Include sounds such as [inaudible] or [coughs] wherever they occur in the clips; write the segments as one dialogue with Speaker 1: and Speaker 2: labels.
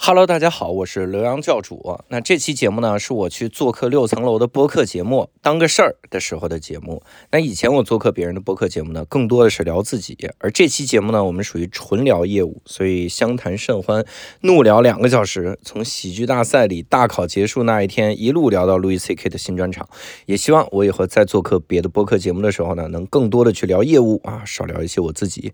Speaker 1: Hello，大家好，我是刘洋教主。那这期节目呢，是我去做客六层楼的播客节目当个事儿的时候的节目。那以前我做客别人的播客节目呢，更多的是聊自己，而这期节目呢，我们属于纯聊业务，所以相谈甚欢，怒聊两个小时，从喜剧大赛里大考结束那一天，一路聊到 Louis C.K. 的新专场。也希望我以后在做客别的播客节目的时候呢，能更多的去聊业务啊，少聊一些我自己。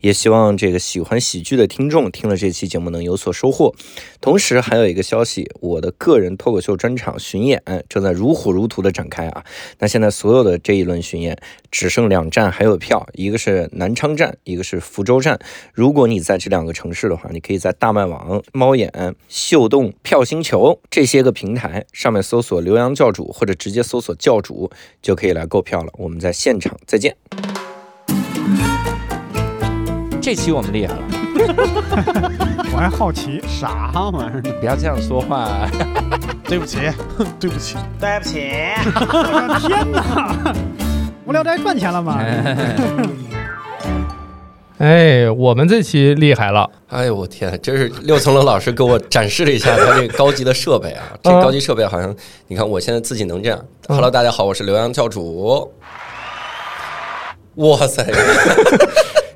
Speaker 1: 也希望这个喜欢喜剧的听众听了这期节目能有所收获。同时还有一个消息，我的个人脱口秀专场巡演哎正在如火如荼的展开啊！那现在所有的这一轮巡演只剩两站还有票，一个是南昌站，一个是福州站。如果你在这两个城市的话，你可以在大麦网、猫眼、秀动、票星球这些个平台上面搜索“刘洋教主”或者直接搜索“教主”就可以来购票了。我们在现场再见。这期我们厉害了。
Speaker 2: 我还好奇啥玩意儿呢？
Speaker 1: 不要这样说话。啊
Speaker 3: 对不起，
Speaker 2: [laughs]
Speaker 3: 对不起，
Speaker 4: 对不起，
Speaker 2: 我的天哪！无聊斋赚钱了吗？
Speaker 5: 哎，我们这期厉害了，
Speaker 6: 哎呦我天，真是六层楼老师给我展示了一下他这个高级的设备啊！
Speaker 5: 嗯
Speaker 6: 这高级设备好像，你看我现在自己能这样。Hello，大家好，我是刘洋教主。哇塞，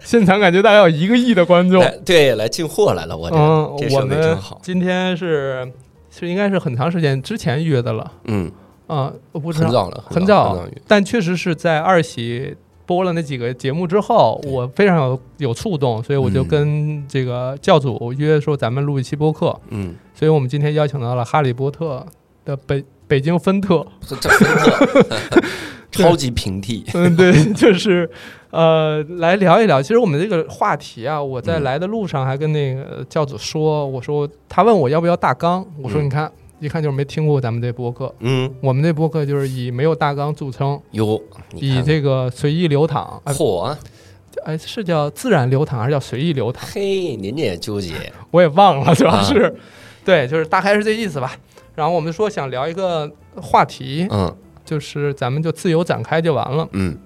Speaker 5: 现场感觉大概有一个亿的观众。
Speaker 6: 来对，来进货来了，哎我这
Speaker 5: 嗯
Speaker 6: 这，
Speaker 5: 我
Speaker 6: 设备
Speaker 5: 们
Speaker 6: 真好。
Speaker 5: 今天是是应该是很长时间之前约的了
Speaker 6: 嗯，
Speaker 5: 啊、我不知道
Speaker 6: 很早了，
Speaker 5: 很
Speaker 6: 早，很
Speaker 5: 早
Speaker 6: 早，
Speaker 5: 但确实是在二喜播了那几个节目之后，
Speaker 6: 对
Speaker 5: 我非常有有触动，所以我就
Speaker 6: 嗯
Speaker 5: 跟这个教主约说咱们录一期播客，
Speaker 6: 嗯，
Speaker 5: 所以我们今天邀请到了《哈利波特》的北北京分特，
Speaker 6: 这这分特 [laughs] 超级平替，
Speaker 5: [laughs] 嗯，对，就是呃，来聊一聊。其实我们这个话题啊，我在
Speaker 6: 嗯
Speaker 5: 来的路上还跟那个教主说，我说他问我要不要大纲，我说
Speaker 6: 嗯
Speaker 5: 你看，一看就是没听过咱们这播客。
Speaker 6: 嗯，
Speaker 5: 我们这播客就是以没有大纲著称，
Speaker 6: 有你
Speaker 5: 以
Speaker 6: 看
Speaker 5: 这个随意流
Speaker 6: [laughs]
Speaker 5: 淌，哎
Speaker 6: 嚯啊，
Speaker 5: 哎，是叫自然流淌还是叫随意流淌？
Speaker 6: 嘿，您这也纠结，
Speaker 5: 我也忘了，主要
Speaker 6: 啊
Speaker 5: 是，对，就是大概是这意思吧。然后我们说想聊一个话题，
Speaker 6: 嗯
Speaker 5: 就是咱们就自由展开就完了。
Speaker 6: 嗯，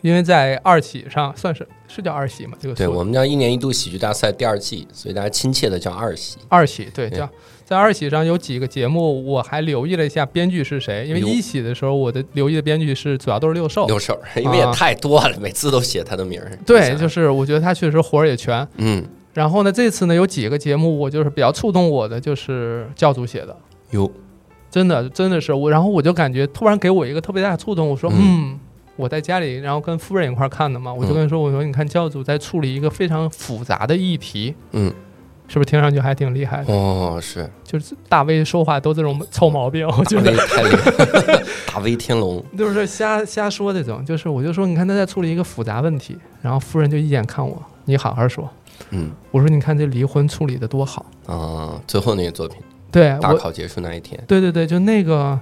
Speaker 5: 因为在二喜上算是是叫二喜嘛，这个
Speaker 6: 对
Speaker 5: 说
Speaker 6: 我们叫一年一度喜剧大赛第二季，所以大家亲切的叫二喜。
Speaker 5: 二喜对
Speaker 6: 对
Speaker 5: 叫在二喜上有几个节目，我还留意了一下编剧是谁，因为
Speaker 6: 有
Speaker 5: 一喜的时候我的留意的编剧是主要都是六兽，
Speaker 6: 六兽， [laughs] 因为也太多了，每次都写他的名儿。
Speaker 5: 啊对，就是是我觉得他确实活儿也全。
Speaker 6: 嗯，
Speaker 5: 然后呢，这次呢有几个节目我就是比较触动我的，就是教主写的，
Speaker 6: 有
Speaker 5: 真的真的是我，然后我就感觉突然给我一个特别大的触动，我说嗯。
Speaker 6: 嗯
Speaker 5: 我在家里，然后跟夫人一块儿看的嘛，我就跟他说：“我说你看，教主在处理一个非常复杂的议题，
Speaker 6: 嗯，
Speaker 5: 是不是听上去还挺厉害的？[laughs]
Speaker 6: 哦，是
Speaker 5: 就是大 V 说话都这种臭毛病，我觉
Speaker 6: 大
Speaker 5: 得
Speaker 6: V 太厉害了，大 V 天龙，
Speaker 5: 就是瞎瞎说这种，就是我就说，你看他在处理一个复杂问题，然后夫人就一眼看我，你好好说。
Speaker 6: 嗯
Speaker 5: 我说你看这离婚处理的多好，
Speaker 6: 啊，最后那个作品，
Speaker 5: 对
Speaker 6: 大
Speaker 5: 哎我，
Speaker 6: 考结束那一天，
Speaker 5: 对对对，就那个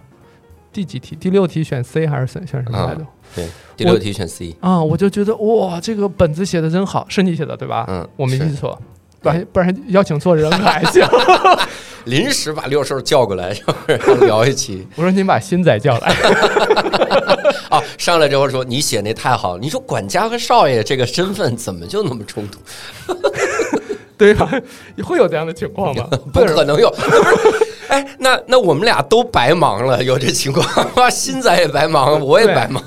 Speaker 5: 第几题，第六题选 C 还是选选什么来着？
Speaker 6: 对，第六题选 C，
Speaker 5: 啊、我就觉得哇，这个本子写的真好，是你写的对吧？
Speaker 6: 嗯
Speaker 5: 我没
Speaker 6: 是
Speaker 5: 记错，不然不然邀请错人了还 [laughs] 行。
Speaker 6: 临时把六兽叫过来，然后聊一期
Speaker 5: 我说你把新仔叫来，
Speaker 6: 啊，上来之后说你写那太好，你说管家和少爷这个身份怎么就那么冲突？
Speaker 5: [laughs] 对吧？会有这样的情况 [laughs] 吗？
Speaker 6: 不可能有，那不是哎，那那我们俩都白忙了，有这情况， [laughs] 新仔也白忙，我也
Speaker 5: 对
Speaker 6: 白忙，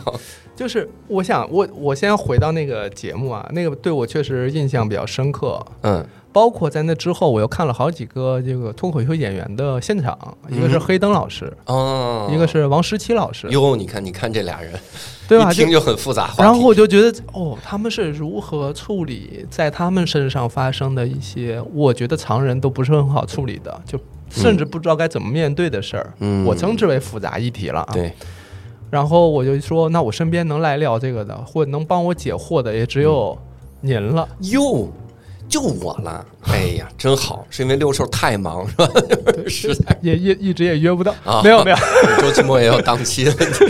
Speaker 5: 就是我想，我我先回到那个节目啊，那个对我确实印象比较深刻。
Speaker 6: 嗯
Speaker 5: 包括在那之后，我又看了好几个这个脱口秀演员的现场，一个是
Speaker 6: 嗯
Speaker 5: 黑灯老师，
Speaker 6: 哦，
Speaker 5: 一个是王十七老师，
Speaker 6: 哟，你看，你看这俩人，
Speaker 5: 对吧？
Speaker 6: 一听就很复杂。话题
Speaker 5: 然后我就觉得，哦，他们是如何处理在他们身上发生的一些，我觉得常人都不是很好处理的，就甚至不知道该怎么面对的事儿，
Speaker 6: 嗯
Speaker 5: 我称之为复杂议题了啊。
Speaker 6: 对，
Speaker 5: 然后我就说，那我身边能来聊这个的，或能帮我解惑的，也只有
Speaker 6: 嗯
Speaker 5: 您了。
Speaker 6: 哟，就我
Speaker 5: [laughs]
Speaker 6: 了，哎呀，真好，是因为六兽太忙 [laughs] 是吧？实在
Speaker 5: 也也一直也约不到，
Speaker 6: 哎啊
Speaker 5: 没有没有。
Speaker 6: 周奇墨也有档期的问题，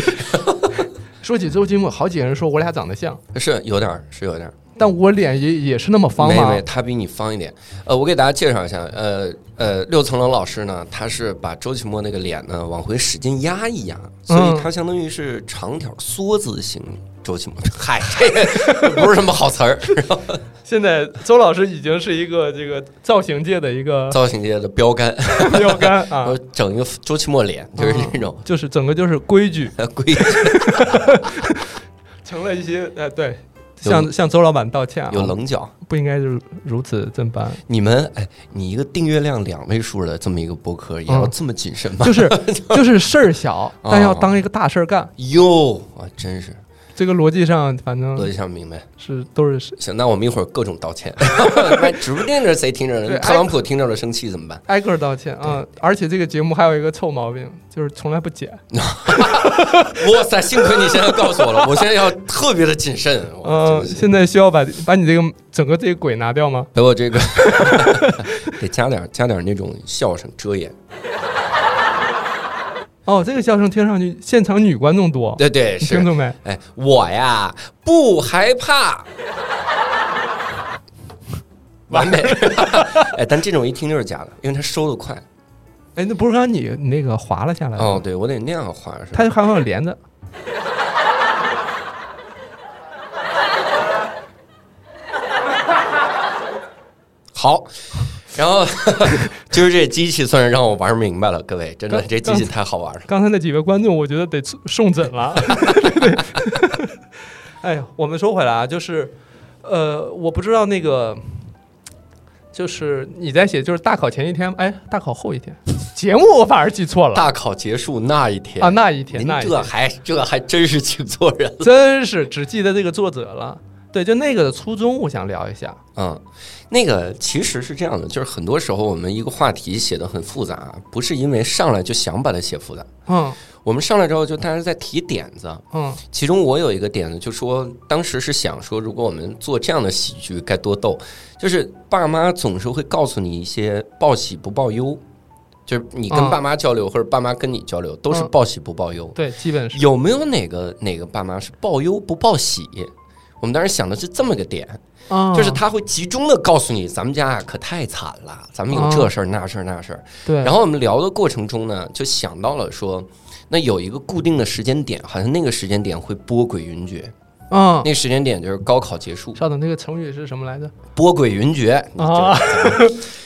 Speaker 5: 说起周奇墨，好几个人说我俩长得像，
Speaker 6: [laughs] 是有点儿，是有点儿。
Speaker 5: 但我脸也也是那么方
Speaker 6: 没
Speaker 5: 吗
Speaker 6: 没，？他比你方一点。呃，我给大家介绍一下，呃呃，六层楼老师呢，他是把周奇墨那个脸呢往回使劲压一压，所
Speaker 5: 嗯
Speaker 6: 以他相当于是
Speaker 5: [laughs]
Speaker 6: 长条梭子型。周奇墨，嗨，这个不是什么好词儿，
Speaker 5: 现在周老师已经是一个这个造型界的一个
Speaker 6: 造型界的标杆，
Speaker 5: 标杆啊
Speaker 6: [laughs] 我，整一个周奇墨脸，就是这种
Speaker 5: 就是整个就是规矩， [laughs]
Speaker 6: 规矩，
Speaker 5: 成了一些呃对，
Speaker 6: 有
Speaker 5: 向向周老板道歉啊，
Speaker 6: 有棱角。
Speaker 5: 不应该就是如此这
Speaker 6: [laughs]
Speaker 5: 般，
Speaker 6: 你们哎，你一个订阅量两位数的这么一个博客，也
Speaker 5: 嗯
Speaker 6: 要这么谨慎吗
Speaker 5: 就？
Speaker 6: [laughs]
Speaker 5: 是就是事儿小，但要
Speaker 6: 哦
Speaker 5: 当一个大事儿干，
Speaker 6: 哟啊，真是
Speaker 5: 这个逻辑上反
Speaker 6: 逻
Speaker 5: 正
Speaker 6: 辑上明白。
Speaker 5: 是都是
Speaker 6: 行，那我们一会儿各种道歉。
Speaker 5: [laughs]
Speaker 6: 那指不定这谁听着
Speaker 5: 嗯对哎
Speaker 6: 了，特朗普听着了生气怎么办？
Speaker 5: 挨个儿道歉啊！而且这个节目还有一个臭毛病，就是从来不剪。
Speaker 6: 哇塞，幸亏你现在告诉我了，我现在要特别的谨慎。我
Speaker 5: 嗯，
Speaker 6: 真是
Speaker 5: 现在需要把把你这个整个这个鬼拿掉吗？
Speaker 6: 给我这个 [laughs] 得加点加点那种笑声遮掩。
Speaker 5: 哦，这个笑声听上去现场女观众多，
Speaker 6: 对对
Speaker 5: 你
Speaker 6: 是
Speaker 5: 听，懂没？
Speaker 6: 哎，我呀不害怕。
Speaker 5: [laughs]
Speaker 6: 完美，哎，但这种一听就是假的，因为他收的快。
Speaker 5: 哎，那不是刚刚你你那个滑了下来吗？
Speaker 6: 哦，，对我得那样画是吧？
Speaker 5: 嗯它还会有连着。
Speaker 6: 好，然后今儿这机器算是让我玩明白了，各位，真的
Speaker 5: 刚
Speaker 6: 这机器太好玩了。
Speaker 5: 刚才那几位观众，我觉得得送送诊了。哎，我们说回来啊，就是，呃，我不知道那个，就是你在写，就是大考前一天，哎，大考后一天，节目我反而记错了
Speaker 6: 大考结束那一天
Speaker 5: 啊，那一天，
Speaker 6: 您
Speaker 5: 那一
Speaker 6: 这
Speaker 5: 天，
Speaker 6: 还这还真是请错人了。
Speaker 5: 真是只记得这个作者了。对，就那个的初衷，我想聊一下。
Speaker 6: 嗯，那个其实是这样的，就是很多时候我们一个话题写的很复杂，不是因为上来就想把它写复杂，
Speaker 5: 嗯
Speaker 6: 我们上来之后就大家在提点子。
Speaker 5: 嗯
Speaker 6: 其中我有一个点子，就说当时是想说，如果我们做这样的喜剧该多逗，就是爸妈总是会告诉你一些报喜不报忧，就是你跟
Speaker 5: 嗯
Speaker 6: 爸妈交流、或者爸妈跟你交流都是
Speaker 5: 嗯
Speaker 6: 报喜不报忧，。
Speaker 5: 对，基本是。
Speaker 6: 有没有哪个哪个爸妈是报忧不报喜？我们当时想的是这么个点，
Speaker 5: 啊
Speaker 6: 就是他会集中的告诉你，咱们家啊可太惨了，咱们有这事儿那事儿那事儿。
Speaker 5: 对，
Speaker 6: 然后我们聊的过程中呢，就想到了说，那有一个固定的时间点，好像那个时间点会波诡云谲，
Speaker 5: 嗯
Speaker 6: 那，个时间点就是高考结束，
Speaker 5: 稍等，那个成语是什么来着？
Speaker 6: 波诡云谲你知道
Speaker 5: 啊
Speaker 6: 吧，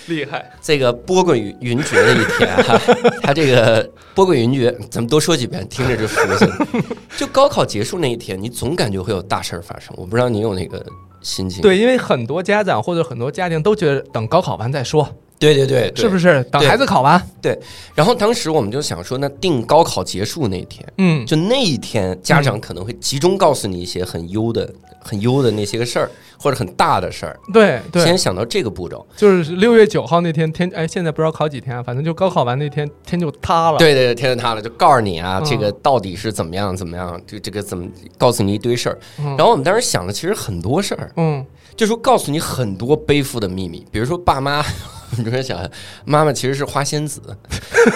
Speaker 5: 厉害，
Speaker 6: 这个波诡云谲的一天哈，他这个波诡云谲，咱们多说几遍，听着就熟悉了。
Speaker 5: [laughs]
Speaker 6: 就高考结束那一天，你总感觉会有大事儿发生，我不知道你有那个心
Speaker 5: [laughs]
Speaker 6: 情。
Speaker 5: 对，因为很多家长或者很多家庭都觉得等高考完再说，
Speaker 6: 对对对
Speaker 5: 是不
Speaker 6: 是？
Speaker 5: 是？等
Speaker 6: 对
Speaker 5: 孩子考完，
Speaker 6: 然后当时我们就想说，那定高考结束那一天，
Speaker 5: 嗯，
Speaker 6: 就那一天，家长可能会集中告诉你一些很优的、很优的那些个事儿，或者很大的事儿。
Speaker 5: 对对
Speaker 6: 先，想到这个步骤，
Speaker 5: 就是六月九号那天天，哎，现在不知道考几天啊，反正就高考完那天天就塌了。，
Speaker 6: 对对，对，天着他了，就告诉你啊，
Speaker 5: 嗯
Speaker 6: 这个到底是怎么样怎么样，这这个怎么告诉你一堆事儿。
Speaker 5: 嗯
Speaker 6: 然后我们当时想的其实很多事儿，
Speaker 5: 嗯
Speaker 6: 就说告诉你很多背负的秘密，比如说爸妈， [laughs] 我们中间想，妈妈其实是花仙子， [laughs]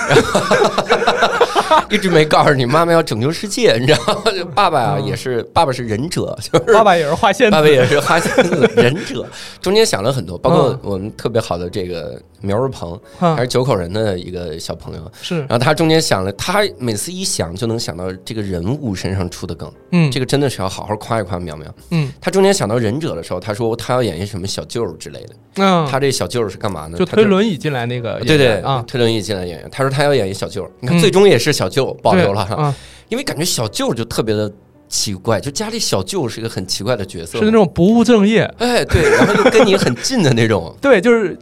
Speaker 6: 然后一直没告诉你妈妈要拯救世界，你知道吗，就爸爸啊
Speaker 5: 嗯
Speaker 6: 也是，爸爸是忍者，就是
Speaker 5: 爸爸也是画线
Speaker 6: 爸爸
Speaker 5: 的，
Speaker 6: 也是花仙
Speaker 5: [laughs]
Speaker 6: 子忍者，中间想了很多，包括我们特别好的这个苗如鹏，还
Speaker 5: 嗯
Speaker 6: 是九口人的一个小朋友，
Speaker 5: 是
Speaker 6: 然，后他中间想了，他每次一想就能想到这个人物身上出的梗，
Speaker 5: 嗯
Speaker 6: 这个真的是要好好夸一夸苗苗。
Speaker 5: 嗯
Speaker 6: 他中间想到忍者的时候，他说他要演一什么小舅儿之类的。
Speaker 5: 嗯，
Speaker 6: 他这小舅儿是干嘛呢？
Speaker 5: 就
Speaker 6: 他
Speaker 5: 推轮椅进来那个演员，
Speaker 6: 对对
Speaker 5: 啊，
Speaker 6: 推轮椅进来演员。他说他要演一小舅儿，你看
Speaker 5: 嗯
Speaker 6: 最终也是小舅儿保
Speaker 5: 对
Speaker 6: 留了哈，
Speaker 5: 啊，
Speaker 6: 因为感觉小舅儿就特别的奇怪，就家里小舅儿是一个很奇怪的角色，
Speaker 5: 是那种不务正业，。
Speaker 6: 哎对，然后就跟你很近的那种
Speaker 5: [laughs] 对，就是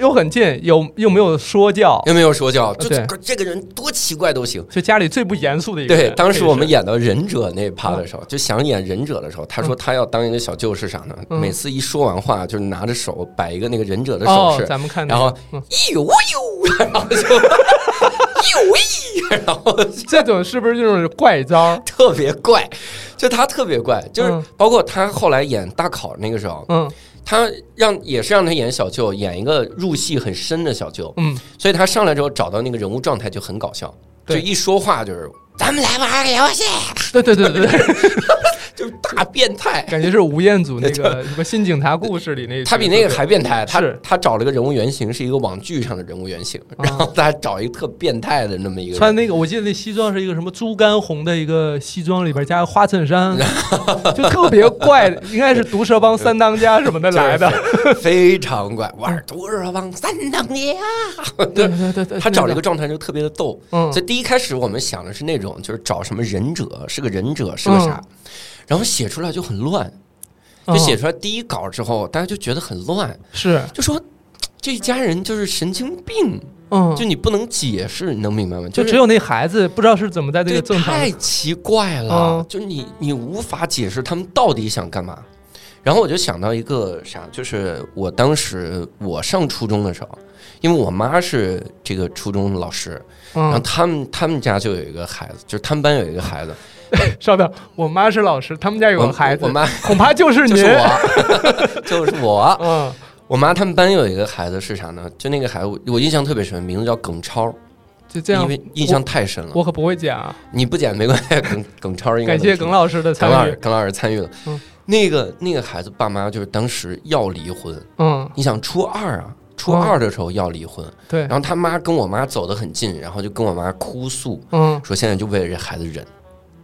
Speaker 5: 又很近，有又没有说教，
Speaker 6: 有没有说教？就
Speaker 5: 呃对
Speaker 6: 这个人多奇怪都行。
Speaker 5: 就家里最不严肃的一个人。
Speaker 6: 对，当时
Speaker 5: 可以
Speaker 6: 我们
Speaker 5: 是
Speaker 6: 演到忍者那一趴的时候，就想演忍者的时候，他说他要当一个小舅是啥呢？
Speaker 5: 嗯
Speaker 6: 每次一说完话，就是拿着手摆一个那个忍者的手
Speaker 5: 哦
Speaker 6: 势，，
Speaker 5: 咱们看那
Speaker 6: 然
Speaker 5: 个，
Speaker 6: 后
Speaker 5: 嗯
Speaker 6: 咦呦呦，然后就咦呦咦，然后
Speaker 5: 这种是不是就是怪
Speaker 6: [laughs]
Speaker 5: 招？
Speaker 6: 特别怪，就他特别怪，就是
Speaker 5: 嗯
Speaker 6: 包括他后来演大考那个时候，
Speaker 5: 嗯
Speaker 6: 他让也是让他演小舅，演一个入戏很深的小舅，
Speaker 5: 嗯，
Speaker 6: 所以他上来之后找到那个人物状态就很搞笑，就
Speaker 5: 对
Speaker 6: 一说话就是。咱们来玩个游戏，
Speaker 5: 对对对对对， [laughs]
Speaker 6: 就就是大变态。
Speaker 5: 感觉是吴彦祖那个什么《新警察故事》里那，
Speaker 6: 他比那个还变态，他
Speaker 5: 是
Speaker 6: 他找了个人物原型，是一个网剧上的人物原型，
Speaker 5: 啊
Speaker 6: 然后他找一个特变态的那么一个人
Speaker 5: 穿那个，我记得那西装是一个什么猪肝红的一个西装，里边加个花衬
Speaker 6: [laughs]
Speaker 5: 衫，就特别怪，应该是毒蛇帮三当家什么的来的。
Speaker 6: [laughs] 非常怪，我是毒蛇帮三当家。
Speaker 5: 对对对对，
Speaker 6: 他找了一个
Speaker 5: 个，
Speaker 6: 状态就特别的逗，
Speaker 5: 嗯
Speaker 6: 所以第一开始我们想的是那种，就是找什么忍者，是个忍者，是个啥，然后写出来就很乱，就写
Speaker 5: 嗯
Speaker 6: 出来第一稿之后，大家就觉得很乱，
Speaker 5: 是，
Speaker 6: 就说这一家人就是神经病，
Speaker 5: 嗯，
Speaker 6: 就你不能解释，你能明白吗？
Speaker 5: 就是只有那孩子不知道是怎么在这
Speaker 6: 对，
Speaker 5: 个正常的
Speaker 6: 太奇怪了，
Speaker 5: 嗯
Speaker 6: 就你你无法解释他们到底想干嘛。然后我就想到一个啥，就是我当时我上初中的时候，因为我妈是这个初中老师，然后
Speaker 5: 嗯，
Speaker 6: 他们他们家就有一个孩子，就是他们班有一个孩子，
Speaker 5: 稍等，我妈是老师，他们家有
Speaker 6: 我
Speaker 5: 个孩子，
Speaker 6: 我妈
Speaker 5: 恐怕就是您。
Speaker 6: 就是我， [laughs] 就是我，
Speaker 5: 嗯
Speaker 6: 我妈他们班有一个孩子是啥呢？就那个孩子，我印象特别深，名字叫耿超，
Speaker 5: 就这
Speaker 6: 因
Speaker 5: 样
Speaker 6: 为，印象太深
Speaker 5: 我
Speaker 6: 了。
Speaker 5: 可不会讲啊。
Speaker 6: 你不剪没关系，耿耿超应该
Speaker 5: 感
Speaker 6: 能
Speaker 5: 谢
Speaker 6: 听
Speaker 5: 耿老师的
Speaker 6: 耿老
Speaker 5: 参
Speaker 6: 师
Speaker 5: 与。，
Speaker 6: 耿老师参与了。
Speaker 5: 嗯
Speaker 6: 那个那个孩子爸妈就是当时要离婚，
Speaker 5: 嗯，
Speaker 6: 你想初二啊，初二的时候要离婚，
Speaker 5: 对
Speaker 6: 然，后他妈跟我妈走得很近，然后就跟我妈哭诉
Speaker 5: 嗯，
Speaker 6: 说现在就为了这孩子忍，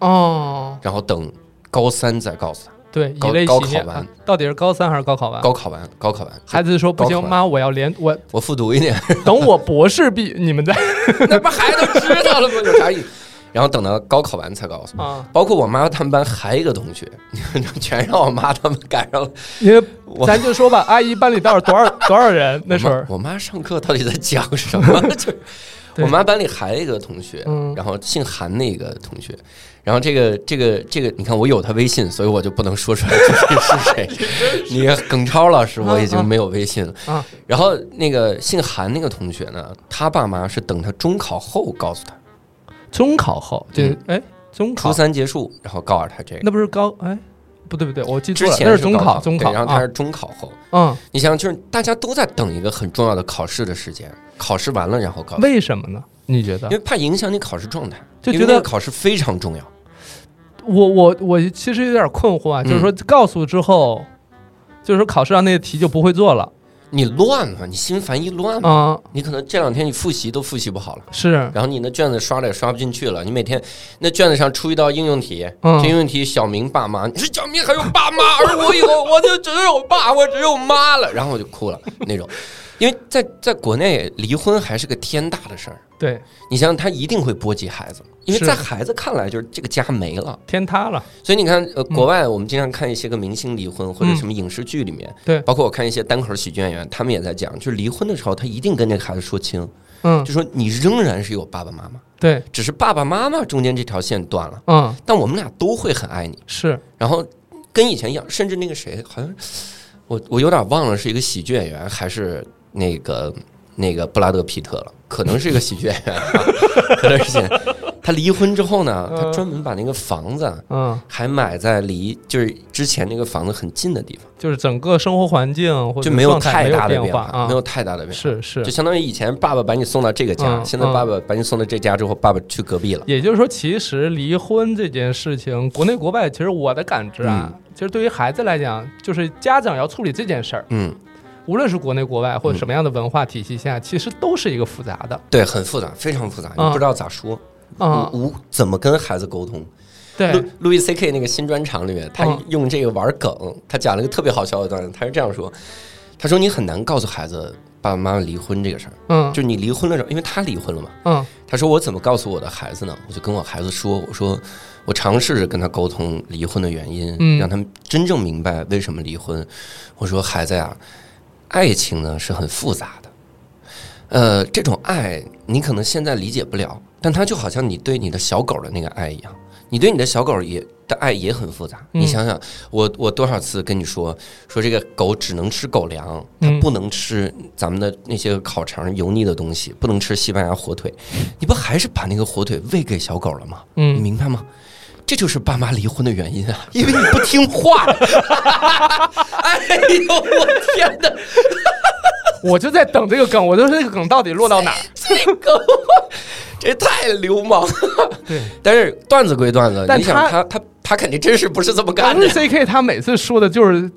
Speaker 5: 哦，
Speaker 6: 然后等高三再告诉他，
Speaker 5: 对，以
Speaker 6: 高
Speaker 5: 类
Speaker 6: 高
Speaker 5: 洗面
Speaker 6: 考，
Speaker 5: 啊
Speaker 6: 完
Speaker 5: 到底是高三还是高考完？
Speaker 6: 高考完高考完，
Speaker 5: 啊孩子说不
Speaker 6: 高
Speaker 5: 行，
Speaker 6: 考完
Speaker 5: 妈，我要连我
Speaker 6: 我复读一年， [laughs]
Speaker 5: 等我博士毕，你们再
Speaker 6: 那不孩子知道了吗？有啥意思？然后等到高考完才告诉
Speaker 5: [laughs]
Speaker 6: 我。
Speaker 5: 啊，
Speaker 6: 包括我妈他们班还有一个同学， [laughs] 全让我妈他们赶上了。
Speaker 5: 因为
Speaker 6: 我
Speaker 5: 咱就说吧，阿姨班里到底多少多少人那时候
Speaker 6: 我妈，我妈上课到底在讲什么？
Speaker 5: [laughs]
Speaker 6: 就是
Speaker 5: 对
Speaker 6: 我妈班里还有一个同学，
Speaker 5: 嗯
Speaker 6: 然后姓韩的一个同学，然后这个这个这个，你看我有他微信，所以我就不能说出来 [laughs]
Speaker 5: [laughs]
Speaker 6: 这是是谁。你耿超老师我已经没有微信了
Speaker 5: 啊啊啊
Speaker 6: 然后那个姓韩那个同学呢，他爸妈是等他中考后告诉他，
Speaker 5: 中考后就
Speaker 6: 嗯
Speaker 5: 哎中考
Speaker 6: 初三结束，然后告诉他这个。
Speaker 5: 那不是高哎不对不对，我记错
Speaker 6: 之
Speaker 5: 了，
Speaker 6: 前
Speaker 5: 那
Speaker 6: 高
Speaker 5: 中考中
Speaker 6: 对
Speaker 5: 考
Speaker 6: 然后他
Speaker 5: 啊
Speaker 6: 是中考后，
Speaker 5: 嗯，
Speaker 6: 你想想，就是大家都在等一个很重要的考试的时间，考试完了然后告诉他。
Speaker 5: 为什么呢？你觉得
Speaker 6: 因为？怕影响你考试状态，
Speaker 5: 就
Speaker 6: 因
Speaker 5: 觉
Speaker 6: 为那
Speaker 5: 得
Speaker 6: 个考试非常重要。
Speaker 5: 我我我其实有点困惑啊，就是
Speaker 6: 嗯
Speaker 5: 说告诉之后，就是说考试上那个题就不会做了
Speaker 6: 你乱了，你心烦意乱了，
Speaker 5: 啊，
Speaker 6: 你可能这两天你复习都复习不好了，
Speaker 5: 是
Speaker 6: 然后你那卷子刷的也刷不进去了，你每天那卷子上出一道应用题，
Speaker 5: 嗯
Speaker 6: 这应用题小明爸妈，你说小明还有爸妈，而我以后我就只有爸，我只有妈了，然后我就哭了那种，因为在在国内离婚还是个天大的事儿，
Speaker 5: 对
Speaker 6: 你想想他一定会波及孩子，因为
Speaker 5: 是
Speaker 6: 在孩子看来就是这个家没了。
Speaker 5: 天塌了，
Speaker 6: 所以你看，呃，国
Speaker 5: 嗯
Speaker 6: 外我们经常看一些个明星离婚或者什么影视剧里面，
Speaker 5: 对
Speaker 6: 包括我看一些单口喜剧演员，他们也在讲，就是离婚的时候，他一定跟这个孩子说清，
Speaker 5: 嗯
Speaker 6: 就，说你仍然是有爸爸妈妈，
Speaker 5: 对，
Speaker 6: 只是爸爸妈妈中间这条线断了，
Speaker 5: 嗯，
Speaker 6: 但我们俩都会很爱你。
Speaker 5: 是，
Speaker 6: 然后跟以前一样，甚至那个谁，好像我我有点忘了是一个喜剧演员还是那个那个布拉德皮特了，可能是一个喜剧演
Speaker 5: [laughs]
Speaker 6: 员、啊，可能是喜剧演员他离婚之后呢，他专门把那个房子。
Speaker 5: 嗯，
Speaker 6: 还买在离就是之前那个房子很近的地方，
Speaker 5: 就是整个生活环境或者
Speaker 6: 就没有
Speaker 5: 状态
Speaker 6: 太大的
Speaker 5: 没有变
Speaker 6: 化，
Speaker 5: 啊，
Speaker 6: 没有太大的变化。
Speaker 5: 是是
Speaker 6: 就，相当于以前爸爸把你送到这个家，
Speaker 5: 嗯
Speaker 6: 现在爸爸把你送到这家之后，爸爸去隔壁了。
Speaker 5: 也就是说，其实离婚这件事情，国内国外，其实我的感知啊，
Speaker 6: 嗯
Speaker 5: 其实对于孩子来讲，就是家长要处理这件事儿，
Speaker 6: 嗯，
Speaker 5: 无论是国内国外或者什么样的文化体系下，其实都是一个复杂的
Speaker 6: 对，很复杂，非常复杂，你
Speaker 5: 嗯
Speaker 6: 不知道咋说，
Speaker 5: 啊、
Speaker 6: 无无怎么跟孩子沟通。路
Speaker 5: 对，
Speaker 6: 路易 C K 那个新专场里面，他
Speaker 5: 嗯
Speaker 6: 用这个玩梗，他讲了一个特别好笑的段子，他是这样说：他说你很难告诉孩子爸爸妈妈离婚这个事儿，
Speaker 5: 嗯
Speaker 6: 就你离婚了之后，因为他离婚了嘛，
Speaker 5: 嗯
Speaker 6: 他说：“我怎么告诉我的孩子呢？”我就跟我孩子说：“我说我尝试着跟他沟通离婚的原因，
Speaker 5: 嗯
Speaker 6: 让他们真正明白为什么离婚。我说：孩子呀，爱情呢是很复杂的，呃，这种爱你可能现在理解不了，但它就好像你对你的小狗的那个爱一样，你对你的小狗也的爱也很复杂。
Speaker 5: 嗯
Speaker 6: 你想想，我我多少次跟你说说这个狗只能吃狗粮，它
Speaker 5: 嗯
Speaker 6: 不能吃咱们的那些烤肠油腻的东西，不能吃西班牙火腿。你不还是把那个火腿喂给小狗了吗？你
Speaker 5: 嗯，
Speaker 6: 明白吗？这就是爸妈离婚的原因啊， [laughs] 因为你不听话。 [laughs] 哎呦，我天哪！
Speaker 5: 我就在等这个梗，我就是这个梗到底落到哪儿？
Speaker 6: 这个这太流氓了。
Speaker 5: 对，
Speaker 6: 但是段子归段子，
Speaker 5: 但
Speaker 6: 你想
Speaker 5: 他
Speaker 6: 他他他肯定真是不是这么干的，
Speaker 5: WJK 他每次说的就是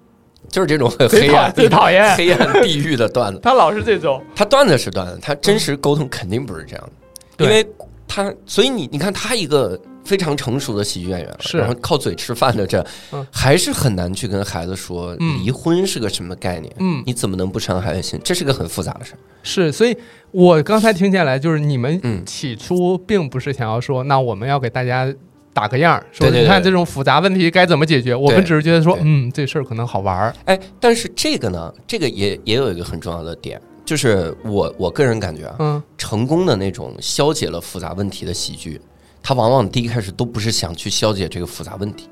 Speaker 6: 就是这种很
Speaker 5: 贼
Speaker 6: 黑
Speaker 5: 讨
Speaker 6: 暗、
Speaker 5: 贼讨厌，
Speaker 6: 黑暗地狱的段子。
Speaker 5: 他老是这种。
Speaker 6: 他段子是段子，他真实沟通肯定不是这样的，
Speaker 5: 对
Speaker 6: 因为他，所以你你看他一个非常成熟的喜剧演员了，
Speaker 5: 是
Speaker 6: 然后靠嘴吃饭的这
Speaker 5: 嗯，
Speaker 6: 还是很难去跟孩子说
Speaker 5: 嗯
Speaker 6: 离婚是个什么概念，
Speaker 5: 嗯
Speaker 6: 你怎么能不伤孩子心？这是个很复杂的事儿，
Speaker 5: 是，所以我刚才听下来，就是你们
Speaker 6: 嗯
Speaker 5: 起初并不是想要说，那我们要给大家打个样儿，说
Speaker 6: 对对
Speaker 5: 你看
Speaker 6: 对
Speaker 5: 这种复杂问题该怎么解决。我们
Speaker 6: 对
Speaker 5: 只是觉得说
Speaker 6: 对，
Speaker 5: 嗯，这事儿可能好玩儿。
Speaker 6: 哎，但是这个呢，这个也也有一个很重要的点，就是我我个人感觉啊，
Speaker 5: 嗯，
Speaker 6: 成功的那种消解了复杂问题的喜剧，他往往第一开始都不是想去消解这个复杂问题。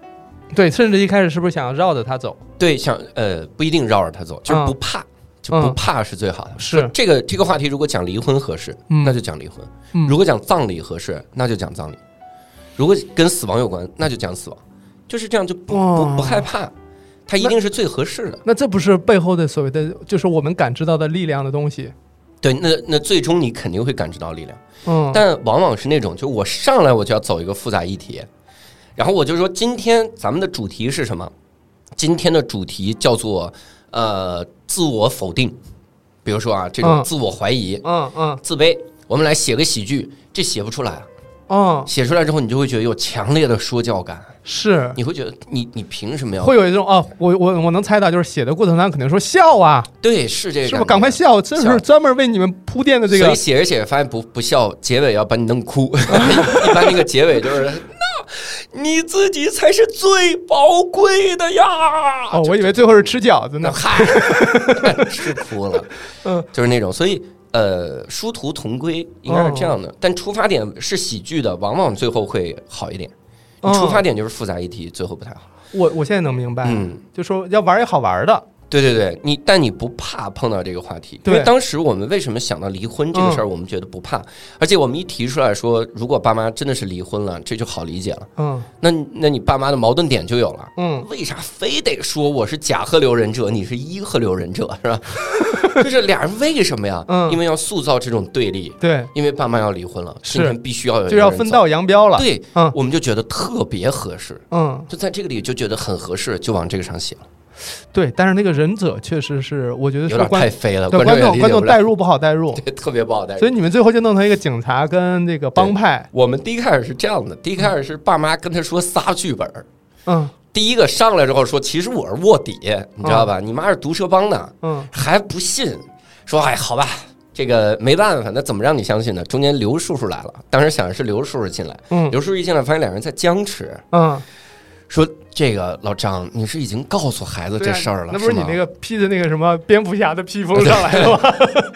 Speaker 5: 对，甚至一开始是不是想要绕着他走？
Speaker 6: 对，想呃不一定绕着他走，就是
Speaker 5: 嗯
Speaker 6: 不怕，就不
Speaker 5: 嗯
Speaker 6: 怕是最好的。
Speaker 5: 是
Speaker 6: 说这个这个话题，如果讲离婚合适，
Speaker 5: 嗯
Speaker 6: 那就讲离婚；
Speaker 5: 嗯
Speaker 6: 如果讲葬礼合适，那就讲葬礼；如果跟死亡有关，那就讲死亡。就是这样，就不
Speaker 5: 哇
Speaker 6: 不不害怕，它一定是最合适的。
Speaker 5: 那这不是背后的所谓的，就是我们感知到的力量的东西。
Speaker 6: 对，那那最终你肯定会感知到力量，
Speaker 5: 嗯，
Speaker 6: 但往往是那种，就我上来我就要走一个复杂议题，然后我就说今天咱们的主题是什么？今天的主题叫做呃自我否定，比如说啊这种
Speaker 5: 嗯
Speaker 6: 自我怀疑、
Speaker 5: 嗯嗯
Speaker 6: 自卑，我们来写个喜剧，这写不出来啊，
Speaker 5: 嗯，
Speaker 6: 写出来之后你就会觉得有强烈的说教感，
Speaker 5: 是
Speaker 6: 你会觉得你你凭什么要
Speaker 5: 会有一种哦，我我我能猜到，就是写的过程当中肯定说笑啊，
Speaker 6: 对是这个
Speaker 5: 是不
Speaker 6: 感
Speaker 5: 是
Speaker 6: 觉
Speaker 5: 赶快笑？这
Speaker 6: 笑
Speaker 5: 是专门为你们铺垫的这
Speaker 6: 所以
Speaker 5: 个。
Speaker 6: 写着写着发现不不笑，结尾要把你弄 [laughs] 哭。一般那个结尾就是，那你自己才是最宝贵的呀。
Speaker 5: 哦，我以为最后是吃饺子
Speaker 6: 那
Speaker 5: 呢。
Speaker 6: [laughs] 嗨，是哭了，
Speaker 5: 嗯，
Speaker 6: 就是那种。所以呃，殊途同归应该是这样的，但出发点是喜剧的，往往最后会好一点。你
Speaker 5: 哦
Speaker 6: 出发点就是复杂议题，最后不太好。
Speaker 5: 我我现在能明白，
Speaker 6: 嗯，
Speaker 5: 就说要玩儿也好玩儿的，
Speaker 6: 对对对，你但你不怕碰到这个话题，因
Speaker 5: 对嗯
Speaker 6: 为当时我们为什么想到离婚这个事儿，我们觉得不怕，而且我们一提出来说，如果爸妈真的是离婚了，这就好理解了。
Speaker 5: 嗯
Speaker 6: 那那你爸妈的矛盾点就有了。
Speaker 5: 嗯，
Speaker 6: 为啥非得说我是甲河流人者，你是伊河流人者是吧？ [laughs] 就是俩人为什么呀？
Speaker 5: 嗯
Speaker 6: 因为要塑造这种对立，
Speaker 5: 对，
Speaker 6: 因为爸妈要离婚了，
Speaker 5: 是
Speaker 6: 今天必须要有一
Speaker 5: 就
Speaker 6: 个
Speaker 5: 要
Speaker 6: 人
Speaker 5: 分
Speaker 6: 走
Speaker 5: 道扬镳了，
Speaker 6: 对，
Speaker 5: 嗯
Speaker 6: 我们就觉得特别合适，
Speaker 5: 嗯，
Speaker 6: 就在这个里就觉得很合适，就往这个上写了，
Speaker 5: 对，但是那个忍者确实是，我觉得
Speaker 6: 有
Speaker 5: 是
Speaker 6: 点
Speaker 5: 观
Speaker 6: 太飞了，
Speaker 5: 对
Speaker 6: 观
Speaker 5: 观
Speaker 6: 众
Speaker 5: 众
Speaker 6: 也
Speaker 5: 观
Speaker 6: 理解
Speaker 5: 众
Speaker 6: 不
Speaker 5: 代
Speaker 6: 了，
Speaker 5: 入不好代入，
Speaker 6: [laughs] 对，特别不好带入。
Speaker 5: [laughs] 所以你们最后就弄成一个警察跟这个帮派，
Speaker 6: 我们第一开始是这样的，第一开始是爸妈跟他说仨剧本儿，
Speaker 5: 嗯
Speaker 6: 第一个上来之后说，其实我是卧底，你知道吧？你妈是毒蛇帮的，
Speaker 5: 嗯
Speaker 6: 还不信，说哎，好吧，这个没办法，那怎么让你相信呢？中间刘叔叔来了，当时想的是刘叔叔进来，
Speaker 5: 嗯
Speaker 6: 刘叔叔一进来发现两人在僵持，
Speaker 5: 嗯，
Speaker 6: 说这个老张，你是已经告诉孩子
Speaker 5: 对
Speaker 6: 这
Speaker 5: 啊
Speaker 6: 事儿了，
Speaker 5: 那不是你
Speaker 6: 吗
Speaker 5: 那个披着那个什么蝙蝠侠的披风上来了
Speaker 6: [laughs]
Speaker 5: 吗？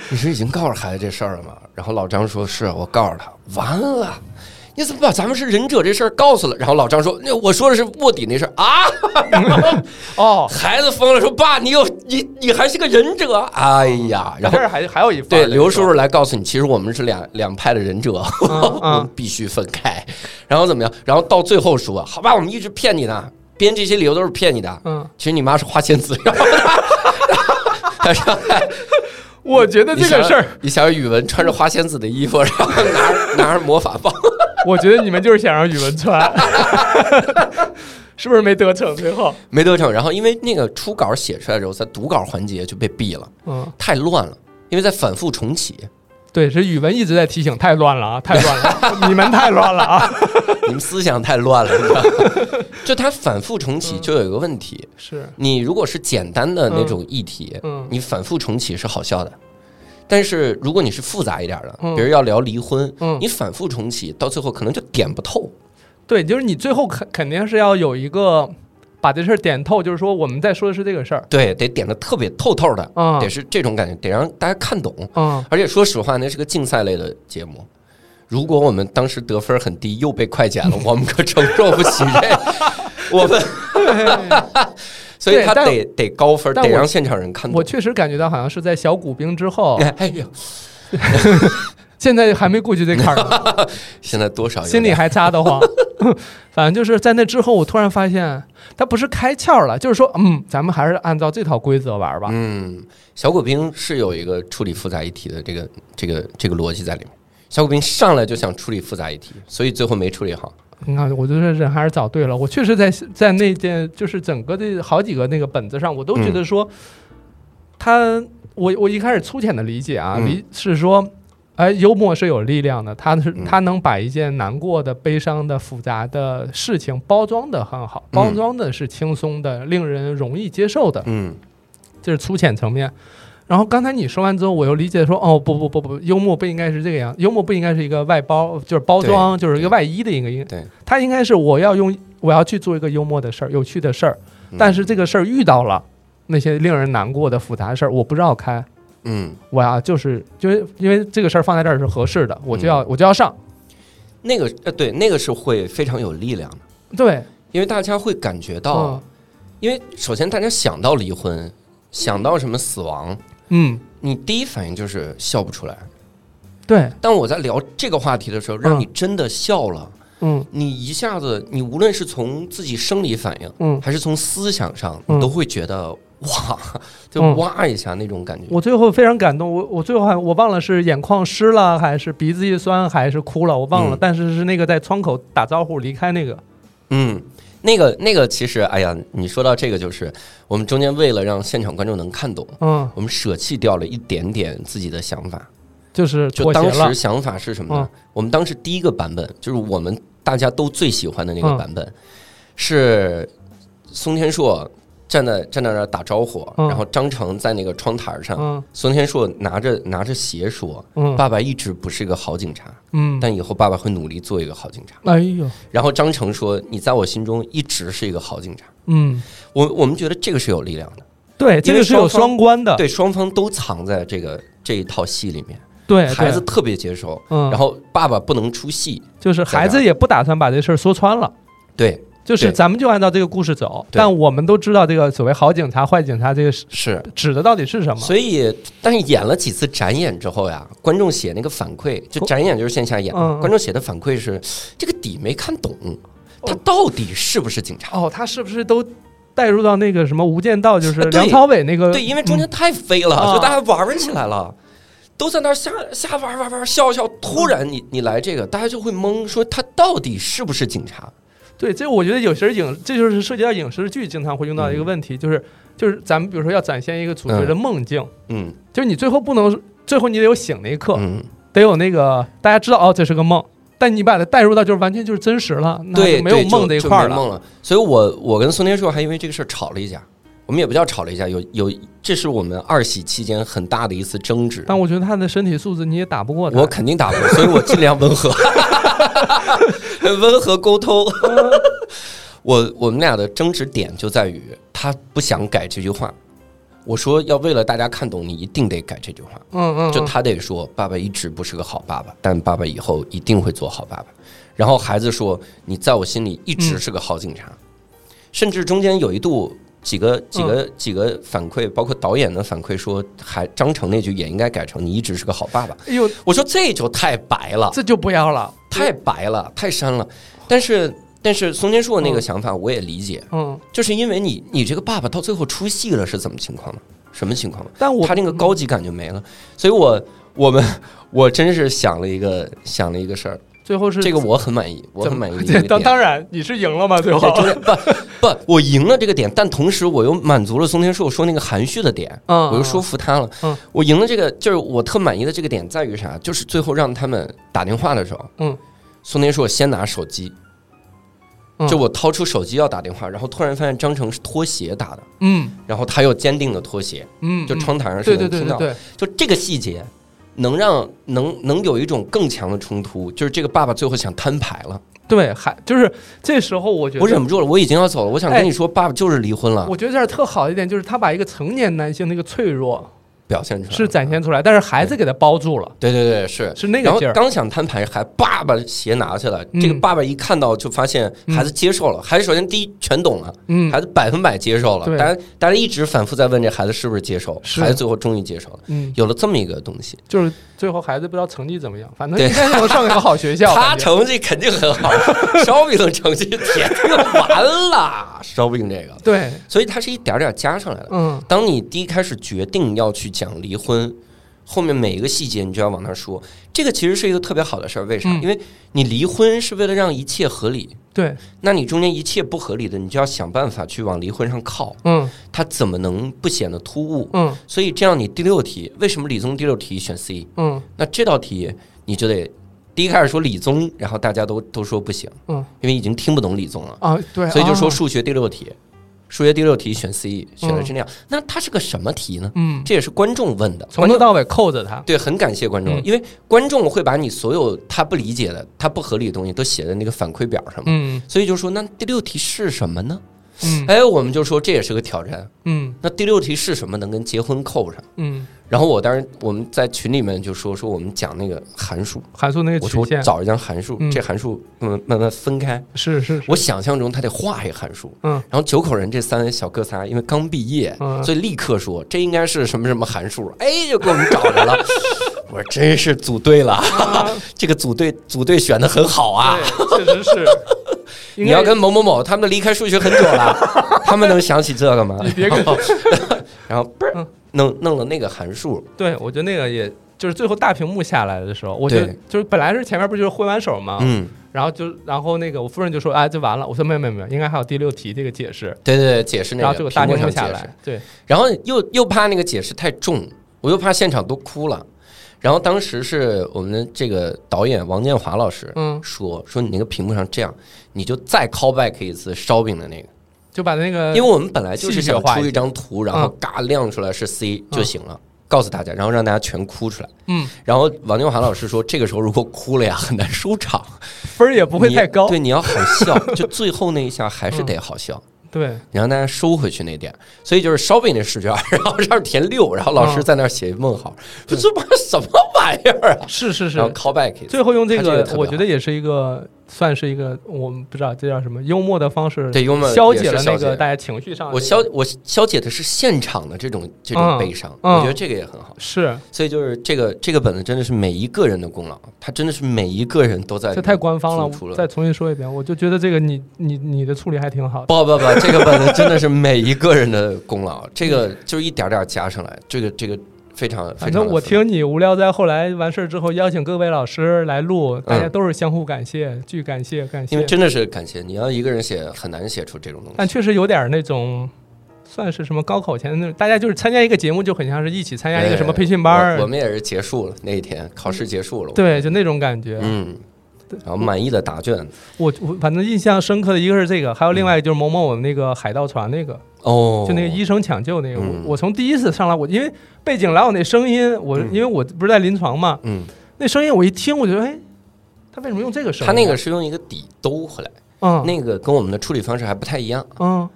Speaker 6: 你是已经告诉孩子这事儿了吗？然后老张说：“是我告诉他。”完了，你怎么把咱们是忍者这事儿告诉了？然后老张说：“那我说的是卧底那事儿啊。”然后
Speaker 5: 哦，
Speaker 6: 孩子疯了，说：“爸，你有你你还是个忍者？”哎呀，然后
Speaker 5: 这儿嗯还还有一份
Speaker 6: 对刘叔叔来告诉你，其实我们是两两派的忍者，
Speaker 5: 嗯
Speaker 6: 我们必须分开。然后怎么样？然后到最后说：“好吧，我们一直骗你的，编这些理由都是骗你的。
Speaker 5: 嗯，
Speaker 6: 其实你妈是花仙子。”然后 [laughs] 他然后他。
Speaker 5: 我觉得
Speaker 6: 你
Speaker 5: 这
Speaker 6: 想
Speaker 5: 个事儿，， [laughs]
Speaker 6: 你想想语文穿着花仙子的衣服，然后拿着拿着
Speaker 5: [laughs]
Speaker 6: 魔法棒，
Speaker 5: 我觉得你们就是想让宇文穿， [laughs] 是不是没得逞？最后，
Speaker 6: 没得逞。然后因为那个初稿写出来之后，在读稿环节就被毙了，
Speaker 5: 嗯，
Speaker 6: 太乱了，因为在反复
Speaker 5: [laughs]
Speaker 6: 重启。
Speaker 5: 对，是语文一直在提醒，太乱了啊，太乱 [laughs] 了，你们太乱了啊！
Speaker 6: 你们思想太乱了，你知道吗？就它反复重
Speaker 5: 嗯
Speaker 6: 启就有一个问题，
Speaker 5: [laughs] 是，
Speaker 6: 你如果是简单的那种议题，
Speaker 5: 嗯
Speaker 6: 你反复重启是好笑的。但是如果你是复杂一点的，
Speaker 5: 嗯
Speaker 6: 比如要聊离婚，
Speaker 5: 嗯
Speaker 6: 你反复重启到最后可能就点不透。
Speaker 5: 对，就是你最后肯肯定是要有一个把这事儿点透，就是说我们在说的是这个事儿，
Speaker 6: 对，得点的特别透透的，
Speaker 5: 嗯
Speaker 6: 得是这种感觉，得让大家看懂。
Speaker 5: 嗯，
Speaker 6: 而且说实话，那是个竞赛类的节目。如果我们当时得分很低，又被快剪
Speaker 5: [laughs]
Speaker 6: 了，我们可承受不起这。我们，所以他
Speaker 5: 对但
Speaker 6: 得得高分，
Speaker 5: 但
Speaker 6: 得
Speaker 5: 我
Speaker 6: 让现场人看
Speaker 5: 我
Speaker 6: 懂。
Speaker 5: 确实感觉到好像是在小股兵之 [laughs] 后，
Speaker 6: 哎哎呦，
Speaker 5: 现在还没过去这坎 [laughs] 儿，
Speaker 6: 现在多少有
Speaker 5: 心里
Speaker 6: 点
Speaker 5: 还扎得 [laughs] 慌。反正就是在那之后，我突然发现他不是开窍了，就是说，嗯，咱们还是按照这套规则玩吧。
Speaker 6: 嗯，小果冰是有一个处理复杂议题的这个这个这个逻辑在里面。小果冰上来就想处理复杂议题，所以最后没处理好。
Speaker 5: 你看，我就是人还是找对了。我确实在在那件，就是整个的好几个那个本子上，我都觉
Speaker 6: 嗯
Speaker 5: 得说，他我我一开始粗浅的理解啊，
Speaker 6: 嗯
Speaker 5: 理是说，哎，幽默是有力量的，他是
Speaker 6: 嗯
Speaker 5: 他能把一件难过的、悲伤的、复杂的事情包装的很好，包
Speaker 6: 嗯
Speaker 5: 装的是轻松的、令人容易接受的。
Speaker 6: 嗯
Speaker 5: 这是粗浅层面。然后刚才你说完之后，我又理解说，哦，不不不不，幽默不应该是这个样，幽默不应该是一个外包，就是包装，就是一个外衣的一个应，
Speaker 6: 对，
Speaker 5: 它应该是我要用，我要去做一个幽默的事儿，有趣的事儿，
Speaker 6: 嗯
Speaker 5: 但是这个事儿遇到了那些令人难过的复杂事儿，我不绕开，
Speaker 6: 嗯，
Speaker 5: 我要就是就是因为这个事儿放在这儿是合适的，我就
Speaker 6: 嗯
Speaker 5: 要、我就要上，
Speaker 6: 那个呃，对，那个是会非常有力量的，
Speaker 5: 对，
Speaker 6: 因为大家会感觉到
Speaker 5: 嗯，
Speaker 6: 因为首先大家想到离婚，想到什么死亡，
Speaker 5: 嗯，
Speaker 6: 你第一反应就是笑不出来。
Speaker 5: 对，
Speaker 6: 当我在聊这个话题的时候，让
Speaker 5: 嗯
Speaker 6: 你真的笑了，
Speaker 5: 嗯
Speaker 6: 你一下子，你无论是从自己生理反应，
Speaker 5: 嗯，
Speaker 6: 还是从思想上，
Speaker 5: 嗯
Speaker 6: 你都会觉得哇，就
Speaker 5: 嗯
Speaker 6: 哇一下那种感觉。
Speaker 5: 我最后非常感动，我我最后还我忘了是眼眶湿了，还是鼻子一酸，还是哭了，我忘了。
Speaker 6: 嗯
Speaker 5: 但是是那个在窗口打招呼离开那个，
Speaker 6: 嗯，那个那个，其实哎呀，你说到这个，就是我们中间为了让现场观众能看懂，
Speaker 5: 嗯，
Speaker 6: 我们舍弃掉了一点点自己的想法。
Speaker 5: 就是
Speaker 6: 就
Speaker 5: 妥协
Speaker 6: 当时
Speaker 5: 了。嗯
Speaker 6: 想法是什么呢？我们当时第一个版本就是我们大家都最喜欢的那个
Speaker 5: 嗯
Speaker 6: 版本，是松天硕站在站在那儿打招呼，
Speaker 5: 嗯
Speaker 6: 然后张成在那个窗台上，
Speaker 5: 嗯
Speaker 6: 松天硕拿着拿着鞋说：“
Speaker 5: 嗯
Speaker 6: 爸爸一直不是一个好警察，
Speaker 5: 嗯，
Speaker 6: 但以后爸爸会努力做一个好警察。
Speaker 5: 哎呦，”
Speaker 6: 然后张成说：“你在我心中一直是一个好警察。
Speaker 5: 嗯，
Speaker 6: 我”我们觉得这个是有力量的，
Speaker 5: 对，这个是有双关的，
Speaker 6: 对双方都藏在这个这一套戏里面，
Speaker 5: 对
Speaker 6: 孩子
Speaker 5: 对
Speaker 6: 特别接受，
Speaker 5: 嗯，
Speaker 6: 然后爸爸不能出戏，
Speaker 5: 就是孩子也不打算把这事儿说穿了。
Speaker 6: 对，
Speaker 5: 就是
Speaker 6: 对
Speaker 5: 咱们就按照这个故事走，
Speaker 6: 对
Speaker 5: 但我们都知道这个所谓好警察、坏警察这个是
Speaker 6: 是。
Speaker 5: 指的到底是什么？
Speaker 6: 所以，但是演了几次展演之后呀，观众写那个反馈，就展演就是线下演嘛，
Speaker 5: 哦嗯嗯
Speaker 6: 观众写的反馈是这个底没看懂，
Speaker 5: 哦
Speaker 6: 他到底是不是警察？
Speaker 5: 哦，他是不是都带入到那个什么《无间道》，就是
Speaker 6: 对
Speaker 5: 梁朝伟那个？
Speaker 6: 对，因为中间太飞了，
Speaker 5: 啊
Speaker 6: 就大家玩儿起来了，
Speaker 5: 嗯
Speaker 6: 都在那儿瞎瞎玩儿玩儿玩儿笑笑。突然你你来这个，大家就会懵，说他到底是不是警察？
Speaker 5: 对，这我觉得有些影，这就是涉及到影视剧经常会用到一个问题，就是就是咱们比如说要展现一个主角的梦境，
Speaker 6: 嗯嗯
Speaker 5: 就是你最后不能，最后你得有醒那一刻，
Speaker 6: 嗯，
Speaker 5: 得有那个大家知道哦，这是个梦，但你把它带入到就是完全就是真实了，那
Speaker 6: 对，
Speaker 5: 就没有
Speaker 6: 对就
Speaker 5: 梦这一
Speaker 6: 就
Speaker 5: 块儿
Speaker 6: 没
Speaker 5: 了。
Speaker 6: 梦了。所以我我跟孙天硕还因为这个事儿吵了一架，我们也不叫吵了一架，有有，这是我们二喜期间很大的一次争执。
Speaker 5: 但我觉得他的身体素质你也打不过他，
Speaker 6: 我肯定打不过，所以我尽量
Speaker 5: [laughs]
Speaker 6: 温和，温和沟通。我我们俩的争执点就在于他不想改这句话，我说要为了大家看懂，你一定得改这句话。
Speaker 5: 嗯嗯，
Speaker 6: 就
Speaker 5: 嗯
Speaker 6: 他得说，爸爸一直不是个好爸爸，但爸爸以后一定会做好爸爸。然后孩子说，你在我心里一直是个好警
Speaker 5: 嗯
Speaker 6: 察，甚至中间有一度几个几
Speaker 5: 嗯
Speaker 6: 个几个反馈，包括导演的反馈说，还张成那句也应该改成你一直是个好爸爸。
Speaker 5: 哎呦，
Speaker 6: 我说这就太白了，
Speaker 5: 这就不要了，
Speaker 6: 太白了，太山了。但是但是松间硕那个想法我也理解，
Speaker 5: 嗯，
Speaker 6: 就是因为你你这个爸爸到最后出戏了是怎么情况呢？什么情况呢？
Speaker 5: 但我
Speaker 6: 他那个高级感就没了。所以我我们我真是想了一个想了一个事儿，
Speaker 5: 最后是
Speaker 6: 这个我很满意，我
Speaker 5: 怎
Speaker 6: 很
Speaker 5: 么
Speaker 6: 满意这个
Speaker 5: 当当
Speaker 6: 点。
Speaker 5: 然你是赢了嘛，最后
Speaker 6: [laughs] 对，中间不不，我赢了这个点，但同时我又满足了松田硕说那个含蓄的点，
Speaker 5: 嗯，
Speaker 6: 我又说服他了。
Speaker 5: 嗯
Speaker 6: 我赢了这个，就是我特满意的这个点在于啥？就是最后让他们打电话的时候，
Speaker 5: 嗯，
Speaker 6: 松田硕先拿手机，
Speaker 5: 嗯
Speaker 6: 就我掏出手机要打电话，然后突然发现张成是拖鞋打的，
Speaker 5: 嗯
Speaker 6: 然后他又坚定的拖鞋，
Speaker 5: 嗯，
Speaker 6: 就
Speaker 5: 嗯
Speaker 6: 窗台上是
Speaker 5: 对对
Speaker 6: 能
Speaker 5: 对
Speaker 6: 听
Speaker 5: 对
Speaker 6: 到，
Speaker 5: 对，
Speaker 6: 就这个细节。能让能能有一种更强的冲突，就是这个爸爸最后想摊牌了，
Speaker 5: 对，还就是这时候我觉得
Speaker 6: 我忍不住了，我已经要走了，我想
Speaker 5: 哎
Speaker 6: 跟你说，爸爸就是离婚了，
Speaker 5: 我觉得这儿特好的一点就是他把一个成年男性那个脆弱
Speaker 6: 表现出来
Speaker 5: 是
Speaker 6: 了
Speaker 5: 展现出来，但是孩子给他包住了，
Speaker 6: 对对对，是
Speaker 5: 是那
Speaker 6: 然
Speaker 5: 个
Speaker 6: 后
Speaker 5: 劲儿。
Speaker 6: 刚想摊牌，还爸把鞋拿下来。
Speaker 5: 嗯
Speaker 6: 这个爸爸一看到就发现孩子接受了，孩子首先第一全懂了，
Speaker 5: 嗯
Speaker 6: 孩子百分百接受了。
Speaker 5: 对
Speaker 6: 大家大家一直反复在问这孩子是不是接受，
Speaker 5: 是
Speaker 6: 孩子最后终于接受了，
Speaker 5: 嗯，
Speaker 6: 有了这么一个东西。
Speaker 5: 就是最后孩子不知道成绩怎么样，反正
Speaker 6: 对
Speaker 5: 应该能上一个好学
Speaker 6: [laughs]
Speaker 5: 校。
Speaker 6: 他
Speaker 5: 感觉
Speaker 6: 成绩肯定很
Speaker 5: [laughs]
Speaker 6: 好，烧饼的成绩铁定完了，烧饼这个，
Speaker 5: 对，
Speaker 6: 所以它是一点儿点儿加上来的。
Speaker 5: 嗯
Speaker 6: 当你第一开始决定要去讲离婚，后面每一个细节你就要往那儿说。这个其实是一个特别好的事儿，为啥？
Speaker 5: 嗯
Speaker 6: 因为你离婚是为了让一切合理，
Speaker 5: 对，
Speaker 6: 那你中间一切不合理的，你就要想办法去往离婚上靠，
Speaker 5: 嗯
Speaker 6: 它怎么能不显得突兀？
Speaker 5: 嗯
Speaker 6: 所以这样，你第六题为什么理综第六题选 C？
Speaker 5: 嗯
Speaker 6: 那这道题你就得第一开始说理综，然后大家都都说不行，
Speaker 5: 嗯
Speaker 6: 因为已经听不懂理综了，
Speaker 5: 啊，对，
Speaker 6: 所以就说
Speaker 5: 啊
Speaker 6: 数学第六题，数学第六题选 C，选的是那样。那它是个什么题呢？
Speaker 5: 嗯，
Speaker 6: 这也是观众问的，
Speaker 5: 从头到尾扣着他，
Speaker 6: 对，很感谢观众，
Speaker 5: 嗯
Speaker 6: 因为观众会把你所有他不理解的、他不合理的东西都写在那个反馈表上嘛。
Speaker 5: 嗯
Speaker 6: 所以就说，那第六题是什么呢？ [laughs]
Speaker 5: 嗯
Speaker 6: 哎，我们就说这也是个挑战。
Speaker 5: 嗯
Speaker 6: 那第六题是什么能跟结婚扣上？
Speaker 5: 嗯，
Speaker 6: 然后我当时我们在群里面就说说我们讲那个函数，
Speaker 5: 函数那个
Speaker 6: 我说
Speaker 5: 曲线
Speaker 6: 我找一张函数，
Speaker 5: 嗯
Speaker 6: 这函数慢慢慢分开。
Speaker 5: 是是是，
Speaker 6: 我想象中他得画一函数，
Speaker 5: 嗯
Speaker 6: 然后九口人这三个小哥仨因为刚毕业，
Speaker 5: 嗯
Speaker 6: 所以立刻说这应该是什么什么函数，哎，就给我们找着了。 [laughs] 我说真是组队了， [laughs] 这个组队组队选的很好啊。
Speaker 5: 啊对，确实是。
Speaker 6: [laughs]
Speaker 5: 应
Speaker 6: 你
Speaker 5: 该
Speaker 6: 要跟某某某，他们都离开数学很久了， [laughs] 他们能想起这个吗？
Speaker 5: 你
Speaker 6: [laughs]
Speaker 5: 别跟，
Speaker 6: 然后嘣儿
Speaker 5: 嗯
Speaker 6: 弄弄了那个函数，
Speaker 5: 对我觉得那个也就是最后大屏幕下来的时候，我觉得
Speaker 6: 对
Speaker 5: 就是本来是前面不就是挥完手吗？
Speaker 6: 嗯，
Speaker 5: 然后就然后那个我夫人就说哎这完了，我说没有没有没有，应该还有第六题这个解释，
Speaker 6: 对对对，解释那
Speaker 5: 然
Speaker 6: 个
Speaker 5: 后结果大
Speaker 6: 屏
Speaker 5: 屏
Speaker 6: 幕
Speaker 5: 幕
Speaker 6: 上
Speaker 5: 下
Speaker 6: 解释
Speaker 5: 来，对，
Speaker 6: 然后又又怕那个解释太重，我又怕现场都哭了。然后当时是我们的这个导演王建华老师
Speaker 5: 嗯，
Speaker 6: 说说你那个屏幕上这样，你就再 callback 一次烧饼的那个，
Speaker 5: 就把那个
Speaker 6: 因为我们本来就是想
Speaker 5: 戏剧化一嗯
Speaker 6: 出
Speaker 5: 些
Speaker 6: 一张图，然后嘎亮出来是 C 就行了，告诉大家，然后让大家全哭出来。
Speaker 5: 嗯
Speaker 6: 然后王建华老师说，这个时候如果哭了呀，很难收场，
Speaker 5: 分儿也 [laughs] 不会太高嗯
Speaker 6: 你，对，你要好笑，就最后那一下还是得好笑。
Speaker 5: 对，
Speaker 6: 你让大家收回去那点，所以就是烧饼那试卷，然后上面填六，然后老
Speaker 5: 嗯
Speaker 6: 师在那儿写梦好，说这不是什么玩意儿啊？
Speaker 5: 是是是
Speaker 6: 然后，callback，
Speaker 5: 最后用这
Speaker 6: 他这个
Speaker 5: 个
Speaker 6: 特别，好
Speaker 5: 我觉得也是一个算是一个我们不知道这叫什么幽默的方式，
Speaker 6: 对幽默
Speaker 5: 消解
Speaker 6: 也
Speaker 5: 了
Speaker 6: 是
Speaker 5: 那
Speaker 6: 消
Speaker 5: 个
Speaker 6: 解
Speaker 5: 大家情绪上的
Speaker 6: 我
Speaker 5: 那
Speaker 6: 消
Speaker 5: 啊个，
Speaker 6: 我消解的是现场的这种这
Speaker 5: 嗯
Speaker 6: 种悲伤，
Speaker 5: 嗯
Speaker 6: 我觉得这个也很好。
Speaker 5: 是
Speaker 6: 所以就是这个这个本子真的是每一个人的功劳，他真的是每一个人都在
Speaker 5: 这太官方
Speaker 6: 付呃出
Speaker 5: 了，
Speaker 6: 了
Speaker 5: 再重新说一遍，我就觉得这个你你你的处理还挺好的，
Speaker 6: 不不不，这个本子真的是每一个人的功劳，这个就是一点点加上来，这个这个非常非
Speaker 5: 反
Speaker 6: 常
Speaker 5: 正
Speaker 6: 的
Speaker 5: 我
Speaker 6: 复杂
Speaker 5: 听你无聊斋后来完事儿之后，邀请各位老师来录，大家都是相互感谢，巨感谢感谢。
Speaker 6: 嗯因为真的是感谢你要一个人写很难写出这种东西
Speaker 5: 但。确实有点那种，算是什么高考前的那种，大家就是参加一个节目，就很像是一起参加一个什么培训班
Speaker 6: 我，我
Speaker 5: 儿，
Speaker 6: 们也是结束了那一天，考试结束了。，
Speaker 5: 对，啊就那种感觉。
Speaker 6: 嗯，然后满意的答卷。
Speaker 5: 我我反正印象深刻的一个是这个，还有另外一个就是某某我们那个海盗船那个，
Speaker 6: 嗯哦
Speaker 5: 就那个医生抢救那个，
Speaker 6: 嗯
Speaker 5: 我我从第一次上来，我因为背景老有那声音，我
Speaker 6: 嗯
Speaker 5: 因为我不是在临床嘛，
Speaker 6: 嗯，
Speaker 5: 那声音我一听我觉得，哎，他为什么用这个声音
Speaker 6: 他
Speaker 5: 啊？
Speaker 6: 那个是用一个底兜回来，
Speaker 5: 嗯
Speaker 6: 那个跟我们的处理方式还不太一样，
Speaker 5: 嗯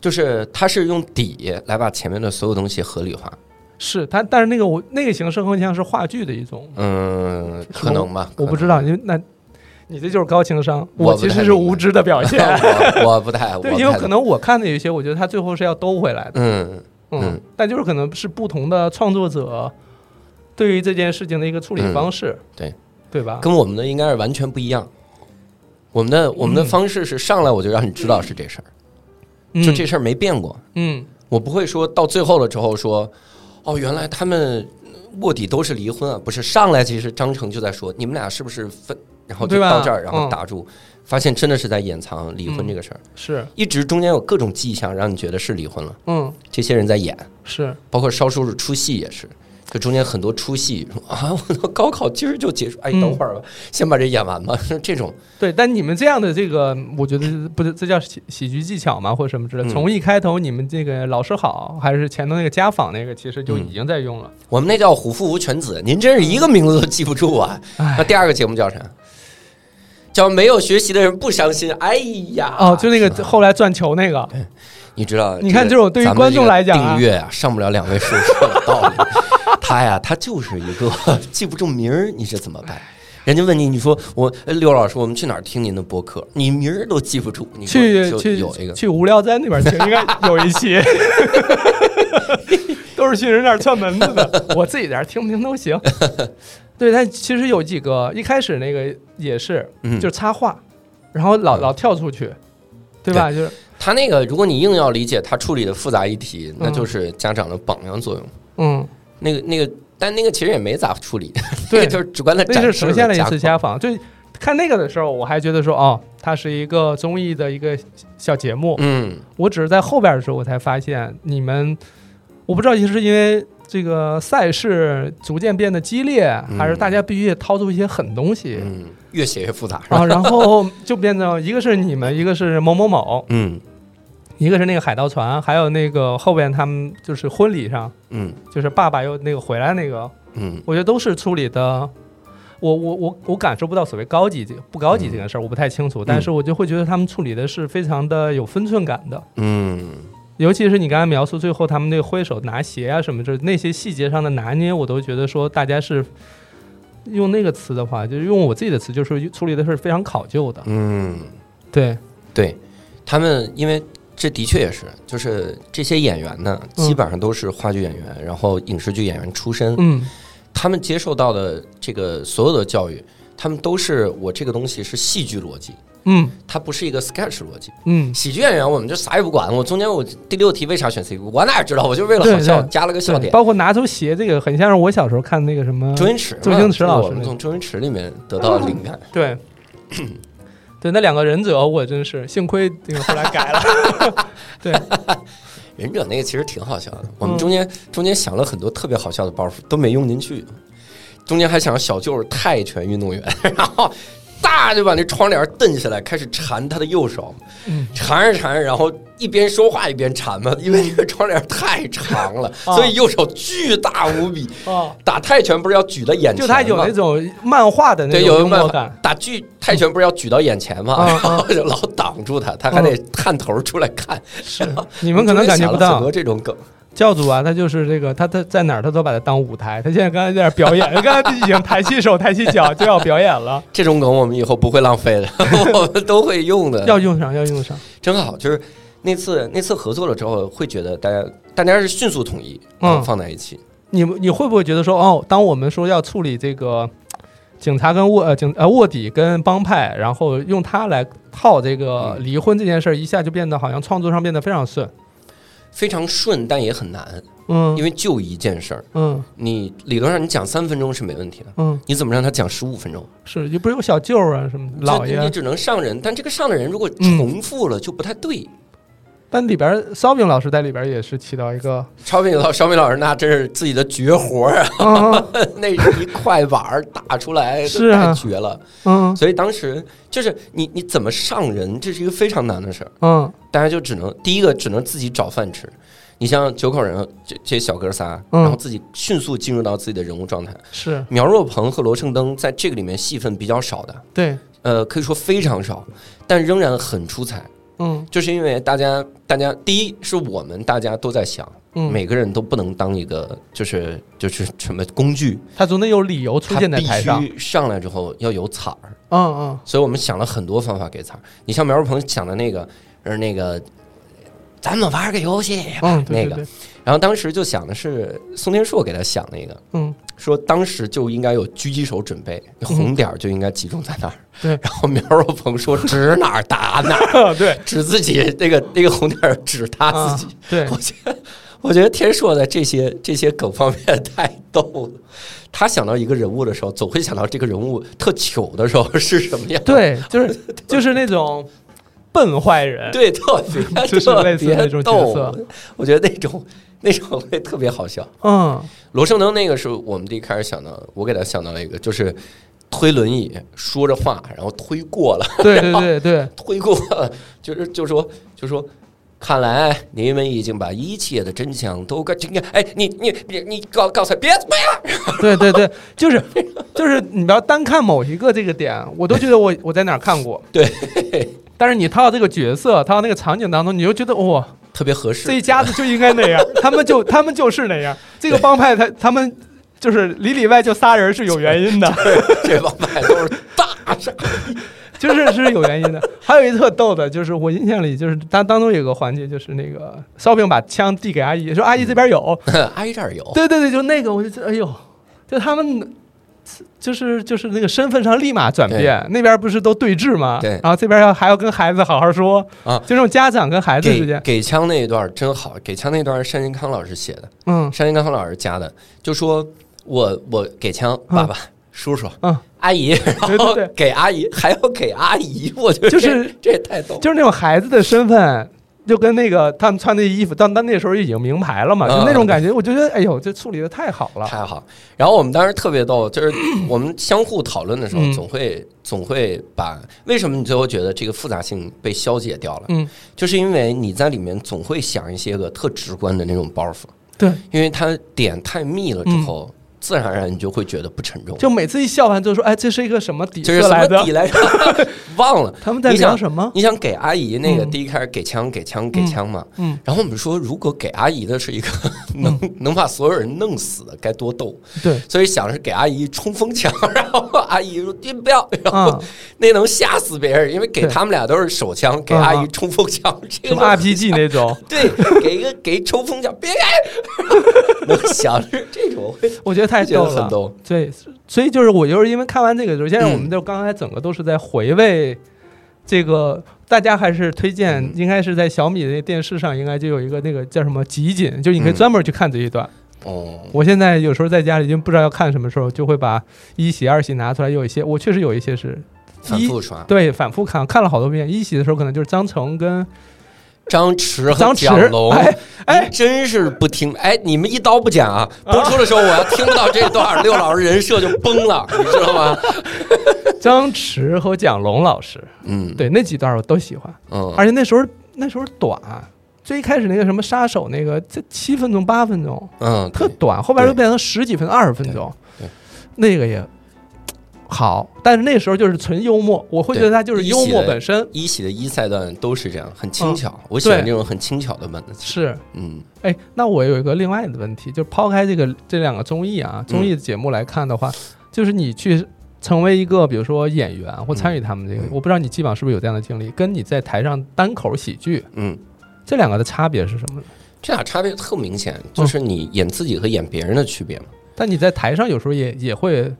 Speaker 6: 就是他是用底来把前面的所有东西合理化。
Speaker 5: 是他，但是那个我那个形式更像是话剧的一种，
Speaker 6: 嗯，可能吧，
Speaker 5: 我不
Speaker 6: 可能
Speaker 5: 知道，因为那你这就是高情商，
Speaker 6: 我
Speaker 5: 我
Speaker 6: 不太
Speaker 5: 其实是无知的表
Speaker 6: [laughs]
Speaker 5: 现。
Speaker 6: 我我不太，
Speaker 5: [laughs]
Speaker 6: 我
Speaker 5: 对，
Speaker 6: 不
Speaker 5: 因为
Speaker 6: 太
Speaker 5: 可能我看的有一些，我觉得他最后是要兜回来的，
Speaker 6: 嗯，
Speaker 5: 嗯，
Speaker 6: 嗯
Speaker 5: 但就是可能是不同的创作者对于这件事情的一个处理方式，
Speaker 6: 嗯对
Speaker 5: 对吧？
Speaker 6: 跟我们的应该是完全不一样。我们的我们的
Speaker 5: 嗯
Speaker 6: 方式是上来我就让你知道是这事儿，就这事儿没变过。
Speaker 5: 嗯，
Speaker 6: 我不会说到最后了之后说，哦，原来他们卧底都是离婚啊，不是上来其实张成就在说你们俩是不是分，然后就
Speaker 5: 对吧
Speaker 6: 到这儿，然后
Speaker 5: 嗯
Speaker 6: 打住，发现真的是在掩藏离婚这个事儿，
Speaker 5: 嗯是，
Speaker 6: 一直中间有各种迹象让你觉得是离婚了，
Speaker 5: 嗯
Speaker 6: 这些人在演，
Speaker 5: 是，
Speaker 6: 包括烧叔叔出戏也是。就中间很多出戏说啊， [laughs] 我的高考今儿就结束，哎，
Speaker 5: 嗯
Speaker 6: 等会儿吧，先把这演完吧。 [laughs] 这种
Speaker 5: 对。但你们这样的这个，我觉得不是这叫喜喜剧技巧吗，或者什么之类的。
Speaker 6: 嗯
Speaker 5: 从一开头你们这个老师好，还是前头那个家访那个，其实就
Speaker 6: 嗯
Speaker 5: 已经在用了。
Speaker 6: 我们那叫虎父无犬子，您真是一个名字都记不住啊！
Speaker 5: 哎
Speaker 6: 那第二个节目叫啥？叫没有学习的人不伤心。哎呀，
Speaker 5: 哦，就那个后来转球那个，
Speaker 6: 你知道？
Speaker 5: 你看
Speaker 6: 这
Speaker 5: 这
Speaker 6: 个
Speaker 5: 种对于
Speaker 6: 咱们
Speaker 5: 观众
Speaker 6: 这个
Speaker 5: 来讲啊
Speaker 6: 订阅啊，上不了两位数是有道理。 [laughs] 他呀，他就是一个 [laughs] 记不住名儿，你是怎么办？
Speaker 5: 哎
Speaker 6: 人家问你，你说我呃刘老师，我们去哪儿听您的播客？你名儿都记不住，你说
Speaker 5: 去
Speaker 6: 就
Speaker 5: 去
Speaker 6: 有一个
Speaker 5: 去无聊斋那边听，应该有一
Speaker 6: [laughs]
Speaker 5: 期，都是去人那儿串门子的。我自己在这儿听不听都
Speaker 6: [laughs]
Speaker 5: 行。对，但其实有几个，一开始那个也是，
Speaker 6: 嗯
Speaker 5: 就是插话，然后老老跳出去，对吧？就是
Speaker 6: 他那个，如果你硬要理解他处理的复杂议题，那就是家长的榜样作用。
Speaker 5: 嗯
Speaker 6: 那个那个，但那个其实也没咋处理，
Speaker 5: 对
Speaker 6: [laughs] 那个就是只管他
Speaker 5: 那
Speaker 6: 展
Speaker 5: 是
Speaker 6: 示
Speaker 5: 呈现了一次
Speaker 6: 家
Speaker 5: 家访。就看那个的时候，我还觉得说，哦，它是一个综艺的一个小节目
Speaker 6: 访。嗯
Speaker 5: 我只是在后边的时候，我才发现你们，我不知道是因为这个赛事逐渐变得激烈，
Speaker 6: 嗯
Speaker 5: 还是大家必须得掏出一些狠东西。
Speaker 6: 嗯，越写越复杂，是吧
Speaker 5: 啊， [laughs] 然后就变成一个是你们，一个是某某某，
Speaker 6: 嗯
Speaker 5: 一个是那个海盗船，还有那个后边他们就是婚礼上，
Speaker 6: 嗯
Speaker 5: 就是爸爸又那个回来那个，
Speaker 6: 嗯
Speaker 5: 我觉得都是处理的，我我我我感受不到所谓高级这个不高级这
Speaker 6: 嗯
Speaker 5: 件事儿，我不太清楚，但是我就会觉得他们处理的是非常的有分寸感的，
Speaker 6: 嗯
Speaker 5: 尤其是你刚才描述最后他们那个挥手拿鞋啊什么，就是那些细节上的拿捏，我都觉得说大家是嗯用那个词的话，就是用我自己的词，就是处理的是非常考究的，
Speaker 6: 嗯，
Speaker 5: 对，
Speaker 6: 对他们，因为这的确也是，就是这些演员呢，
Speaker 5: 嗯
Speaker 6: 基本上都是话剧演员，然后影视剧演员出身，
Speaker 5: 嗯
Speaker 6: 他们接受到的这个所有的教育，他们都是我这个东西是戏剧逻辑，
Speaker 5: 嗯
Speaker 6: 它不是一个 sketch 逻辑。
Speaker 5: 嗯，
Speaker 6: 喜剧演员我们就啥也不管，我中间我第六题为啥选 C？我哪知道？我就为了好笑
Speaker 5: 对对
Speaker 6: 加了个笑
Speaker 5: 对，
Speaker 6: 点。
Speaker 5: 包括拿出鞋这个，很像是我小时候看那个什么
Speaker 6: 周星驰嘛，
Speaker 5: 周星驰老师
Speaker 6: 我们从周星驰里面得到的灵感。
Speaker 5: [coughs] 对，对，那两个忍者我真是幸亏这个后来 [laughs] 改了。对，
Speaker 6: 忍者那个其实挺好笑的，
Speaker 5: 嗯
Speaker 6: 我们中间、中间想了很多特别好笑的包袱都没用进去，中间还想小舅是泰拳运动员，然后大就把那窗帘蹬下来，开始缠他的右手，
Speaker 5: 嗯
Speaker 6: 缠着缠着，然后一边说话一边缠嘛，因为那个窗帘太长了，
Speaker 5: 啊
Speaker 6: 所以右手巨大无比。
Speaker 5: 哦，
Speaker 6: 打泰拳不是要举到眼前
Speaker 5: 就
Speaker 6: 吗？
Speaker 5: 他有那种漫画的那
Speaker 6: 对，
Speaker 5: 种
Speaker 6: 有
Speaker 5: 幽
Speaker 6: 一
Speaker 5: 默
Speaker 6: 办
Speaker 5: 感
Speaker 6: 法。打巨泰拳不是要举到眼前吗？
Speaker 5: 啊啊
Speaker 6: [laughs] 然后就老挡住他，他还得探头出来看。
Speaker 5: 是，嗯你们可能感觉不
Speaker 6: 中间想了很
Speaker 5: 到
Speaker 6: 多，这种梗。
Speaker 5: 教主啊，他就是这个，他他在哪儿他都把它当舞台。他现在刚才在那儿表 [laughs] 演，刚才已经抬起手、抬起脚就要表演了，
Speaker 6: 这种梗我们以后不会浪费
Speaker 5: [laughs]
Speaker 6: 的，我们都会用的，
Speaker 5: 要用上，要用上。
Speaker 6: 真好。就是那次那次合作了之后，会觉得大家大家是迅速统一，然后
Speaker 5: 嗯
Speaker 6: 放在一起。
Speaker 5: 你们你会不会觉得说，哦，当我们说要处理这个警察跟卧呃警呃卧底跟帮派，然后用它来套这个离婚这件事儿，一下就变得好像创作上变得非常顺。
Speaker 6: 非常顺，但也很难，
Speaker 5: 嗯
Speaker 6: 因为就一件事儿，
Speaker 5: 嗯
Speaker 6: 你理论上你讲三分钟是没问题的，
Speaker 5: 嗯，
Speaker 6: 你怎么让他讲十五分钟？
Speaker 5: 是，就不是有小舅啊什么的老
Speaker 6: 就你
Speaker 5: 爷，
Speaker 6: 只能上人，但这个上的人如果
Speaker 5: 嗯
Speaker 6: 重复了就不太对。
Speaker 5: 但里边儿烧饼老师在里边儿也是起到一 [laughs] 个，
Speaker 6: 烧饼老烧饼老师那真是自己的绝活儿啊， [laughs]
Speaker 5: 嗯
Speaker 6: 那一块碗儿打出来
Speaker 5: 是啊
Speaker 6: 太绝了。
Speaker 5: 嗯
Speaker 6: 所以当时就是你你怎么上人，这是一个非常难的事儿，
Speaker 5: 嗯
Speaker 6: 大家就只能第一个只能自己找饭吃。你像九口人这这小哥仨，
Speaker 5: 嗯
Speaker 6: 然后自己迅速进入到自己的人物状态。
Speaker 5: 是
Speaker 6: 苗若鹏和罗胜登在这个里面戏份比较少的，
Speaker 5: 对，
Speaker 6: 呃，可以说非常少，但仍然很出彩。
Speaker 5: 嗯
Speaker 6: 就是因为大家，大家第一是我们大家都在想，
Speaker 5: 嗯，
Speaker 6: 每个人都不能当一个就是就是什么工具，
Speaker 5: 他总得有理由出
Speaker 6: 他
Speaker 5: 现在台上
Speaker 6: 必，须上来之后要有彩儿，
Speaker 5: 嗯嗯
Speaker 6: 所以我们想了很多方法给彩儿。你像苗若鹏想的那个，呃，那个，咱们玩个游戏吧，
Speaker 5: 嗯，对
Speaker 6: 哎那
Speaker 5: 对
Speaker 6: 个
Speaker 5: 对，。
Speaker 6: 然后当时就想的是宋天硕给他想那个，
Speaker 5: 嗯
Speaker 6: 说当时就应该有狙击手准备，红点儿就应该集中在那儿。
Speaker 5: 对
Speaker 6: 然后苗若鹏说指哪儿打哪
Speaker 5: [laughs]
Speaker 6: 儿，
Speaker 5: 对
Speaker 6: 指自己那个那个红点儿指他
Speaker 5: 啊
Speaker 6: 自己。
Speaker 5: 对
Speaker 6: [laughs] 我觉得，我觉得天硕在这些这些梗方面太逗了。他想到一个人物的时候，总会想到这个人物特糗的时候是什么样。
Speaker 5: 对，
Speaker 6: [laughs]
Speaker 5: 就是就是那种笨坏人，
Speaker 6: 对，特别
Speaker 5: [laughs] 就是类似那种
Speaker 6: 特别逗
Speaker 5: 角色
Speaker 6: 我觉得那种那种会特别好笑。
Speaker 5: 嗯
Speaker 6: 罗胜登那个是我们第一开始想到，我给他想到了一个，就是推轮椅说着话，然后推过了， [laughs]
Speaker 5: 对对对对，
Speaker 6: 推过了，就是就说就说。看来你们已经把一切的真相都告哎，你你你你告告诉他别别
Speaker 5: 对对对，就是就是，你不要单看某一个这个点，我都觉得我我在哪儿看过。
Speaker 6: [laughs] 对，
Speaker 5: 但是你套到这个角色，套到那个场景当中，你就觉得哇、
Speaker 6: 特别合适。
Speaker 5: 这一家子就应该
Speaker 6: [laughs]
Speaker 5: 那样，他们就他们就是那样，这个帮派他他们就是里里外就仨人是有原因的，
Speaker 6: 这帮派都是 [laughs] 大傻，
Speaker 5: 就是是有原因的。还有一特逗的，就是我印象里就是当当中有个环节，就是那个烧饼把枪递给阿姨，说阿姨这边有，
Speaker 6: 嗯挨这儿有。
Speaker 5: 对对对，就那个，我就觉得，哎呦，就他们就是就是那个身份上立马转变，那边不是都对峙吗？
Speaker 6: 对
Speaker 5: 然后这边要还要跟孩子好好说
Speaker 6: 啊
Speaker 5: 就这种家长跟孩子之
Speaker 6: 给
Speaker 5: 间，
Speaker 6: 给枪那一段真好，给枪那一段是单金康老师写的，
Speaker 5: 嗯
Speaker 6: 单金康老师加的，就说我我给枪，
Speaker 5: 嗯
Speaker 6: 爸爸、叔叔、
Speaker 5: 嗯
Speaker 6: 阿姨，然后
Speaker 5: 对对
Speaker 6: 给阿姨，还要给阿姨，我觉得
Speaker 5: 就
Speaker 6: 这
Speaker 5: 是
Speaker 6: 这也太逗了。
Speaker 5: 就是那种孩子的身份，就跟那个他们穿那衣服，但但那时候已经名牌了嘛，
Speaker 6: 嗯
Speaker 5: 就那种感觉，我觉得哎呦，这处理的太好了，
Speaker 6: 太好。然后我们当时特别逗，就是我们相互讨论的时候
Speaker 5: 嗯，
Speaker 6: 总会、总会把为什么你最后觉得这个复杂性被消解掉了，
Speaker 5: 嗯，
Speaker 6: 就是因为你在里面总会想一些个特直观的那种包袱，
Speaker 5: 对，
Speaker 6: 因为它点太密了之
Speaker 5: 嗯
Speaker 6: 后，自然而然你就会觉得不沉重，
Speaker 5: 就每次一笑完就说，哎，这是一个什么底
Speaker 6: 就是
Speaker 5: 色
Speaker 6: 什
Speaker 5: 来
Speaker 6: 么
Speaker 5: 的
Speaker 6: 底？来着， [laughs] 忘了。
Speaker 5: [laughs] 他们在
Speaker 6: 你想
Speaker 5: 聊什么？
Speaker 6: 你想给阿姨那个
Speaker 5: 嗯
Speaker 6: 第一开始给枪给枪给枪嘛？
Speaker 5: 嗯，
Speaker 6: 然后我们说，如果给阿姨的是一个 [laughs] 能、能把所有人弄死的，该多逗！ [laughs]
Speaker 5: 对，
Speaker 6: 所以想着给阿姨冲锋枪， [laughs] 然后阿姨说你不要，然后
Speaker 5: 啊，
Speaker 6: 那能吓死别人，因为给
Speaker 5: 对嗯
Speaker 6: 他们俩都是手枪，给阿姨冲锋枪，这
Speaker 5: [laughs] 什
Speaker 6: 个
Speaker 5: 么 RPG 那种，
Speaker 6: [laughs] 对，给一个给一冲锋枪，别 [laughs] 开，能想着这种会
Speaker 5: 我觉得太
Speaker 6: 觉
Speaker 5: 逗
Speaker 6: 得很
Speaker 5: 了。
Speaker 6: 逗，
Speaker 5: 对，所以就是我就是因为看完这个的时候，现在我们
Speaker 6: 嗯
Speaker 5: 就刚才整个都是在回味这个。大家还是推荐
Speaker 6: 嗯，
Speaker 5: 应该是在小米那电视上，应该就有一个那个叫什么集锦，就是你可以
Speaker 6: 嗯
Speaker 5: 专门去看这一段。
Speaker 6: 哦，
Speaker 5: 我现在有时候在家里就不知道要看什么时候，就会把一喜、二喜拿出来。有一些我确实有一些是
Speaker 6: 反
Speaker 5: 一
Speaker 6: 复刷。
Speaker 5: 对反复看，看了好多遍。一喜的时候可能就是张成跟
Speaker 6: 张弛和
Speaker 5: 张
Speaker 6: 蒋
Speaker 5: 弛，
Speaker 6: 龙，
Speaker 5: 哎哎
Speaker 6: [laughs] 您，真是不听！哎，你们一刀不剪啊！播出的时候我要听不到这段，六老师人设就崩了，你知道吗？
Speaker 5: 张弛和蒋龙老师，
Speaker 6: 嗯，，
Speaker 5: 对那几段我都喜欢，
Speaker 6: 嗯，
Speaker 5: 而且那时候那时候短。最一开始那个什么杀手那个，这七分钟八分钟
Speaker 6: 嗯，
Speaker 5: 特
Speaker 6: 特
Speaker 5: 短，后边又变成十几分二十分钟
Speaker 6: 对对，
Speaker 5: 那个也好，但是那时候就是纯幽默，我会觉得它就是
Speaker 6: 对
Speaker 5: 幽
Speaker 6: 一喜
Speaker 5: 默
Speaker 6: 的
Speaker 5: 本身
Speaker 6: 一喜的一赛段都是这样，很轻巧。我
Speaker 5: 嗯
Speaker 6: 喜
Speaker 5: 对
Speaker 6: 欢这种很轻巧的文字。
Speaker 5: 是
Speaker 6: 嗯
Speaker 5: 哎，那我有一个另外的问题，就抛开这个这两个综艺啊，
Speaker 6: 嗯
Speaker 5: 综艺的节目来看的话，就是你去成为一个比如说演员或参与他们这个，
Speaker 6: 嗯
Speaker 5: 我不知道你既往是不是有这样的经历，跟你在台上单口喜剧
Speaker 6: 嗯，
Speaker 5: 这两个的差别是什么呢？
Speaker 6: 这俩差别特明显，就是
Speaker 5: 嗯
Speaker 6: 你演自己和演别人的区别嘛。
Speaker 5: 但你在台上有时候也也会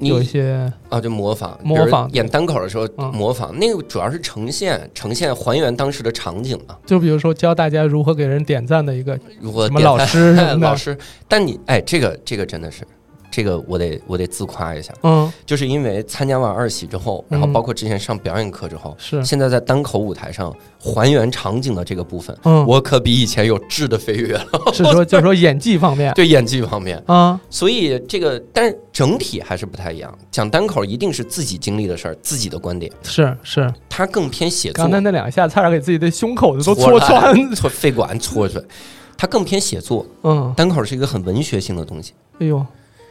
Speaker 6: 你
Speaker 5: 有一些
Speaker 6: 啊，就模仿，
Speaker 5: 模仿
Speaker 6: 比如演单口的时候
Speaker 5: 嗯
Speaker 6: 模仿，那个主要是呈现呈现还原当时的场景嘛。
Speaker 5: 就比如说教大家如何给人点赞的一个
Speaker 6: 如果
Speaker 5: 什么
Speaker 6: 点
Speaker 5: 老
Speaker 6: 赞
Speaker 5: 师什么的，
Speaker 6: [laughs] 老师，但你哎，这个这个真的是，这个我得我得自夸一下。
Speaker 5: 嗯，
Speaker 6: 就是因为参加完二喜之后，然后
Speaker 5: 嗯
Speaker 6: 包括之前上表演课之后，
Speaker 5: 是
Speaker 6: 现在在单口舞台上还原场景的这个部分，
Speaker 5: 嗯，
Speaker 6: 我可比以前有质的飞跃了。 [laughs]
Speaker 5: 是说就是说演技方面
Speaker 6: 对演技方面，
Speaker 5: 啊，
Speaker 6: 所以这个，但是整体还是不太一样。讲单口一定是自己经历的事儿，自己的观点，
Speaker 5: 是是，
Speaker 6: 它更偏写作
Speaker 5: 刚，才那两下差点给自己的胸口子都
Speaker 6: 戳
Speaker 5: 戳穿，
Speaker 6: 戳肺管戳出来，它更偏写作。
Speaker 5: 嗯，
Speaker 6: 单口是一个很文学性的东西，
Speaker 5: 哎呦，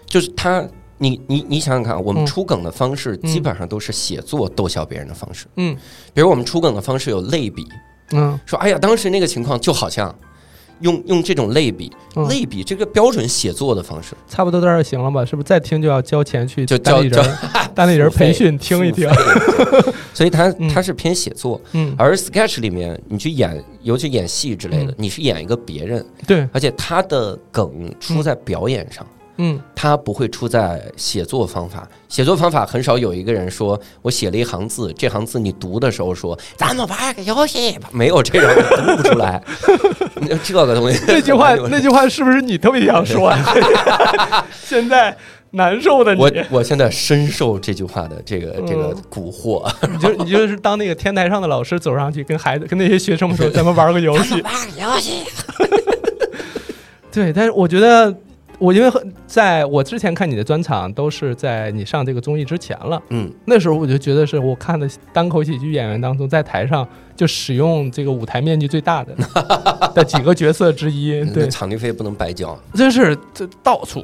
Speaker 6: 就是它，你你你想想看啊，我们
Speaker 5: 嗯
Speaker 6: 出梗的方式
Speaker 5: 嗯
Speaker 6: 基本上都是写作逗笑别人的方式。
Speaker 5: 嗯
Speaker 6: 比如我们出梗的方式有类比，
Speaker 5: 嗯
Speaker 6: 说哎呀，当时那个情况就好像用用这种类比，
Speaker 5: 嗯。
Speaker 6: 类比这个标准写作的方式，
Speaker 5: 差不多到这儿行了吧？是不是再听就要交钱去
Speaker 6: 就
Speaker 5: 单
Speaker 6: 叫
Speaker 5: 立
Speaker 6: 叫
Speaker 5: 人 [laughs] 单立人培训
Speaker 6: 付
Speaker 5: 听
Speaker 6: 费
Speaker 5: 一
Speaker 6: [laughs]
Speaker 5: 听？
Speaker 6: 付费对所以它
Speaker 5: 嗯
Speaker 6: 它是偏写作，
Speaker 5: 嗯，
Speaker 6: 而 sketch 里面你去演，尤其演戏之类的
Speaker 5: 嗯，
Speaker 6: 你是演一个别人，
Speaker 5: 对，
Speaker 6: 而且他的梗出在表演上。 [laughs]
Speaker 5: 嗯
Speaker 6: 他不会出在写作方法，写作方法很少有一个人说我写了一行字，这行字你读的时候说咱们玩个游戏吧，没有这种读不出来， [laughs] 这个东西
Speaker 5: 那句话
Speaker 6: 很难有人
Speaker 5: 那句话是不是你特别想说 [laughs] 啊？现在难受 [laughs] 的你，嗯
Speaker 6: 我我现在深受这句话的这个这个蛊 [laughs] 惑，
Speaker 5: 你就你就是当那个天台上的老师走上去跟孩子跟那些学生们
Speaker 6: [laughs]
Speaker 5: 说，咱们玩个游戏，
Speaker 6: 玩游戏，
Speaker 5: 对，但是我觉得，我因为很在我之前看你的专场都是在你上这个综艺之前了，
Speaker 6: 嗯，
Speaker 5: 那时候我就觉得是我看的单口喜剧演员当中，在台上就使用这个舞台面积最
Speaker 6: [laughs]
Speaker 5: 大的的几个角色之一，
Speaker 6: 那
Speaker 5: 嗯
Speaker 6: [laughs]
Speaker 5: 对，
Speaker 6: 场地费不能白交，
Speaker 5: 真是这到处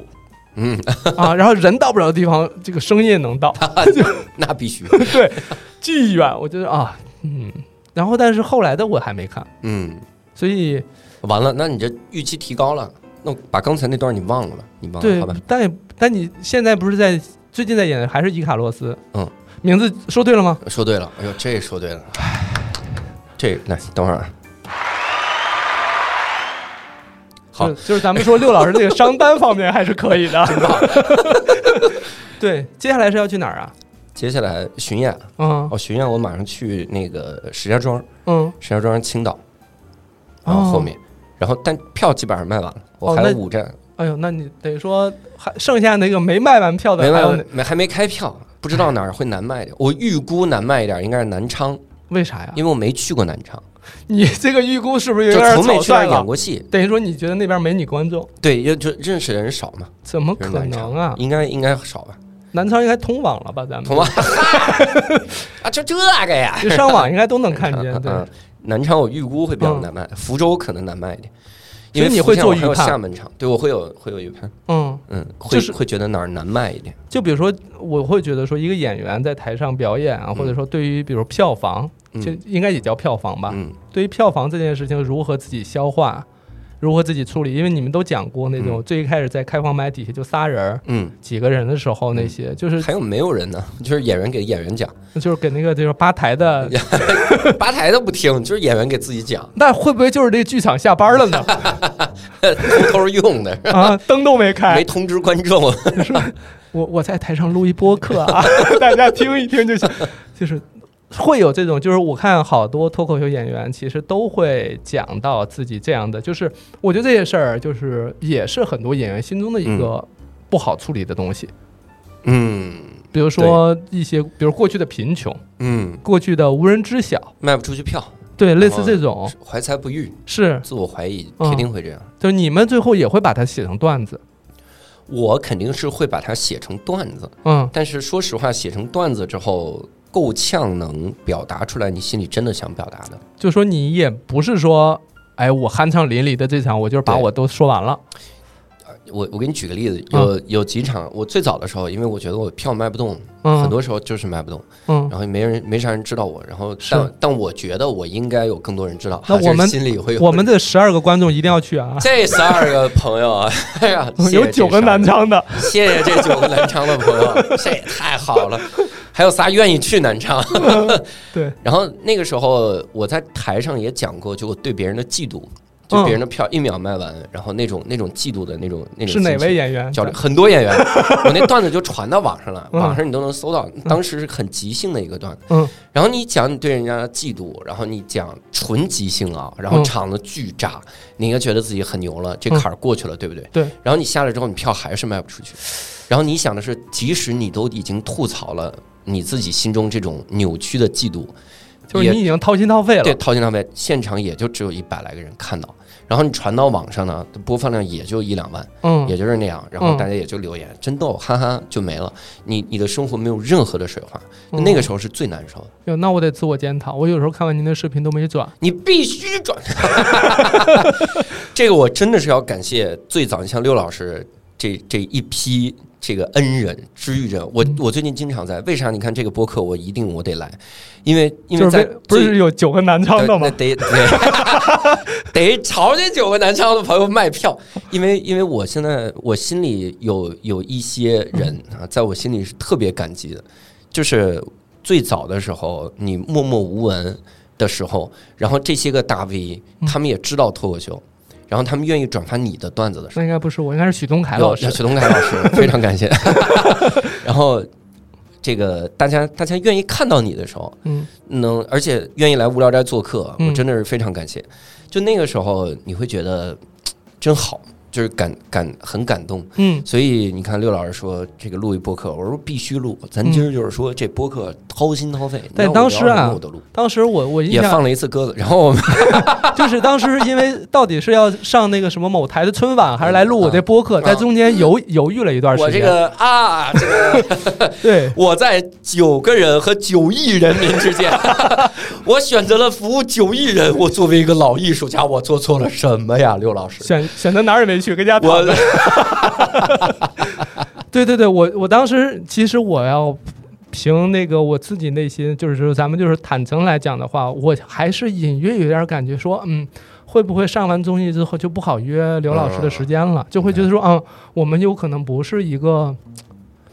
Speaker 6: 嗯，
Speaker 5: 啊，然后人到不了的地方，这个声音也能
Speaker 6: [laughs]
Speaker 5: 到，
Speaker 6: 那必须， [laughs]
Speaker 5: 对，巨远，我觉得啊，嗯，然后但是后来的我还没看，
Speaker 6: 嗯，
Speaker 5: 所以
Speaker 6: 完了，那你这预期提高了，那我把刚才那段你忘了吧，你忘了
Speaker 5: 对
Speaker 6: 啊好吧，，
Speaker 5: 但也但你现在不是在最近在演的还是伊卡洛斯？
Speaker 6: 嗯，
Speaker 5: 名字说对了吗？
Speaker 6: 说对了，哎呦，这说对了，这来等会儿啊，好
Speaker 5: 就就是咱们说六老师这个商单方面还是可以
Speaker 6: [laughs]
Speaker 5: 的， [laughs] 对，接下来是要去哪儿啊？
Speaker 6: 接下来巡演，
Speaker 5: 嗯
Speaker 6: 哦，巡演我马上去那个石家庄，
Speaker 5: 嗯，
Speaker 6: 石家庄青岛，然后后面，然后但票基本上卖完了，我还
Speaker 5: 哦
Speaker 6: 有
Speaker 5: 那
Speaker 6: 五站，
Speaker 5: 哎呦，那你得说还剩下那个没卖完票的，
Speaker 6: 没
Speaker 5: 还有
Speaker 6: 卖
Speaker 5: 哪，
Speaker 6: 没还没开票，不知道哪儿会难卖一点。我预估难卖一点应该是南昌，
Speaker 5: 为啥呀？
Speaker 6: 因为我没去过南昌，
Speaker 5: 你这个预估是啊不是有
Speaker 6: 就
Speaker 5: 点
Speaker 6: 从没
Speaker 5: 草
Speaker 6: 去那
Speaker 5: 率
Speaker 6: 儿演
Speaker 5: 了？
Speaker 6: 过戏。
Speaker 5: 等于说你觉得那边没你观众，
Speaker 6: 对，也就认识的人少嘛，
Speaker 5: 怎么
Speaker 6: 就是
Speaker 5: 可
Speaker 6: 南昌
Speaker 5: 能啊？
Speaker 6: 应该应该少吧？
Speaker 5: 南昌应该通网了吧？咱们 [laughs]
Speaker 6: 同吧？ [laughs] 啊，就这个呀。
Speaker 5: 就上网应该都能看
Speaker 6: [laughs]
Speaker 5: 见，对。嗯
Speaker 6: 嗯，南昌我预估会比较难卖，福州可能难卖一点，因
Speaker 5: 所
Speaker 6: 为
Speaker 5: 以你会
Speaker 6: 福建
Speaker 5: 做
Speaker 6: 我还有
Speaker 5: 预判
Speaker 6: 厦门场，对我会有会有预判，
Speaker 5: 嗯，
Speaker 6: 嗯，会、
Speaker 5: 就是
Speaker 6: 会觉得哪儿难卖一点，
Speaker 5: 就比如说，我会觉得说，一个演员在台上表演啊，
Speaker 6: 嗯
Speaker 5: 或者说对于比如票房，
Speaker 6: 嗯
Speaker 5: 就应该也叫票房吧。
Speaker 6: 嗯，
Speaker 5: 对于票房这件事情，如何自己消化，如何自己处理，因为你们都讲过那种最一开始在开放麦底下就仨人儿、
Speaker 6: 嗯，
Speaker 5: 几个人的时候，那些就是
Speaker 6: 还有没有人呢？ [laughs] 就是演员给演员讲，
Speaker 5: 就是给那个就是吧台的，
Speaker 6: 吧台都不听，就是演员给自己讲，
Speaker 5: 那会不会就是这剧场下班了
Speaker 6: [laughs]
Speaker 5: 呢？
Speaker 6: 偷偷用的，
Speaker 5: 啊，灯都没开
Speaker 6: 没，通知观众，
Speaker 5: 我我在台上录一播客啊， [laughs] 大家听一听就行。 [laughs] 就是会有这种，就是我看好多脱口秀演员其实都会讲到自己这样的，就是我觉得这些事儿就是也是很多演员心中的一个不好处理的东西。
Speaker 6: 嗯
Speaker 5: 比如说一些，比如过去的贫穷，
Speaker 6: 嗯，
Speaker 5: 过去的无人知晓，
Speaker 6: 卖不出去票，
Speaker 5: 对，类似这种
Speaker 6: 怀才不遇，
Speaker 5: 哦是，
Speaker 6: 自我怀疑，
Speaker 5: 嗯
Speaker 6: 铁定会这样。
Speaker 5: 就是你们最后也会把它写成段子，
Speaker 6: 我肯定是会把它写成段子，
Speaker 5: 嗯，
Speaker 6: 但是说实话，写成段子之后，够呛能表达出来你心里真的想表达的。
Speaker 5: 就说你也不是说，哎，我酣畅淋漓的这场，我就是把
Speaker 6: 对
Speaker 5: 我都说完了，
Speaker 6: 我我给你举个例子，
Speaker 5: 嗯
Speaker 6: 有有几场，我最早的时候，因为我觉得我票卖不动，
Speaker 5: 嗯，
Speaker 6: 很多时候就是卖不动，
Speaker 5: 嗯，
Speaker 6: 然后没人没啥人知道我，然后
Speaker 5: 是
Speaker 6: 但但我觉得我应该有更多人知道，
Speaker 5: 那
Speaker 6: 啊这
Speaker 5: 我们
Speaker 6: 心里会有！
Speaker 5: 我们这十二个观众一定要去啊 [laughs]
Speaker 6: 这十二个朋友啊，哎呀，谢谢
Speaker 5: 有九个南昌的，
Speaker 6: 这十二个， [laughs] 谢谢这九个南昌的朋
Speaker 5: [laughs]
Speaker 6: 友，这也太好了，还有仨愿意去南昌。 [laughs]
Speaker 5: 对，
Speaker 6: 然后那个时候我在台上也讲过，就我对别人的嫉妒，就
Speaker 5: 嗯
Speaker 6: 别人的票一秒卖完，然后那种那种嫉妒的那种那种
Speaker 5: 是哪
Speaker 6: 心情
Speaker 5: 位演员？
Speaker 6: 交流？很多演员，我那段子就传到网上了，
Speaker 5: [laughs] 嗯
Speaker 6: 网上你都能搜到。当时是很即兴的一个段子，
Speaker 5: 嗯，
Speaker 6: 然后你讲你对人家的嫉妒，然后你讲纯即兴啊，然后
Speaker 5: 嗯
Speaker 6: 场子巨炸，你应该觉得自己很牛了，这
Speaker 5: 嗯
Speaker 6: 坎儿过去了，对不对？
Speaker 5: 对。
Speaker 6: 然后你下来之后，你票还是卖不出去，然后你想的是，即使你都已经吐槽了你自己心中这种扭曲的嫉妒，
Speaker 5: 就是你已经掏心掏肺
Speaker 6: 对，
Speaker 5: 了，
Speaker 6: 掏心掏肺，现场也就只有一百来个人看到，然后你传到网上呢，播放量也就一两万，也
Speaker 5: 嗯，
Speaker 6: 就是那样，然后
Speaker 5: 嗯
Speaker 6: 大家也就留言，真逗，哈哈，就没了。你你的生活没有任何的水花，
Speaker 5: 嗯
Speaker 6: 那个时候是最难受的。
Speaker 5: 候，那我得自我检讨。我有时候看完您的视频都没转，
Speaker 6: 你必须转， [laughs] 这个我真的是要感谢最早像六老师这这一批这个恩人知遇人。我
Speaker 5: 嗯
Speaker 6: 我最近经常在，为啥？你看这个播客，我一定我得来，因为因
Speaker 5: 就
Speaker 6: 为
Speaker 5: 是
Speaker 6: 在
Speaker 5: 为不
Speaker 6: 最
Speaker 5: 是有九个南昌的
Speaker 6: 那
Speaker 5: 吗？
Speaker 6: 得 [laughs] 得得朝这九个南昌的朋友卖票，因为因为我现在我心里有有一些人啊，在我心里是特别感激的，就是最早的时候你默默无闻的时候，然后这些个大 V
Speaker 5: 嗯
Speaker 6: 他们也知道脱口秀，然后他们愿意转发你的段子的时候。
Speaker 5: 那应该不是我，应该是许东凯
Speaker 6: 有
Speaker 5: 老师
Speaker 6: 有。许东凯老师，非常感谢。 [laughs] 然后这个大家大家愿意看到你的时候，
Speaker 5: 嗯，
Speaker 6: 能而且愿意来无聊斋做客，
Speaker 5: 嗯
Speaker 6: 我真的是非常感谢。就那个时候，你会觉得嘖真好，就是感感很感动。
Speaker 5: 嗯，
Speaker 6: 所以你看，六老师说这个录一播客，我说必须录。咱今儿就是说这播客掏心掏肺，
Speaker 5: 但
Speaker 6: 你让我
Speaker 5: 当时
Speaker 6: 聊
Speaker 5: 啊
Speaker 6: 什么我都录，
Speaker 5: 当时我我印
Speaker 6: 也
Speaker 5: 象
Speaker 6: 放了一次鸽子。然后我们
Speaker 5: [laughs] 就是当时因为到底是要上那个什么某台的春晚，还是来录我这播客，
Speaker 6: 嗯
Speaker 5: 在中间犹犹豫了一段
Speaker 6: 我
Speaker 5: 时
Speaker 6: 这
Speaker 5: 间。
Speaker 6: 个啊，这个
Speaker 5: 对，
Speaker 6: 我在九个人和九亿人民之
Speaker 5: [laughs]
Speaker 6: 间，我选择了服务九亿人。我作为一个老艺术家，我做错了什么呀，刘老师？
Speaker 5: 选选择哪儿也没去，跟家躺
Speaker 6: 我
Speaker 5: 着。对对对，我我当时其实我要凭那个我自己内心，就是说咱们就是坦诚来讲的话，我还是隐约有点感觉说，嗯，会不会上完综艺之后就不好约刘老师的时间了，就会觉得说，嗯，我们有可能不是一个。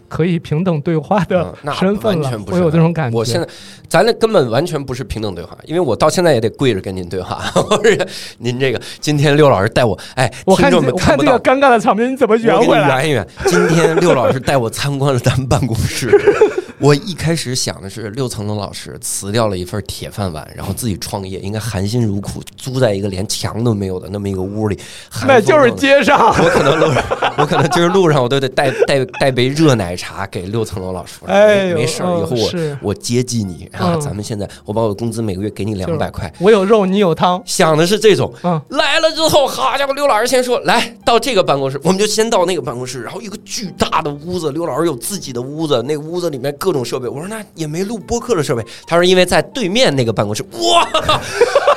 Speaker 5: 可以平等对话的
Speaker 6: 嗯那
Speaker 5: 身份
Speaker 6: 完
Speaker 5: 了，
Speaker 6: 全不
Speaker 5: 我
Speaker 6: 是
Speaker 5: 有这种感觉。
Speaker 6: 我现在，咱俩根本完全不是平等对话，因为我到现在也得跪着跟您对话。我是您这个，今天刘老师带我，哎，
Speaker 5: 我看
Speaker 6: 听
Speaker 5: 这
Speaker 6: 众们
Speaker 5: 我看
Speaker 6: 不
Speaker 5: 这
Speaker 6: 到
Speaker 5: 个，尴尬的场面，你怎么圆
Speaker 6: 我给你
Speaker 5: 回来？
Speaker 6: 圆一圆。今天刘老师带我参观了咱们办公室， [laughs] 我一开始想的是六层楼老师辞掉了一份铁饭碗，然后自己创业，应该含辛茹苦租在一个连墙都没有的那么一个屋里，寒
Speaker 5: 那
Speaker 6: 风
Speaker 5: 就是
Speaker 6: 冷
Speaker 5: 街上。
Speaker 6: [laughs] 我可能路，
Speaker 5: [laughs]
Speaker 6: 我可能就是路上我都得带带带杯热奶茶给六层楼老师。
Speaker 5: 哎
Speaker 6: 没
Speaker 5: 呦
Speaker 6: 没事儿，以后
Speaker 5: 嗯
Speaker 6: 我、
Speaker 5: 是
Speaker 6: 我接济你啊。
Speaker 5: 嗯
Speaker 6: 咱们现在我把我的工资每个月给你两百块，
Speaker 5: 我有肉，你有汤。
Speaker 6: 想的是这种。
Speaker 5: 嗯，
Speaker 6: 来了之后，好家伙，刘老师先说来到这个办公室，我们就先到那个办公室，然后一个巨大的屋子，刘老师有自己的屋子，那个屋子里面各种设备。我说那也没录播客的设备，他说因为在对面那个办公室，哇，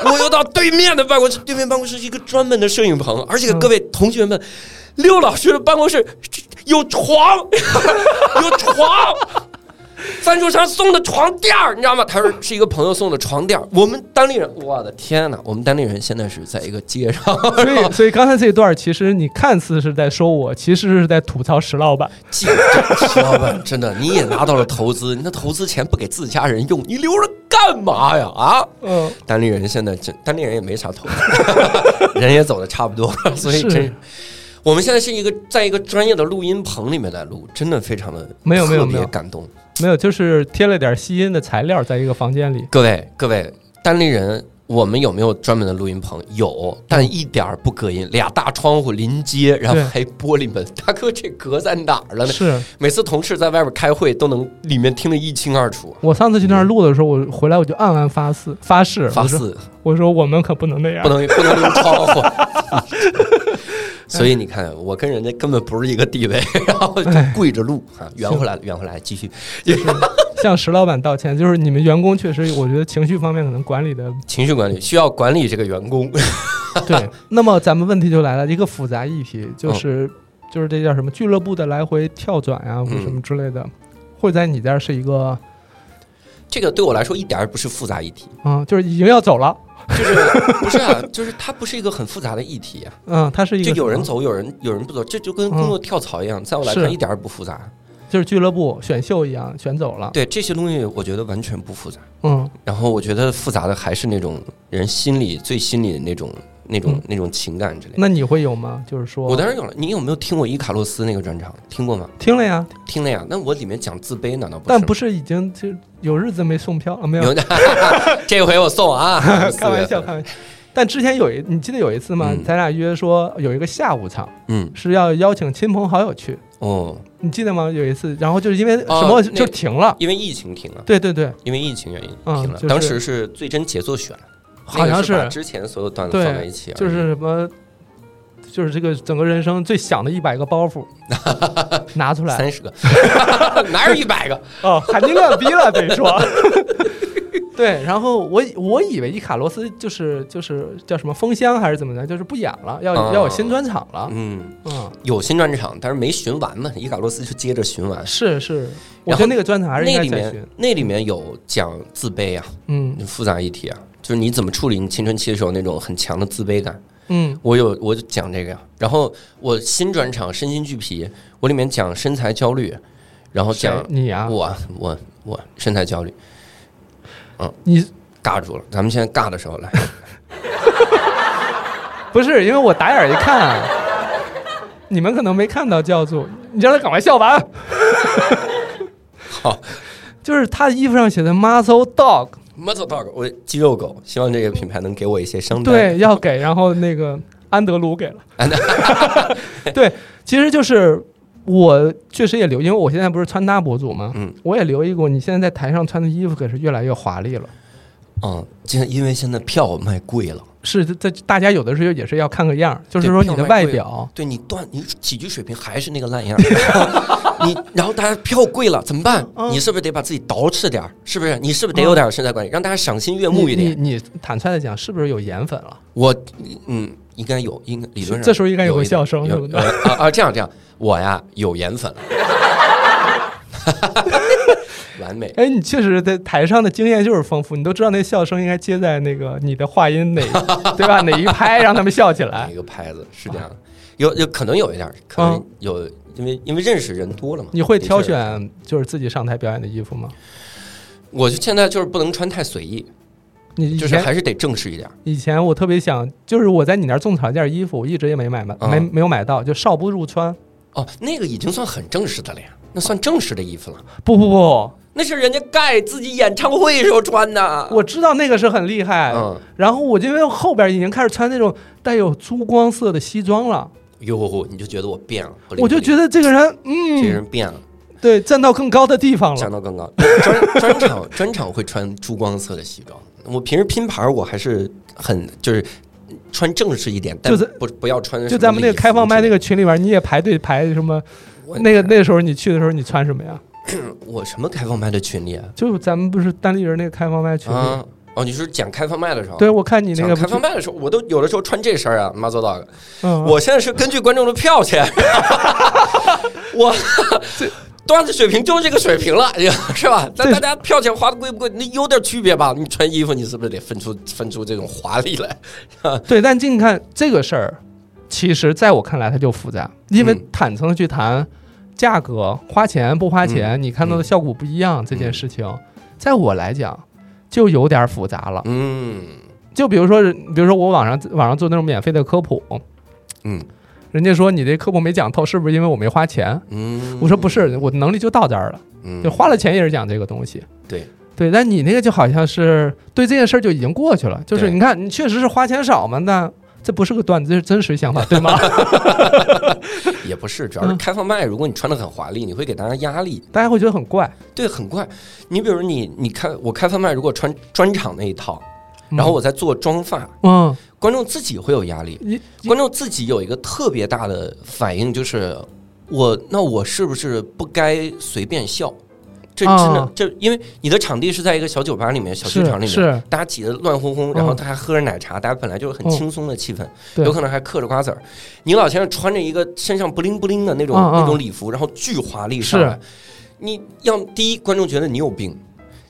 Speaker 6: 我又到对面的办公室，对面办公室是一个专门的摄影棚，而且
Speaker 5: 嗯
Speaker 6: 各位同学们，刘老师的办公室这有床， [laughs] 有床。赞助商送的床垫儿，你知道吗？他说是一个朋友送的床垫儿。我们单立人，我的天哪！我们单立人现在是在一个街上，
Speaker 5: 所
Speaker 6: [laughs]
Speaker 5: 以所以刚才这一段，其实你看似是在说我，其实是在吐槽石老板。
Speaker 6: 记这石老板真的，你也拿到了投资，你那投资钱不给自家人用，你留着干嘛呀？啊！
Speaker 5: 嗯，
Speaker 6: 单立人现在真，单立人也没啥投资，人也走的差不多了，所以
Speaker 5: 是
Speaker 6: 真。我们现在是一个在一个专业的录音棚里面在录，真的非常的
Speaker 5: 没有没有
Speaker 6: 特
Speaker 5: 没
Speaker 6: 别
Speaker 5: 有
Speaker 6: 感动。
Speaker 5: 没有，就是贴了点吸音的材料在一个房间里。
Speaker 6: 各位各位，单立人我们有没有专门的录音棚？有，但一点儿不隔音，俩大窗户临街，然后
Speaker 5: 对
Speaker 6: 还玻璃门。大哥，这隔在哪儿了呢？
Speaker 5: 是
Speaker 6: 每次同事在外边开会，都能里面听得一清二楚。
Speaker 5: 我上次去那儿录的时候，我回来我就暗暗发誓，发誓，
Speaker 6: 发
Speaker 5: 我说
Speaker 6: 誓
Speaker 5: 我说我们可不能那样，
Speaker 6: 不能不能用窗 [laughs] 户。所以你看，我跟人家根本不是一个地位，然后就跪着录啊，圆回来了，圆回来，继续。
Speaker 5: 向石老板道歉。就是你们员工确实，我觉得情绪方面可能管理
Speaker 6: [laughs]
Speaker 5: 的
Speaker 6: 情绪管理需要管理这个员工，
Speaker 5: 对。那么咱们问题就来了，一个复杂议题，
Speaker 6: 哦
Speaker 5: 就是、就是这叫什么俱乐部的来回跳转呀、
Speaker 6: 嗯
Speaker 5: 或者什么之类的，会在你这儿是一个
Speaker 6: 这个对我来说一点儿也不是复杂议题，
Speaker 5: 嗯，就是已经要走了，
Speaker 6: 就是不是啊，就是它不是一个很复杂的议题啊。
Speaker 5: 嗯，它是一个
Speaker 6: 就有人
Speaker 5: 什么，嗯
Speaker 6: 走，有人有人不走，这就跟工作跳槽一样，在我来
Speaker 5: 是啊
Speaker 6: 看一点儿也不复杂。
Speaker 5: 就是俱乐部选秀一样选走了，
Speaker 6: 对这些东西，我觉得完全不复杂。
Speaker 5: 嗯
Speaker 6: 然后我觉得复杂的还是那种人心里最心里的那种、那种
Speaker 5: 嗯、
Speaker 6: 那种情感之类的。
Speaker 5: 那你会有吗？就是说，
Speaker 6: 我当然有了，你有没有听过伊卡洛斯那个专场？听过吗？
Speaker 5: 听了呀，
Speaker 6: 听了呀。那我里面讲自卑，难道不是吗？
Speaker 5: 但不是已经就有日子没送票啊了没有？，
Speaker 6: 有这回我送啊
Speaker 5: [laughs] 开玩笑，开玩笑。但之前有一，你记得有一次吗？
Speaker 6: 嗯
Speaker 5: 咱俩约说有一个下午场
Speaker 6: 嗯，
Speaker 5: 是要邀请亲朋好友去，
Speaker 6: 哦，
Speaker 5: 你记得吗？有一次，然后就是因为什
Speaker 6: 哦
Speaker 5: 么
Speaker 6: 那
Speaker 5: 就停了，
Speaker 6: 因为疫情停了，
Speaker 5: 对对对
Speaker 6: 因为疫情原因
Speaker 5: 嗯
Speaker 6: 停了。
Speaker 5: 就是
Speaker 6: 当时是最真杰作选，
Speaker 5: 好
Speaker 6: 那个
Speaker 5: 像
Speaker 6: 是
Speaker 5: 是
Speaker 6: 把之前所有段子
Speaker 5: 对
Speaker 6: 放在一起啊而已，
Speaker 5: 就是什么，就是这个整个人生最响的一百个包
Speaker 6: [laughs]
Speaker 5: 袱拿出来 [laughs]
Speaker 6: 三十个，哪有一百个？ [laughs]
Speaker 5: 哦，喊你乐逼了得说。对，然后我以我以为伊卡洛斯就是就是叫什么封箱还是怎么的，就是不演了，要、
Speaker 6: 啊
Speaker 5: 要有新专场了。
Speaker 6: 嗯。
Speaker 5: 嗯，
Speaker 6: 有新专场，但是没巡完嘛，伊卡洛斯就接着巡完。
Speaker 5: 是是，我觉
Speaker 6: 然后
Speaker 5: 得那个专场还是应
Speaker 6: 那
Speaker 5: 该
Speaker 6: 里
Speaker 5: 再续
Speaker 6: 面。那里面有讲自卑啊，
Speaker 5: 嗯
Speaker 6: 复杂议题啊，就是你怎么处理你青春期的时候那种很强的自卑感。
Speaker 5: 嗯
Speaker 6: 我有我就讲这个呀、然后我新专场身心俱疲，我里面讲身材焦虑，然后
Speaker 5: 谁
Speaker 6: 讲
Speaker 5: 你啊，
Speaker 6: 我啊我我身材焦虑，
Speaker 5: 你
Speaker 6: 尬住了。咱们现在尬的时候来， [laughs]
Speaker 5: 不是因为我打眼一看、啊你们可能没看到教主，你让他赶快笑完。
Speaker 6: 好
Speaker 5: 就是他衣服上写的 muscle dog，
Speaker 6: ，Muscle Dog，我肌肉狗，希望这个品牌能给我一些商单。
Speaker 5: 对，要给，然后那个安德鲁给了， [laughs] 对，其实就是我确实也留，因为我现在不是穿搭博主嘛，
Speaker 6: 嗯，
Speaker 5: 我也留意过，你现在在台上穿的衣服可是越来越华丽了，
Speaker 6: 嗯，现在因为现在票卖贵了。
Speaker 5: 是这大家有的时候也是要看个样儿，就是
Speaker 6: 对
Speaker 5: 说
Speaker 6: 票
Speaker 5: 你的
Speaker 6: 卖
Speaker 5: 外
Speaker 6: 贵
Speaker 5: 表，
Speaker 6: 对你段你喜剧水平还是那个烂样儿， [laughs] 你然后大家票贵了怎么办？
Speaker 5: 嗯
Speaker 6: 你是不是得把自己捯饬点儿？是不是？你是不是得有点身材管理，让大家赏心悦目一
Speaker 5: 你
Speaker 6: 点？
Speaker 5: 你你坦率的讲，是不是有颜粉了？
Speaker 6: 我嗯，应该有，应该理论上
Speaker 5: 这时候应该有
Speaker 6: 有
Speaker 5: 个
Speaker 6: 一点
Speaker 5: 笑声
Speaker 6: 有
Speaker 5: 对不对
Speaker 6: 呃啊啊！这样这样，我呀有颜粉了，
Speaker 5: [laughs]
Speaker 6: 完美。
Speaker 5: 哎，你确实在台上的经验就是丰富，你都知道那笑声应该接在那个你的话
Speaker 6: [laughs]
Speaker 5: 音哪，对吧？哪一拍让他们笑起来
Speaker 6: 一？个牌子是这样的，有有可能有一点儿，可能
Speaker 5: 嗯
Speaker 6: 有，因为因为认识人多了嘛。
Speaker 5: 你会
Speaker 6: 的
Speaker 5: 挑
Speaker 6: 确？
Speaker 5: 选就是自己上台表演的衣服吗？
Speaker 6: 我就现在就是不能穿太随意，
Speaker 5: 你以
Speaker 6: 就是
Speaker 5: 前
Speaker 6: 还是得正式一点儿。
Speaker 5: 以前我特别想，就是我在你那儿种草一件衣服，我一直也没买买，
Speaker 6: 嗯
Speaker 5: 没没有买到，就少不入川。
Speaker 6: 哦，那个已经算很正式的了呀，那算正式的衣服了。
Speaker 5: 不不不，
Speaker 6: 那是人家盖自己演唱会时候穿的。
Speaker 5: 我知道那个是很厉害，
Speaker 6: 嗯，
Speaker 5: 然后我就因为后边已经开始穿那种带有珠光色的西装了，
Speaker 6: 哟，你就觉得我变了，
Speaker 5: 我就觉得这个人，
Speaker 6: 得
Speaker 5: 嗯，
Speaker 6: 这人变了，
Speaker 5: 对，站到更高的地方了
Speaker 6: 站。到更高。专专场专场会穿珠光色的西装，我平时拼盘我还是很就是穿正式一点，但
Speaker 5: 就是
Speaker 6: 不不要穿什么
Speaker 5: 就咱们那个
Speaker 6: 礼服
Speaker 5: 开放麦
Speaker 6: 之
Speaker 5: 那
Speaker 6: 类的
Speaker 5: 个群里边，你也排队排什么？
Speaker 6: 我
Speaker 5: 那个那时候你去的时候，你穿什么呀？
Speaker 6: 我什么开放麦的群里啊？
Speaker 5: 就咱们不是单立人那个开放麦群里，
Speaker 6: 啊哦，你是讲开放麦的时候？
Speaker 5: 对，我看你那
Speaker 6: 讲
Speaker 5: 个
Speaker 6: 开
Speaker 5: 不
Speaker 6: 放
Speaker 5: 是，
Speaker 6: 麦的时候，我都有的时候穿这身儿啊，妈做 dog。
Speaker 5: 嗯，
Speaker 6: 我现在是根据观众的票钱，我 [laughs] 段子水平就是这个水平了，是吧？那
Speaker 5: 这
Speaker 6: 大家票钱花的贵不贵？你有点区别吧？你穿衣服，你是不是得分出分出这种华丽来？
Speaker 5: 对，但近看这个事儿，其实在我看来它就复杂，因为
Speaker 6: 嗯
Speaker 5: 坦诚的去谈价格、花钱不花钱，你看到的
Speaker 6: 嗯
Speaker 5: 效果不一样这件事情，在我来讲就有点复杂了。
Speaker 6: 嗯
Speaker 5: 就比如说，比如说我网上网上做那种免费的科普，
Speaker 6: 嗯
Speaker 5: 人家说你这科普没讲透，是不是因为我没花钱？
Speaker 6: 嗯
Speaker 5: 我说不，是，我能力就到这儿了，
Speaker 6: 嗯
Speaker 5: 就花了钱也是讲这个东西。
Speaker 6: 对
Speaker 5: 对，但你那个就好像是对这件事儿就已经过去了，就是
Speaker 6: 对
Speaker 5: 你看你确实是花钱少嘛，那这不是个段子，这是真实想法，对
Speaker 6: [laughs]
Speaker 5: 吗？
Speaker 6: 也不是，主要是
Speaker 5: 嗯
Speaker 6: 开放麦，如果你穿的很华丽，你会给大家压力。
Speaker 5: 大家会觉得很怪。
Speaker 6: 对，很怪。你比如你，你看我开放麦，如果穿专场那一套，
Speaker 5: 嗯
Speaker 6: 然后我再做妆发，
Speaker 5: 嗯，
Speaker 6: 观众自己会有压力。
Speaker 5: 你
Speaker 6: 观众自己有一个特别大的反应，就是我那我是不是不该随便笑？这真的
Speaker 5: 啊，
Speaker 6: 这因为你的场地是在一个小酒吧里面、小剧场里面，
Speaker 5: 是
Speaker 6: 大家挤得乱哄哄，然后大家喝着奶茶，大家本来就是很
Speaker 5: 嗯
Speaker 6: 轻松的气氛，
Speaker 5: 对
Speaker 6: 有可能还嗑着瓜子儿。你老先生穿着一个身上不灵不灵的那种
Speaker 5: 嗯嗯
Speaker 6: 那种礼服，然后巨华丽上来，你要第一观众觉得你有病。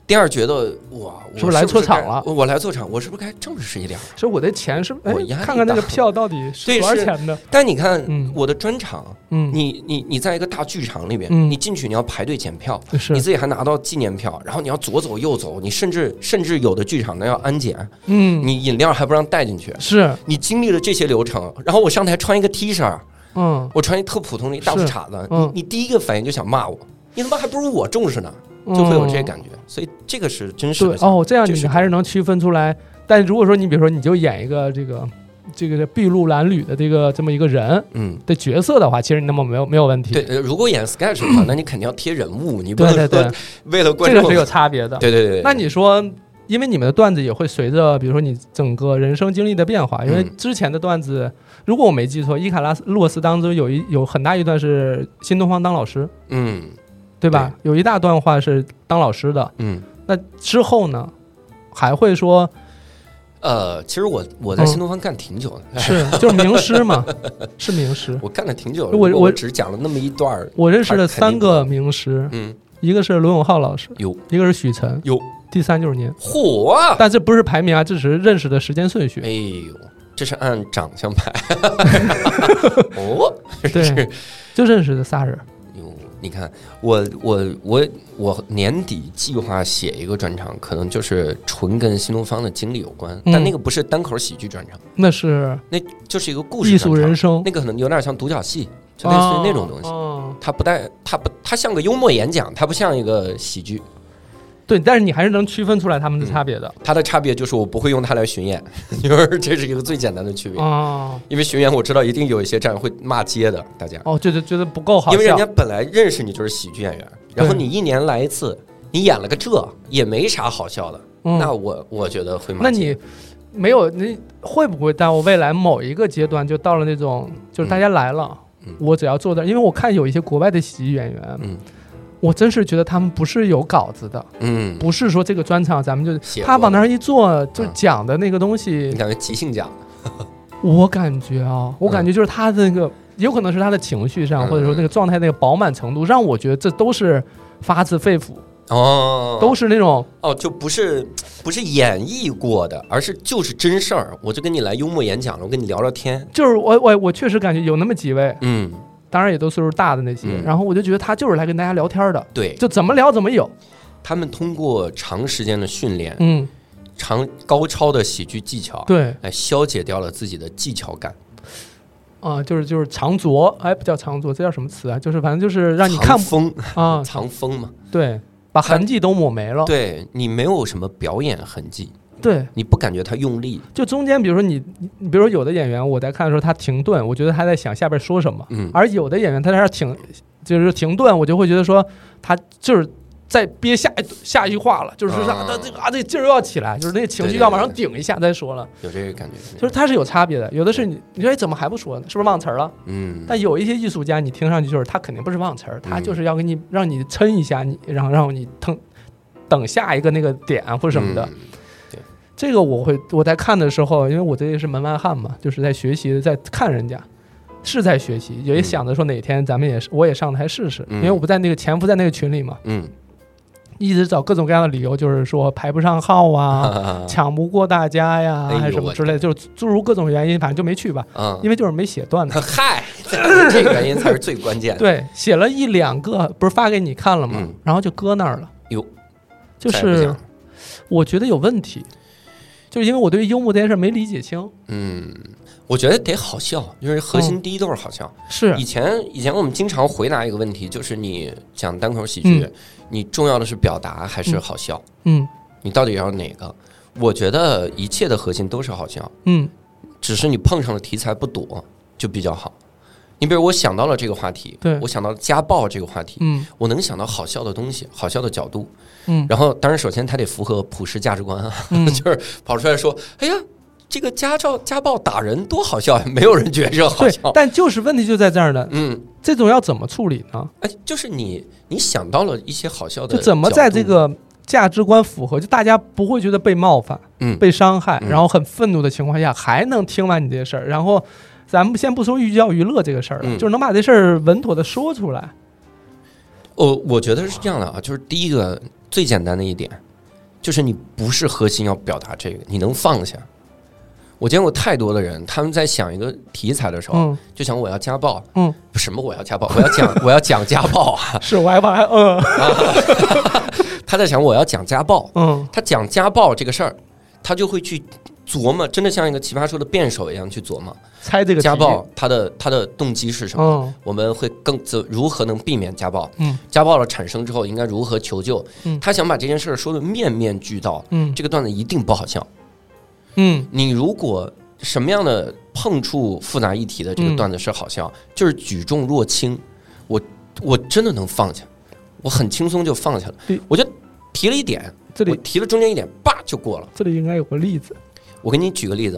Speaker 6: 第二，觉得哇，我
Speaker 5: 是不是来错场
Speaker 6: 该
Speaker 5: 了
Speaker 6: 我我来错场，我是不是该正式一点？
Speaker 5: 是我的钱是哎
Speaker 6: 我压，力
Speaker 5: 看看那个
Speaker 6: 大
Speaker 5: 票
Speaker 6: [laughs]
Speaker 5: 到底是
Speaker 6: 对
Speaker 5: 多少
Speaker 6: 是
Speaker 5: 钱的？
Speaker 6: 但你看
Speaker 5: 嗯
Speaker 6: 我的专场，
Speaker 5: 嗯，
Speaker 6: 你你你在一个大剧场里面，
Speaker 5: 嗯
Speaker 6: 你进去你要排队检票，
Speaker 5: 你是
Speaker 6: 你自己还拿到纪念票，然后你要左走右走，你甚至甚至有的剧场呢要安检，
Speaker 5: 嗯
Speaker 6: 你饮料还不让带进去。
Speaker 5: 是
Speaker 6: 你经历了这些流程，然后我上台穿一个 T 恤，
Speaker 5: 嗯
Speaker 6: 我穿一特普通的一大裤衩子，
Speaker 5: 嗯
Speaker 6: 你你第一个反应就想骂我，你他妈还不如我重视呢，就会有这
Speaker 5: 觉。
Speaker 6: 感觉。所以这个是真
Speaker 5: 嗯
Speaker 6: 实
Speaker 5: 对
Speaker 6: 的想法。
Speaker 5: 哦，这样
Speaker 6: 这
Speaker 5: 你
Speaker 6: 是
Speaker 5: 还是能区分出来。但如果说你比如说你就演一个这个这个这筚路蓝缕的这个这么一个人
Speaker 6: 嗯，
Speaker 5: 的角色的话，其实你那么没有没有问题。
Speaker 6: 对，呃如果演 sketch 的话，那你肯定要贴人物，你不
Speaker 5: 对
Speaker 6: 能
Speaker 5: 对对
Speaker 6: 说，为了观
Speaker 5: 这
Speaker 6: 众。
Speaker 5: 个是有差别的。
Speaker 6: 对对对，
Speaker 5: 那你说，因为你们的段子也会随着比如说你整个人生经历的变化，因为
Speaker 6: 嗯
Speaker 5: 之前的段子，如果我没记错，伊卡拉斯洛斯当中有一有很大一段是新东方当老师，
Speaker 6: 嗯
Speaker 5: 对吧？有一大段话是当老师的。
Speaker 6: 嗯。
Speaker 5: 那之后呢，还会说
Speaker 6: 呃，其实我我在
Speaker 5: 嗯
Speaker 6: 新东方干挺久的，
Speaker 5: 是就是名师嘛，是名师。
Speaker 6: [laughs] 我干了挺久了，
Speaker 5: 我
Speaker 6: 我
Speaker 5: 我
Speaker 6: 只讲了那么一段儿。
Speaker 5: 我认识的三个名师，
Speaker 6: 嗯，
Speaker 5: 一个是罗永浩老师，
Speaker 6: 有
Speaker 5: 一个是许晨，
Speaker 6: 有
Speaker 5: 第三就是您。
Speaker 6: 火啊，
Speaker 5: 但这不是排名啊，这只是认识的时间顺序。
Speaker 6: 哎呦，这是按长
Speaker 5: [laughs]
Speaker 6: 相排哦，
Speaker 5: 对，就认识的仨人。
Speaker 6: 哟，你看我我我我年底计划写一个专场，可能就是纯跟新东方的经历有关，
Speaker 5: 嗯
Speaker 6: 但那个不是单口喜剧专场，
Speaker 5: 那是
Speaker 6: 那就是一个故事
Speaker 5: 艺术
Speaker 6: 专场
Speaker 5: 人生，
Speaker 6: 那个可能有点像独角戏，就类似于那种东西。
Speaker 5: 哦。哦
Speaker 6: 它不带，它不，它像个幽默演讲，它不像一个喜剧。
Speaker 5: 对，但是你还是能区分出来他们
Speaker 6: 嗯
Speaker 5: 的差别的。
Speaker 6: 它的差别就是我不会用它来巡演， [laughs] 就是这是一个最简单的区别。
Speaker 5: 哦
Speaker 6: 因为巡演我知道一定有一些站会骂街的，大家，
Speaker 5: 哦，觉得觉得不够好
Speaker 6: 因为人
Speaker 5: 笑
Speaker 6: 家。本来认识你就是喜剧演员，然后
Speaker 5: 对
Speaker 6: 你一年来一次，你演了个这也没啥好笑的，
Speaker 5: 嗯
Speaker 6: 那我我觉得会骂
Speaker 5: 那
Speaker 6: 街
Speaker 5: 你没有，你会不会到我未来某一个阶段就到了那种，就是大家来了，
Speaker 6: 嗯
Speaker 5: 我只要坐在，因为我看有一些国外的喜剧演员，
Speaker 6: 嗯
Speaker 5: 我真是觉得他们不是有稿子的，
Speaker 6: 嗯，
Speaker 5: 不是说这个专场咱们
Speaker 6: 写
Speaker 5: 就
Speaker 6: 过
Speaker 5: 他往那儿一坐就
Speaker 6: 嗯
Speaker 5: 讲的那个东西
Speaker 6: 你，感觉即兴讲，
Speaker 5: 我感觉啊，我感
Speaker 6: 嗯
Speaker 5: 觉就是他的那个，有可能是他的情绪上，
Speaker 6: 嗯
Speaker 5: 或者说那个状态那个饱满程度，让我觉得这都是发自肺腑，
Speaker 6: 哦，
Speaker 5: 都是那种
Speaker 6: 哦，就不是不是演绎过的，而是就是真事儿，我就跟你来幽默演讲了，我跟你聊聊天，
Speaker 5: 就是我我我确实感觉有那么几位，
Speaker 6: 嗯，
Speaker 5: 当然也都岁数大的那些，
Speaker 6: 嗯
Speaker 5: 然后我就觉得他就是来跟大家聊天的，
Speaker 6: 对
Speaker 5: 就怎么聊怎么有，
Speaker 6: 他们通过长时间的训练，
Speaker 5: 嗯，
Speaker 6: 长高超的喜剧技巧，
Speaker 5: 对，
Speaker 6: 来消解掉了自己的技巧感。
Speaker 5: 啊、就是就是长 [laughs] 拙，哎，不叫长拙，这叫什么词啊？就是反正就是让你看
Speaker 6: 藏风，
Speaker 5: 啊，
Speaker 6: 藏风嘛，
Speaker 5: 对，把痕迹都抹没了。
Speaker 6: 对你没有什么表演痕迹，
Speaker 5: 对，
Speaker 6: 你不感觉他用力，
Speaker 5: 就中间比如说你，你你比如说有的演员我在看的时候他停顿，我觉得他在想下边说什么，
Speaker 6: 嗯，
Speaker 5: 而有的演员他在这儿停，就是停顿，我就会觉得说他就是。在憋下一下一句话了，就是说
Speaker 6: 啊
Speaker 5: 啊，他这个啊，这劲儿又要起来，就是那个情绪
Speaker 6: 对对
Speaker 5: 要马上
Speaker 6: 对嗯
Speaker 5: 顶一下再说了，
Speaker 6: 有这个感觉，
Speaker 5: 就是它是有差别的。有的是你，你说哎，怎么还不说呢？是不是忘词儿了？
Speaker 6: 嗯，
Speaker 5: 但有一些艺术家，你听上去就是他肯定不是忘词儿，他就是要给你让你抻一下你，然后让你腾等下一个那个点啊或什么的。
Speaker 6: 嗯
Speaker 5: 这个我会我在看的时候，因为我这也是门外汉嘛，就是在学习，在看人家。是在学习，也
Speaker 6: 嗯
Speaker 5: 想着说哪天咱们也是，我也上台试试，
Speaker 6: 嗯
Speaker 5: 因为我不在那个潜伏在那个群里嘛，
Speaker 6: 嗯
Speaker 5: 一直找各种各样的理由，就是说排不上号啊，
Speaker 6: [laughs] 啊
Speaker 5: 抢不过大家呀，
Speaker 6: 哎呦
Speaker 5: 还是什么
Speaker 6: 我
Speaker 5: 之类的，就是诸如各种原因，反正就没去吧，
Speaker 6: 啊
Speaker 5: 因为就是没写
Speaker 6: [laughs]
Speaker 5: 段子。
Speaker 6: 嗨，这个原因才是最关键的。
Speaker 5: 对，写了一两个，不是发给你看了吗？
Speaker 6: 嗯
Speaker 5: 然后就搁那儿了。
Speaker 6: 哟，
Speaker 5: 就
Speaker 6: 再也不讲
Speaker 5: 是
Speaker 6: 了
Speaker 5: 我觉得有问题，就是因为我对于幽默这件事没理解清。
Speaker 6: 嗯，我觉得得好笑，就是核心第一都是好笑。
Speaker 5: 嗯是
Speaker 6: 以前以前我们经常回答一个问题，就是你讲单口喜剧，
Speaker 5: 嗯
Speaker 6: 你重要的是表达还是好笑？
Speaker 5: 嗯
Speaker 6: 你到底要哪个？我觉得一切的核心都是好笑，
Speaker 5: 嗯
Speaker 6: 只是你碰上的题材不多就比较好。你比如我想到了这个话题，
Speaker 5: 对
Speaker 6: 我想到了家暴这个话题，
Speaker 5: 嗯
Speaker 6: 我能想到好笑的东西、好笑的角度。
Speaker 5: 嗯
Speaker 6: 然后，当然，首先它得符合普世价值观啊，
Speaker 5: 嗯
Speaker 6: [laughs] 就是跑出来说：“哎呀，这个家暴家暴打人多好笑呀！”啊没有人觉着好
Speaker 5: 对
Speaker 6: 笑，。
Speaker 5: 但就是问题就在这儿呢，
Speaker 6: 嗯，
Speaker 5: 这种要怎么处理呢？
Speaker 6: 哎，就是你你想到了一些好笑的，
Speaker 5: 就怎么在这，个价值观符合，就大家不会觉得被冒犯、
Speaker 6: 嗯
Speaker 5: 被伤害，
Speaker 6: 嗯
Speaker 5: 然后很愤怒的情况下，还能听完你这事儿，然后。咱们先不说寓教于乐这个事儿了，
Speaker 6: 嗯
Speaker 5: 就是能把这事儿稳妥的说出来。
Speaker 6: 我、哦我觉得是这样的啊，就是第一个最简单的一点，就是你不是核心要表达这个，你能放下。我见过太多的人，他们在想一个题材的时候，
Speaker 5: 嗯，
Speaker 6: 就想我要家暴，
Speaker 5: 嗯，
Speaker 6: [laughs] 什么我要家暴，我要讲我要讲家暴啊！ [laughs]
Speaker 5: 是我还怕还嗯
Speaker 6: 他在想我要讲家暴，
Speaker 5: 嗯
Speaker 6: 他讲家暴这个事儿，他就会去琢磨，真的像一个奇葩说的辩手一样去琢磨
Speaker 5: 猜这个
Speaker 6: 家
Speaker 5: 题
Speaker 6: 暴他的他的动机是什么，
Speaker 5: 嗯
Speaker 6: 我们会更怎如何能避免家暴，
Speaker 5: 嗯
Speaker 6: 家暴了产生之后应该如何求救，
Speaker 5: 嗯
Speaker 6: 他想把这件事儿说的面面俱到，
Speaker 5: 嗯
Speaker 6: 这个段子一定不好笑。
Speaker 5: 嗯
Speaker 6: 你如果什么样的碰触复杂议题的这个
Speaker 5: 嗯
Speaker 6: 段子是好笑，就是举重若轻，我我真的能放下，我很轻松就放下了
Speaker 5: 对，
Speaker 6: 我就提了一点，
Speaker 5: 这
Speaker 6: 我
Speaker 5: 里
Speaker 6: 提了中间一点，叭就过了。
Speaker 5: 这里应该有个例子。
Speaker 6: 我给你举个
Speaker 5: [laughs]
Speaker 6: 例子，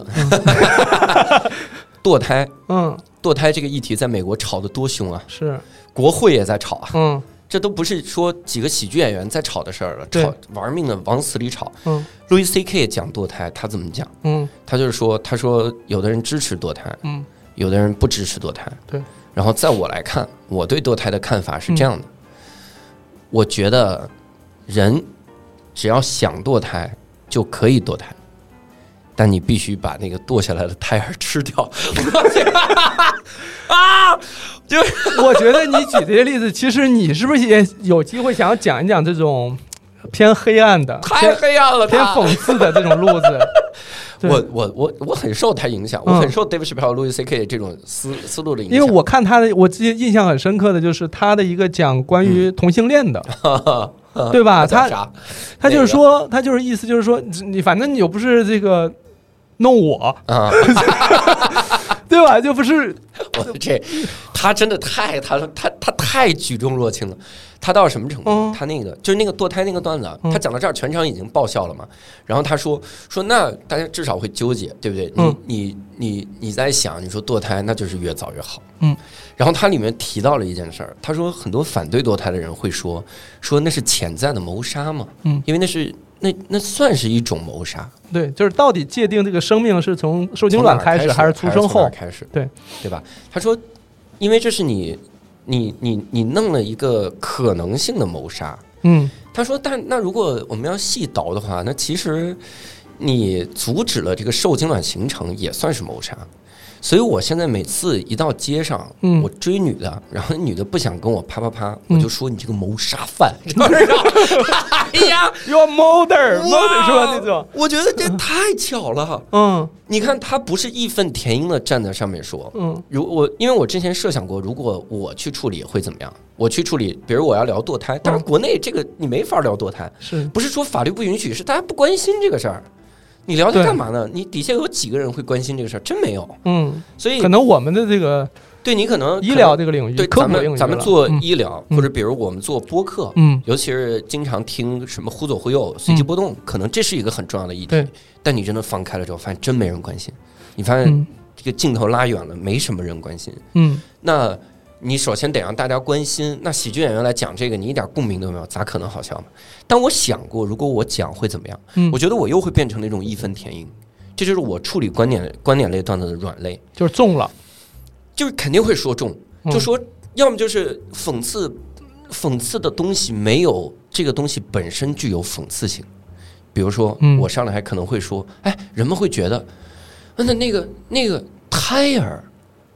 Speaker 6: 堕胎，
Speaker 5: 嗯，
Speaker 6: 堕胎这个议题在美国吵得多凶啊，
Speaker 5: 是
Speaker 6: 国会也在吵啊，
Speaker 5: 嗯
Speaker 6: 这都不是说几个喜剧演员在吵的事儿了，
Speaker 5: 对
Speaker 6: 吵玩命的往死里吵。
Speaker 5: 嗯
Speaker 6: 路易 C K 讲堕胎，他怎么讲？
Speaker 5: 嗯
Speaker 6: 他就是说，他说有的人支持堕胎，
Speaker 5: 嗯
Speaker 6: 有的人不支持堕胎。
Speaker 5: 对。
Speaker 6: 然后在我来看，我对堕胎的看法是这样的：我觉得人只要想堕胎就可以堕胎，但你必须把那个堕下来的胎儿吃掉。啊！
Speaker 5: [laughs] 我觉得你举这些例子，其实你是不是也有机会想要讲一讲这种偏黑暗的、
Speaker 6: 太
Speaker 5: 偏
Speaker 6: 黑暗了， [laughs]
Speaker 5: 偏
Speaker 6: 他
Speaker 5: 讽刺的这种路
Speaker 6: [laughs]
Speaker 5: 子？对
Speaker 6: 我我我我很受他影响，
Speaker 5: 嗯
Speaker 6: 我很受 David Chappelle、Louis C.K. 这种思思路的影响。
Speaker 5: 因为我看他的，我记印象很深刻的就是他的一个讲关于同性恋
Speaker 6: [laughs]
Speaker 5: 的，
Speaker 6: 我
Speaker 5: 对吧？
Speaker 6: 他
Speaker 5: 他
Speaker 6: 啥？
Speaker 5: 他就
Speaker 6: 哪个
Speaker 5: 是说，他就是意思就是说，你反正你又不是这个弄我，
Speaker 6: 啊，
Speaker 5: [laughs] 对吧？就不是
Speaker 6: 我这他真的太他他他太举重若轻了。他到什么程度
Speaker 5: 嗯？
Speaker 6: 他那个就是那个堕胎那个段子啊，
Speaker 5: 嗯
Speaker 6: 他讲到这儿全场已经爆笑了嘛。然后他说说那大家至少会纠结，对不对？
Speaker 5: 嗯
Speaker 6: 你你你你在想，你说堕胎那就是越早越好。
Speaker 5: 嗯。
Speaker 6: 然后他里面提到了一件事儿，他说很多反对堕胎的人会说说那是潜在的谋杀嘛，
Speaker 5: 嗯
Speaker 6: 因为那是那那算是一种谋杀，
Speaker 5: 对，就是到底界定这个生命是从受精
Speaker 6: 从
Speaker 5: 卵
Speaker 6: 哪儿开
Speaker 5: 始还是出生
Speaker 6: 从哪
Speaker 5: 后
Speaker 6: 儿？开始，
Speaker 5: 对
Speaker 6: 对吧？他说，因为这是你你你你弄了一个可能性的谋杀。
Speaker 5: 嗯
Speaker 6: 他说，但那如果我们要细倒的话，那其实你阻止了这个受精卵形成也算是谋杀。所以我现在每次一到街上，
Speaker 5: 嗯
Speaker 6: 我追女的，然后女的不想跟我啪啪啪，
Speaker 5: 嗯
Speaker 6: 我就说你这个谋杀犯， [laughs] 是
Speaker 5: [laughs]
Speaker 6: 不是？哎呀，
Speaker 5: Your mother，mother
Speaker 6: 哇
Speaker 5: 是吧？那种，
Speaker 6: 我觉得这太巧了。
Speaker 5: 嗯
Speaker 6: 你看，他不是义愤填膺的站在上面说，
Speaker 5: 嗯
Speaker 6: 如我因为我之前设想过，如果我去处理会怎么样？我去处理，比如我要聊堕胎，
Speaker 5: 嗯
Speaker 6: 但是国内这个你没法聊堕胎，
Speaker 5: 是，
Speaker 6: 不是说法律不允许，是大家不关心这个事儿。你聊它
Speaker 5: 对
Speaker 6: 干嘛呢？你底下有几个人会关心这个事儿？真没有。
Speaker 5: 嗯，
Speaker 6: 所以
Speaker 5: 可能我们的这个
Speaker 6: 对你可能
Speaker 5: 医疗这个领域，
Speaker 6: 对
Speaker 5: 科
Speaker 6: 咱
Speaker 5: 普领域
Speaker 6: 们
Speaker 5: 了，
Speaker 6: 咱们做
Speaker 5: 嗯
Speaker 6: 医疗，
Speaker 5: 嗯
Speaker 6: 或者比如我们做播客，
Speaker 5: 嗯
Speaker 6: 尤其是经常听什么忽左忽右、随机波动，可能这是一个很重要的议题
Speaker 5: 对。
Speaker 6: 但你真的放开了之后，发现真没人关心。你发现
Speaker 5: 嗯
Speaker 6: 这个镜头拉远了，没什么人关心。
Speaker 5: 嗯，
Speaker 6: 那你首先得让大家关心。那喜剧演员来讲这个，你一点共鸣都没有，咋可能好笑嘛？但我想过，如果我讲会怎么样？
Speaker 5: 嗯
Speaker 6: 我觉得我又会变成那种义愤填膺。这就是我处理观点观点类段子的软肋，
Speaker 5: 就是中了，
Speaker 6: 就是肯定会说中，
Speaker 5: 嗯
Speaker 6: 就说要么就是讽刺，讽刺的东西没有这个东西本身具有讽刺性。比如说，
Speaker 5: 嗯
Speaker 6: 我上来还可能会说，哎，人们会觉得，啊那那个那个胎儿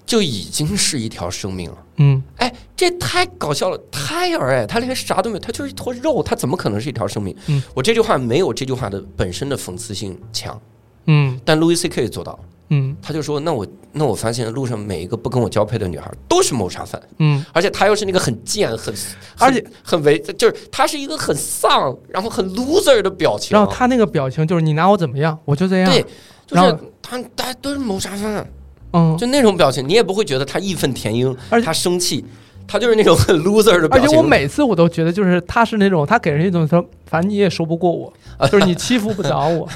Speaker 6: 就已经是一条生命了。
Speaker 5: 嗯
Speaker 6: 哎，这太搞笑了！胎儿哎，他连啥都没有，他就是一坨肉，他怎么可能是一条生命？
Speaker 5: 嗯
Speaker 6: 我这句话没有这句话的本身的讽刺性强，
Speaker 5: 嗯
Speaker 6: 但 Louis C K 做到了，
Speaker 5: 嗯
Speaker 6: 他就说：“那我那我发现路上每一个不跟我交配的女孩都是谋杀犯，
Speaker 5: 嗯，
Speaker 6: 而且他又是那个很贱、很
Speaker 5: 而且
Speaker 6: 很很为，就是他是一个很丧，然后很 loser 的表情。
Speaker 5: 然后他那个表情就是你拿我怎么样，我就这样，
Speaker 6: 对，就
Speaker 5: 然后
Speaker 6: 是他大家都是谋杀犯，
Speaker 5: 嗯，
Speaker 6: 就那种表情，你也不会觉得他义愤填膺，
Speaker 5: 而且
Speaker 6: 他生气，他就是那种很 loser 的表
Speaker 5: 而
Speaker 6: 情。
Speaker 5: 且我每次我都觉得，就是他是那种他给人一种说，反正你也说不过
Speaker 6: [laughs]
Speaker 5: 我，就是你欺负不着我，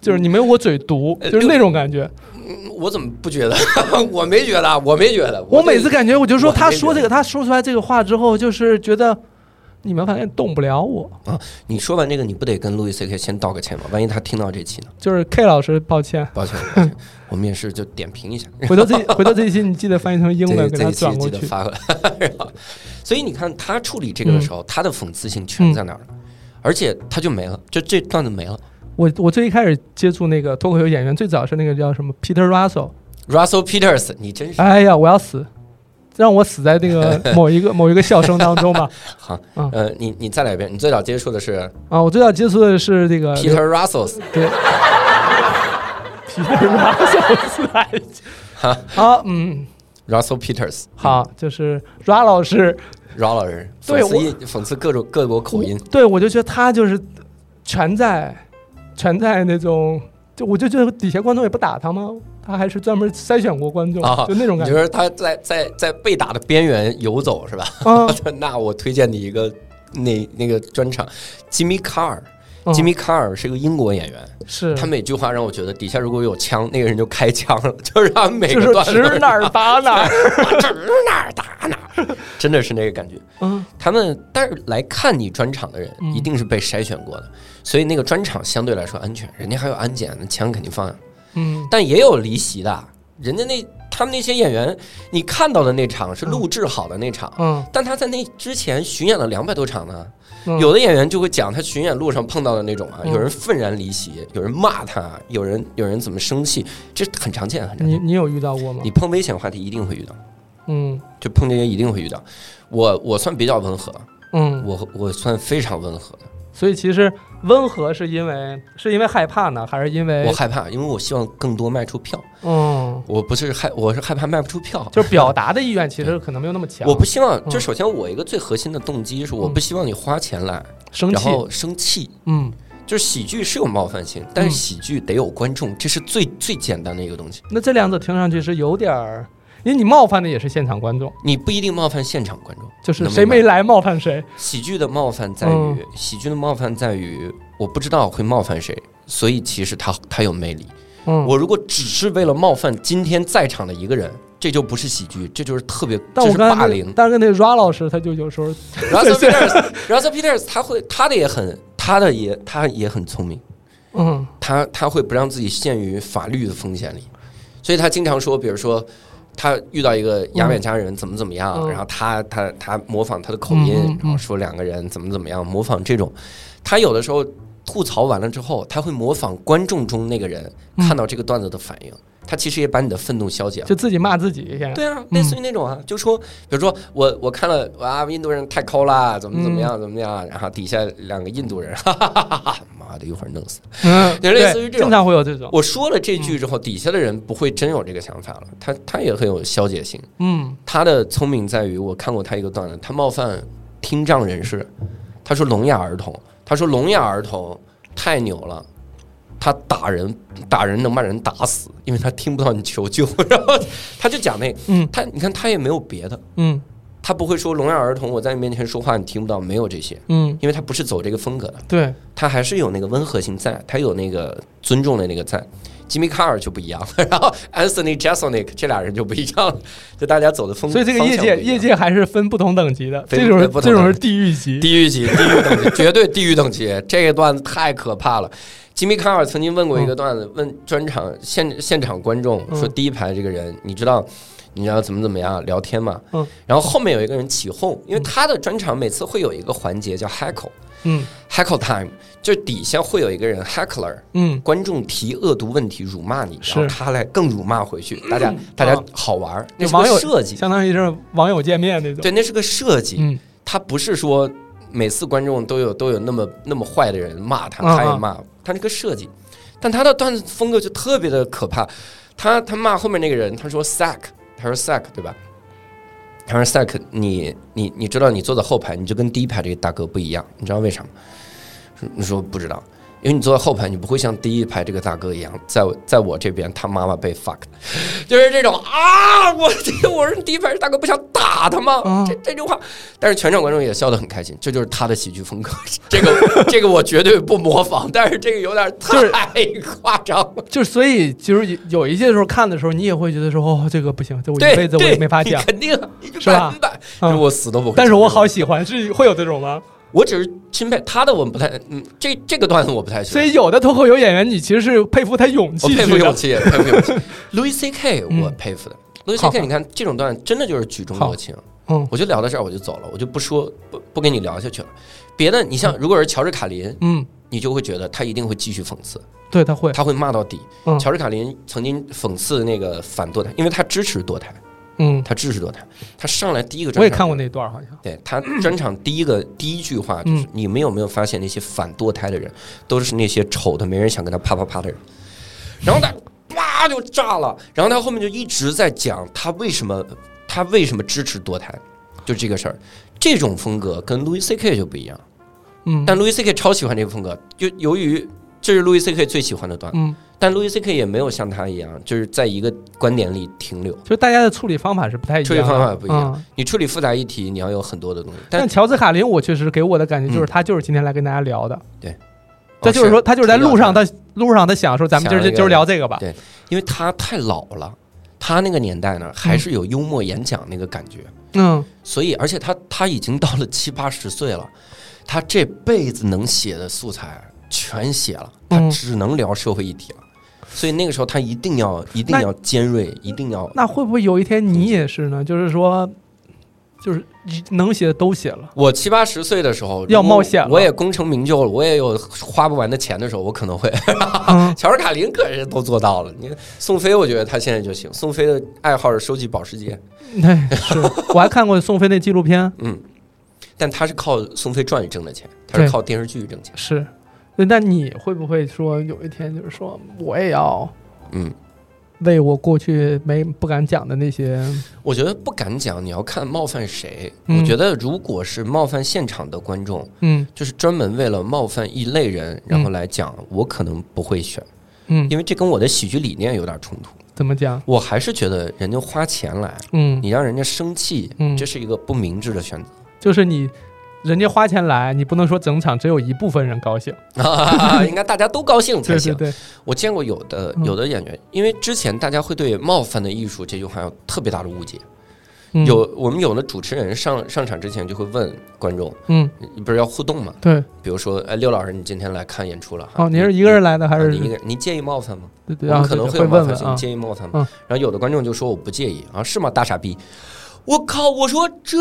Speaker 5: 就是你没有我嘴毒，
Speaker 6: 呃
Speaker 5: 就是那种感觉。
Speaker 6: 我怎么不觉得？ [laughs] 我没觉得啊，我没觉得。
Speaker 5: 我每次
Speaker 6: 看
Speaker 5: 感觉，我就说
Speaker 6: 我还
Speaker 5: 他
Speaker 6: 没
Speaker 5: 说这
Speaker 6: 觉
Speaker 5: 个，他说出来这个话之后，就是觉得你们反正动不了我。
Speaker 6: 你说完这个，你不得跟路易 C K 先道个歉吗？万一他听到这期呢？
Speaker 5: 就是 K 老师，抱歉，
Speaker 6: 抱歉，抱
Speaker 5: [laughs]
Speaker 6: 歉我们也是就点评一下， [laughs]
Speaker 5: 回头这回头这一期你记得翻译成英文
Speaker 6: 这
Speaker 5: 给
Speaker 6: 这
Speaker 5: 他
Speaker 6: 一期
Speaker 5: 转过
Speaker 6: 记得
Speaker 5: 去。嗯
Speaker 6: 发过来。 [laughs] 然后所以你看他处理这个的时候，他的讽刺性全在那儿了，而且他就没了，就这段子没了。
Speaker 5: 我我最一开始接触那个脱口秀演员，最早是那个叫什么 Peter Russell。
Speaker 6: Russell Peters，你真是
Speaker 5: 哎呀，我要死，让我死在那
Speaker 6: [laughs]
Speaker 5: 个某一个某一个笑声当中吧。
Speaker 6: 好
Speaker 5: 嗯，
Speaker 6: 呃，你你再来一遍。你最早接触的是
Speaker 5: 啊，我最早接触的是这个
Speaker 6: Peter Russell，
Speaker 5: 对，皮特拉手斯来好，嗯，
Speaker 6: Russell Peters，
Speaker 5: 好，就是拉老师，
Speaker 6: 饶老人，
Speaker 5: 对
Speaker 6: 讽刺
Speaker 5: 我
Speaker 6: 一讽刺各种各国口音，
Speaker 5: 对我就觉得他就是全在全在那种，就我就觉得底下观众也不打他吗？他还是专门筛选过观众，
Speaker 6: 啊
Speaker 5: 就那种
Speaker 6: 你
Speaker 5: 感
Speaker 6: 就
Speaker 5: 觉
Speaker 6: 是他在在在被打的边缘游走是吧？ [laughs]
Speaker 5: 啊，
Speaker 6: 那我推荐你一个那那个专场，Jimmy Carr。
Speaker 5: 嗯
Speaker 6: Jimmy Carr 是一个英国演员，
Speaker 5: 是
Speaker 6: 他每句话让我觉得底下如果有枪，那个人就开枪了， [laughs] 就是他每
Speaker 5: 就
Speaker 6: 个段
Speaker 5: 是
Speaker 6: 子
Speaker 5: 指哪儿打哪
Speaker 6: [laughs]
Speaker 5: 儿，
Speaker 6: 打指哪儿打哪儿， [laughs] 真的是那个感觉。
Speaker 5: 嗯
Speaker 6: 他们但是来看你专场的人
Speaker 5: 嗯
Speaker 6: 一定是被筛选过的，所以那个专场相对来说安全，人家还有安检，那枪肯定放下。
Speaker 5: 嗯
Speaker 6: 但也有离席的，人家那他们那些演员，你看到的那场是录制好的那场，
Speaker 5: 嗯，
Speaker 6: 但他在那之前巡演了两百多场呢。
Speaker 5: 嗯
Speaker 6: 有的演员就会讲他巡演路上碰到的那种啊，
Speaker 5: 嗯
Speaker 6: 有人愤然离席，有人骂他，有人有人怎么生气，这很常见，很常
Speaker 5: 你
Speaker 6: 见。
Speaker 5: 你有遇到过吗
Speaker 6: 你？碰危险话题一定会遇到，
Speaker 5: 嗯
Speaker 6: 就碰这些一定会遇到。我我算比较温和，
Speaker 5: 嗯，
Speaker 6: 我我算非常温和的。
Speaker 5: 所以其实温和是因为是因为害怕呢，还是因为
Speaker 6: 我害怕，因为我希望更多卖出票。
Speaker 5: 嗯，
Speaker 6: 我不是害，我是害怕卖不出票。
Speaker 5: 就是表达的意愿其实可能没有那么强。
Speaker 6: 我不希望，
Speaker 5: 嗯
Speaker 6: 就首先我一个最核心的动机是，我不希望你花钱来，
Speaker 5: 生
Speaker 6: 然
Speaker 5: 气，
Speaker 6: 后生气。
Speaker 5: 嗯，
Speaker 6: 就是喜剧是有冒犯性，但是喜剧得有观众，这是最最简单的一个东西。
Speaker 5: 那这两者听上去是有点儿，因为你冒犯的也是现场观众，
Speaker 6: 你不一定冒犯现场观众，
Speaker 5: 就是
Speaker 6: 能
Speaker 5: 谁
Speaker 6: 明白
Speaker 5: 没来嗯冒犯谁。
Speaker 6: 喜剧的冒犯在于，喜剧的冒犯在于我不知道会冒犯谁，所以其实他他有魅力。
Speaker 5: 嗯，
Speaker 6: 我如果只是为了冒犯今天在场的一个人，这就不是喜剧，这就是特别，
Speaker 5: 但我
Speaker 6: 这是
Speaker 5: 刚才
Speaker 6: 霸
Speaker 5: 那 [laughs]
Speaker 6: 凌。
Speaker 5: 但是那 Ra 老师他就有时候，
Speaker 6: Russell Peters，Russell Peters，他会他的也很，他的也他也很聪明，
Speaker 5: 嗯
Speaker 6: 他他会不让自己陷于法律的风险里，所以他经常说，比如说。他遇到一个牙买加人怎么怎么样，
Speaker 5: 嗯
Speaker 6: 然后他他他模仿他的口音，
Speaker 5: 嗯嗯嗯
Speaker 6: 然后说两个人怎么怎么样，模仿这种。他有的时候吐槽完了之后，他会模仿观众中那个人
Speaker 5: 嗯
Speaker 6: 看到这个段子的反应，他其实也把你的愤怒消解了。
Speaker 5: 就自己骂自己嗯先。
Speaker 6: 对啊，类似于那种啊，就说，比如说我我看了啊，印度人太抠啦，怎么怎么样怎么样，然后底下两个印度人，哈哈哈哈，妈的，一会儿弄死。
Speaker 5: 嗯，
Speaker 6: 就类似于这种
Speaker 5: 对经常会有这种。
Speaker 6: 我说了这句之后，底下的人不会真有这个想法了，他他也很有消解性。
Speaker 5: 嗯，
Speaker 6: 他的聪明在于，我看过他一个段子，他冒犯听障人士，他说聋哑儿童，他说聋哑儿童太牛了。他打人，打人能把人打死，因为他听不到你求救。然后他就讲那，
Speaker 5: 嗯
Speaker 6: 他你看他也没有别的，
Speaker 5: 嗯
Speaker 6: 他不会说聋哑儿童，我在你面前说话你听不到，没有这些，
Speaker 5: 嗯，
Speaker 6: 因为他不是走这个风格的，
Speaker 5: 对，
Speaker 6: 他还是有那个温和性在，他有那个尊重的那个在。吉米卡尔就不一样，然后 Anthony Jeselnik 这俩人就不一样，就大家走的风。
Speaker 5: 所以这个嗯
Speaker 6: 嗯方
Speaker 5: 业
Speaker 6: 向
Speaker 5: 界
Speaker 6: 不一样
Speaker 5: 业界还是分不同等级的，
Speaker 6: 分呃
Speaker 5: 这种是
Speaker 6: 不同
Speaker 5: 这种
Speaker 6: 等
Speaker 5: 是
Speaker 6: 级
Speaker 5: 地狱级。
Speaker 6: 地狱级，地狱等级，绝对地狱等级。这个段子太可怕了。吉米卡尔曾经问过一个段子，问专场现现场观众
Speaker 5: 嗯
Speaker 6: 说：“第一排这个人，你知道你知道怎么怎么样聊天吗？”
Speaker 5: 嗯。
Speaker 6: 然后后面有一个人起哄，因为他的专场每次会有一个环节叫 heckle
Speaker 5: 嗯
Speaker 6: heckle time，就是底下会有一个人 heckler，
Speaker 5: 嗯
Speaker 6: 观众提恶毒问题辱骂你，然
Speaker 5: 是
Speaker 6: 后他来更辱骂
Speaker 5: [clears throat]
Speaker 6: 回去，大家大家
Speaker 5: 啊
Speaker 6: 好玩儿，那
Speaker 5: 就是
Speaker 6: 个
Speaker 5: 网友
Speaker 6: 设计，
Speaker 5: 相当于是网友见面那种。
Speaker 6: 对，那是个设计。
Speaker 5: 嗯
Speaker 6: 他不是说每次观众都有都有那么那么坏的人骂他，
Speaker 5: 啊啊
Speaker 6: 他也骂，他这个设计，但他的段子风格就特别的可怕。他他骂后面那个人，他说 sack，他说 sack 对吧？他说 sack，你你你知道你坐在后排，你就跟第一排这个大哥不一样，你知道为啥吗？说你说不知道。因为你坐在后排，你不会像第一排这个大哥一样，在我在我这边，他妈妈被 fuck，就是这种啊！我这我说你第一排这大哥不想打他吗？
Speaker 5: 啊
Speaker 6: 这这句话但是全场观众也笑得很开心，这就是他的喜剧风格。 [laughs] 这个这个我绝对不模仿，但是这个有点
Speaker 5: 就是
Speaker 6: 太夸张了。
Speaker 5: 就是所以就是有有一些时候看的时候，你也会觉得说哦，这个不行，这我
Speaker 6: 对，
Speaker 5: 一辈子我
Speaker 6: 对
Speaker 5: 也没法
Speaker 6: 你
Speaker 5: 讲。
Speaker 6: 肯定一
Speaker 5: 是吧
Speaker 6: 百分百，
Speaker 5: 嗯
Speaker 6: [laughs] 我死都不会。
Speaker 5: 但是我好，喜欢，是会有这种吗？
Speaker 6: 我只是钦佩他的，我不太，嗯，这这个段子我不太喜
Speaker 5: 所
Speaker 6: 欢。
Speaker 5: 以有的脱口秀演员，你其实是佩服他勇
Speaker 6: 我
Speaker 5: 气
Speaker 6: 佩服
Speaker 5: 去
Speaker 6: 勇
Speaker 5: 的。
Speaker 6: 气，佩服勇气。Louis
Speaker 5: [laughs]
Speaker 6: C K
Speaker 5: 嗯
Speaker 6: 我佩服的。Louis
Speaker 5: 好
Speaker 6: C K，你看这种段子真的就是举重若轻。
Speaker 5: 嗯
Speaker 6: 我就聊到这儿我就走了，我就不说不不跟你聊下去了。别的，你像如果是乔治卡林，
Speaker 5: 嗯，
Speaker 6: 你就会觉得他一定会继续讽刺。
Speaker 5: 对，他会。
Speaker 6: 他会骂到底。
Speaker 5: 嗯
Speaker 6: 乔治卡林曾经讽刺那个反堕胎，因为他支持堕胎，
Speaker 5: 嗯，
Speaker 6: 他支持堕胎。他上来第一个专场，
Speaker 5: 我也看过那段，好像。
Speaker 6: 对他专场第一个第一句话就是：
Speaker 5: 嗯
Speaker 6: 你们有没有发现那些反堕胎的人，都是那些丑的没人想跟他啪啪啪的人？然后他啪就炸了，然后他后面就一直在讲他为什么他为什么支持堕胎，就这个事儿。这种风格跟 Louis C K 就不一样，
Speaker 5: 嗯，
Speaker 6: 但 Louis C K 超喜欢这个风格，就由于这是 Louis C K 最喜欢的段子。
Speaker 5: 嗯，
Speaker 6: 但路易 C K 也没有像他一样，就是在一个观点里停留。
Speaker 5: 就是大家的处理方法是不太一样的。
Speaker 6: 处理方法不一样
Speaker 5: 嗯
Speaker 6: 你处理复杂议题，你要有很多的东西。但
Speaker 5: 但乔治卡林，我确实给我的感觉就是
Speaker 6: 嗯
Speaker 5: 他就是今天来跟大家聊的，
Speaker 6: 哦
Speaker 5: 他就是说他就是在路上，
Speaker 6: 是
Speaker 5: 他路上他想说咱们今儿
Speaker 6: 想
Speaker 5: 就
Speaker 6: 了一个
Speaker 5: 今儿聊这个吧
Speaker 6: 对。因为他太老了，他那个年代呢，还是有幽默演讲那个感觉。
Speaker 5: 嗯，
Speaker 6: 所以，而且他他已经到了七八十岁了，他这辈子能写的素材全写了，他
Speaker 5: 嗯
Speaker 6: 只能聊社会议题了。所以那个时候，他一定要一定
Speaker 5: 那
Speaker 6: 要尖锐，一定要
Speaker 5: 那会不会有一天
Speaker 6: 嗯
Speaker 5: 你也是呢？就是说，就是能写的都写了，
Speaker 6: 我七八十岁的时候
Speaker 5: 要冒险了
Speaker 6: 我也功成名就了，我也有花不完的钱的时候，我可能会。 [laughs]
Speaker 5: 嗯
Speaker 6: 乔治卡林可是都做到了。你看宋飞，我觉得他现在就行。宋飞的爱好是收集保时捷，
Speaker 5: 对，是我还看过宋飞那纪录片，
Speaker 6: 嗯，但他是靠宋飞传挣的钱，他是
Speaker 5: 对
Speaker 6: 靠电视剧挣钱。
Speaker 5: 是。那你会不会说有一天就是说我也要
Speaker 6: 嗯，
Speaker 5: 为我过去没不敢讲的那些，
Speaker 6: 我觉得不敢讲，你要看冒犯谁。
Speaker 5: 嗯
Speaker 6: 我觉得如果是冒犯现场的观众，
Speaker 5: 嗯
Speaker 6: 就是专门为了冒犯一类人，然后来讲，我可能不会选，
Speaker 5: 嗯，
Speaker 6: 因为这跟我的喜剧理念有点冲突。
Speaker 5: 怎么讲？
Speaker 6: 我还是觉得人家花钱来。
Speaker 5: 嗯，
Speaker 6: 你让人家生气，
Speaker 5: 嗯
Speaker 6: 这是一个不明智的
Speaker 5: [laughs]
Speaker 6: 选择。
Speaker 5: 就是你人家花钱来，你不能说整场只有一部分人高兴。
Speaker 6: 应该大家都高兴才
Speaker 5: 对
Speaker 6: 行。
Speaker 5: 对对，
Speaker 6: 我见过有的
Speaker 5: 嗯
Speaker 6: 有的演员，因为之前大家会对“冒犯的艺术”这句话有特别大的误解。
Speaker 5: 嗯
Speaker 6: 有我们有的主持人上上场之前就会问观众，
Speaker 5: 嗯
Speaker 6: 你不是要互动吗？
Speaker 5: 对
Speaker 6: 比如说，哎，六老师，你今天来看演出了哈？
Speaker 5: 哦，您是一个人来的还
Speaker 6: 啊
Speaker 5: 是
Speaker 6: 你一个人？你介意冒犯吗？
Speaker 5: 对对
Speaker 6: 我
Speaker 5: 啊？
Speaker 6: 们可能
Speaker 5: 对
Speaker 6: 会
Speaker 5: 对会
Speaker 6: 有冒
Speaker 5: 问
Speaker 6: 犯
Speaker 5: 问
Speaker 6: 性，你
Speaker 5: 啊，
Speaker 6: 介意冒犯
Speaker 5: 嗯
Speaker 6: 吗？然后有的观众就说我不介意啊，是吗？大傻逼！我靠！我说这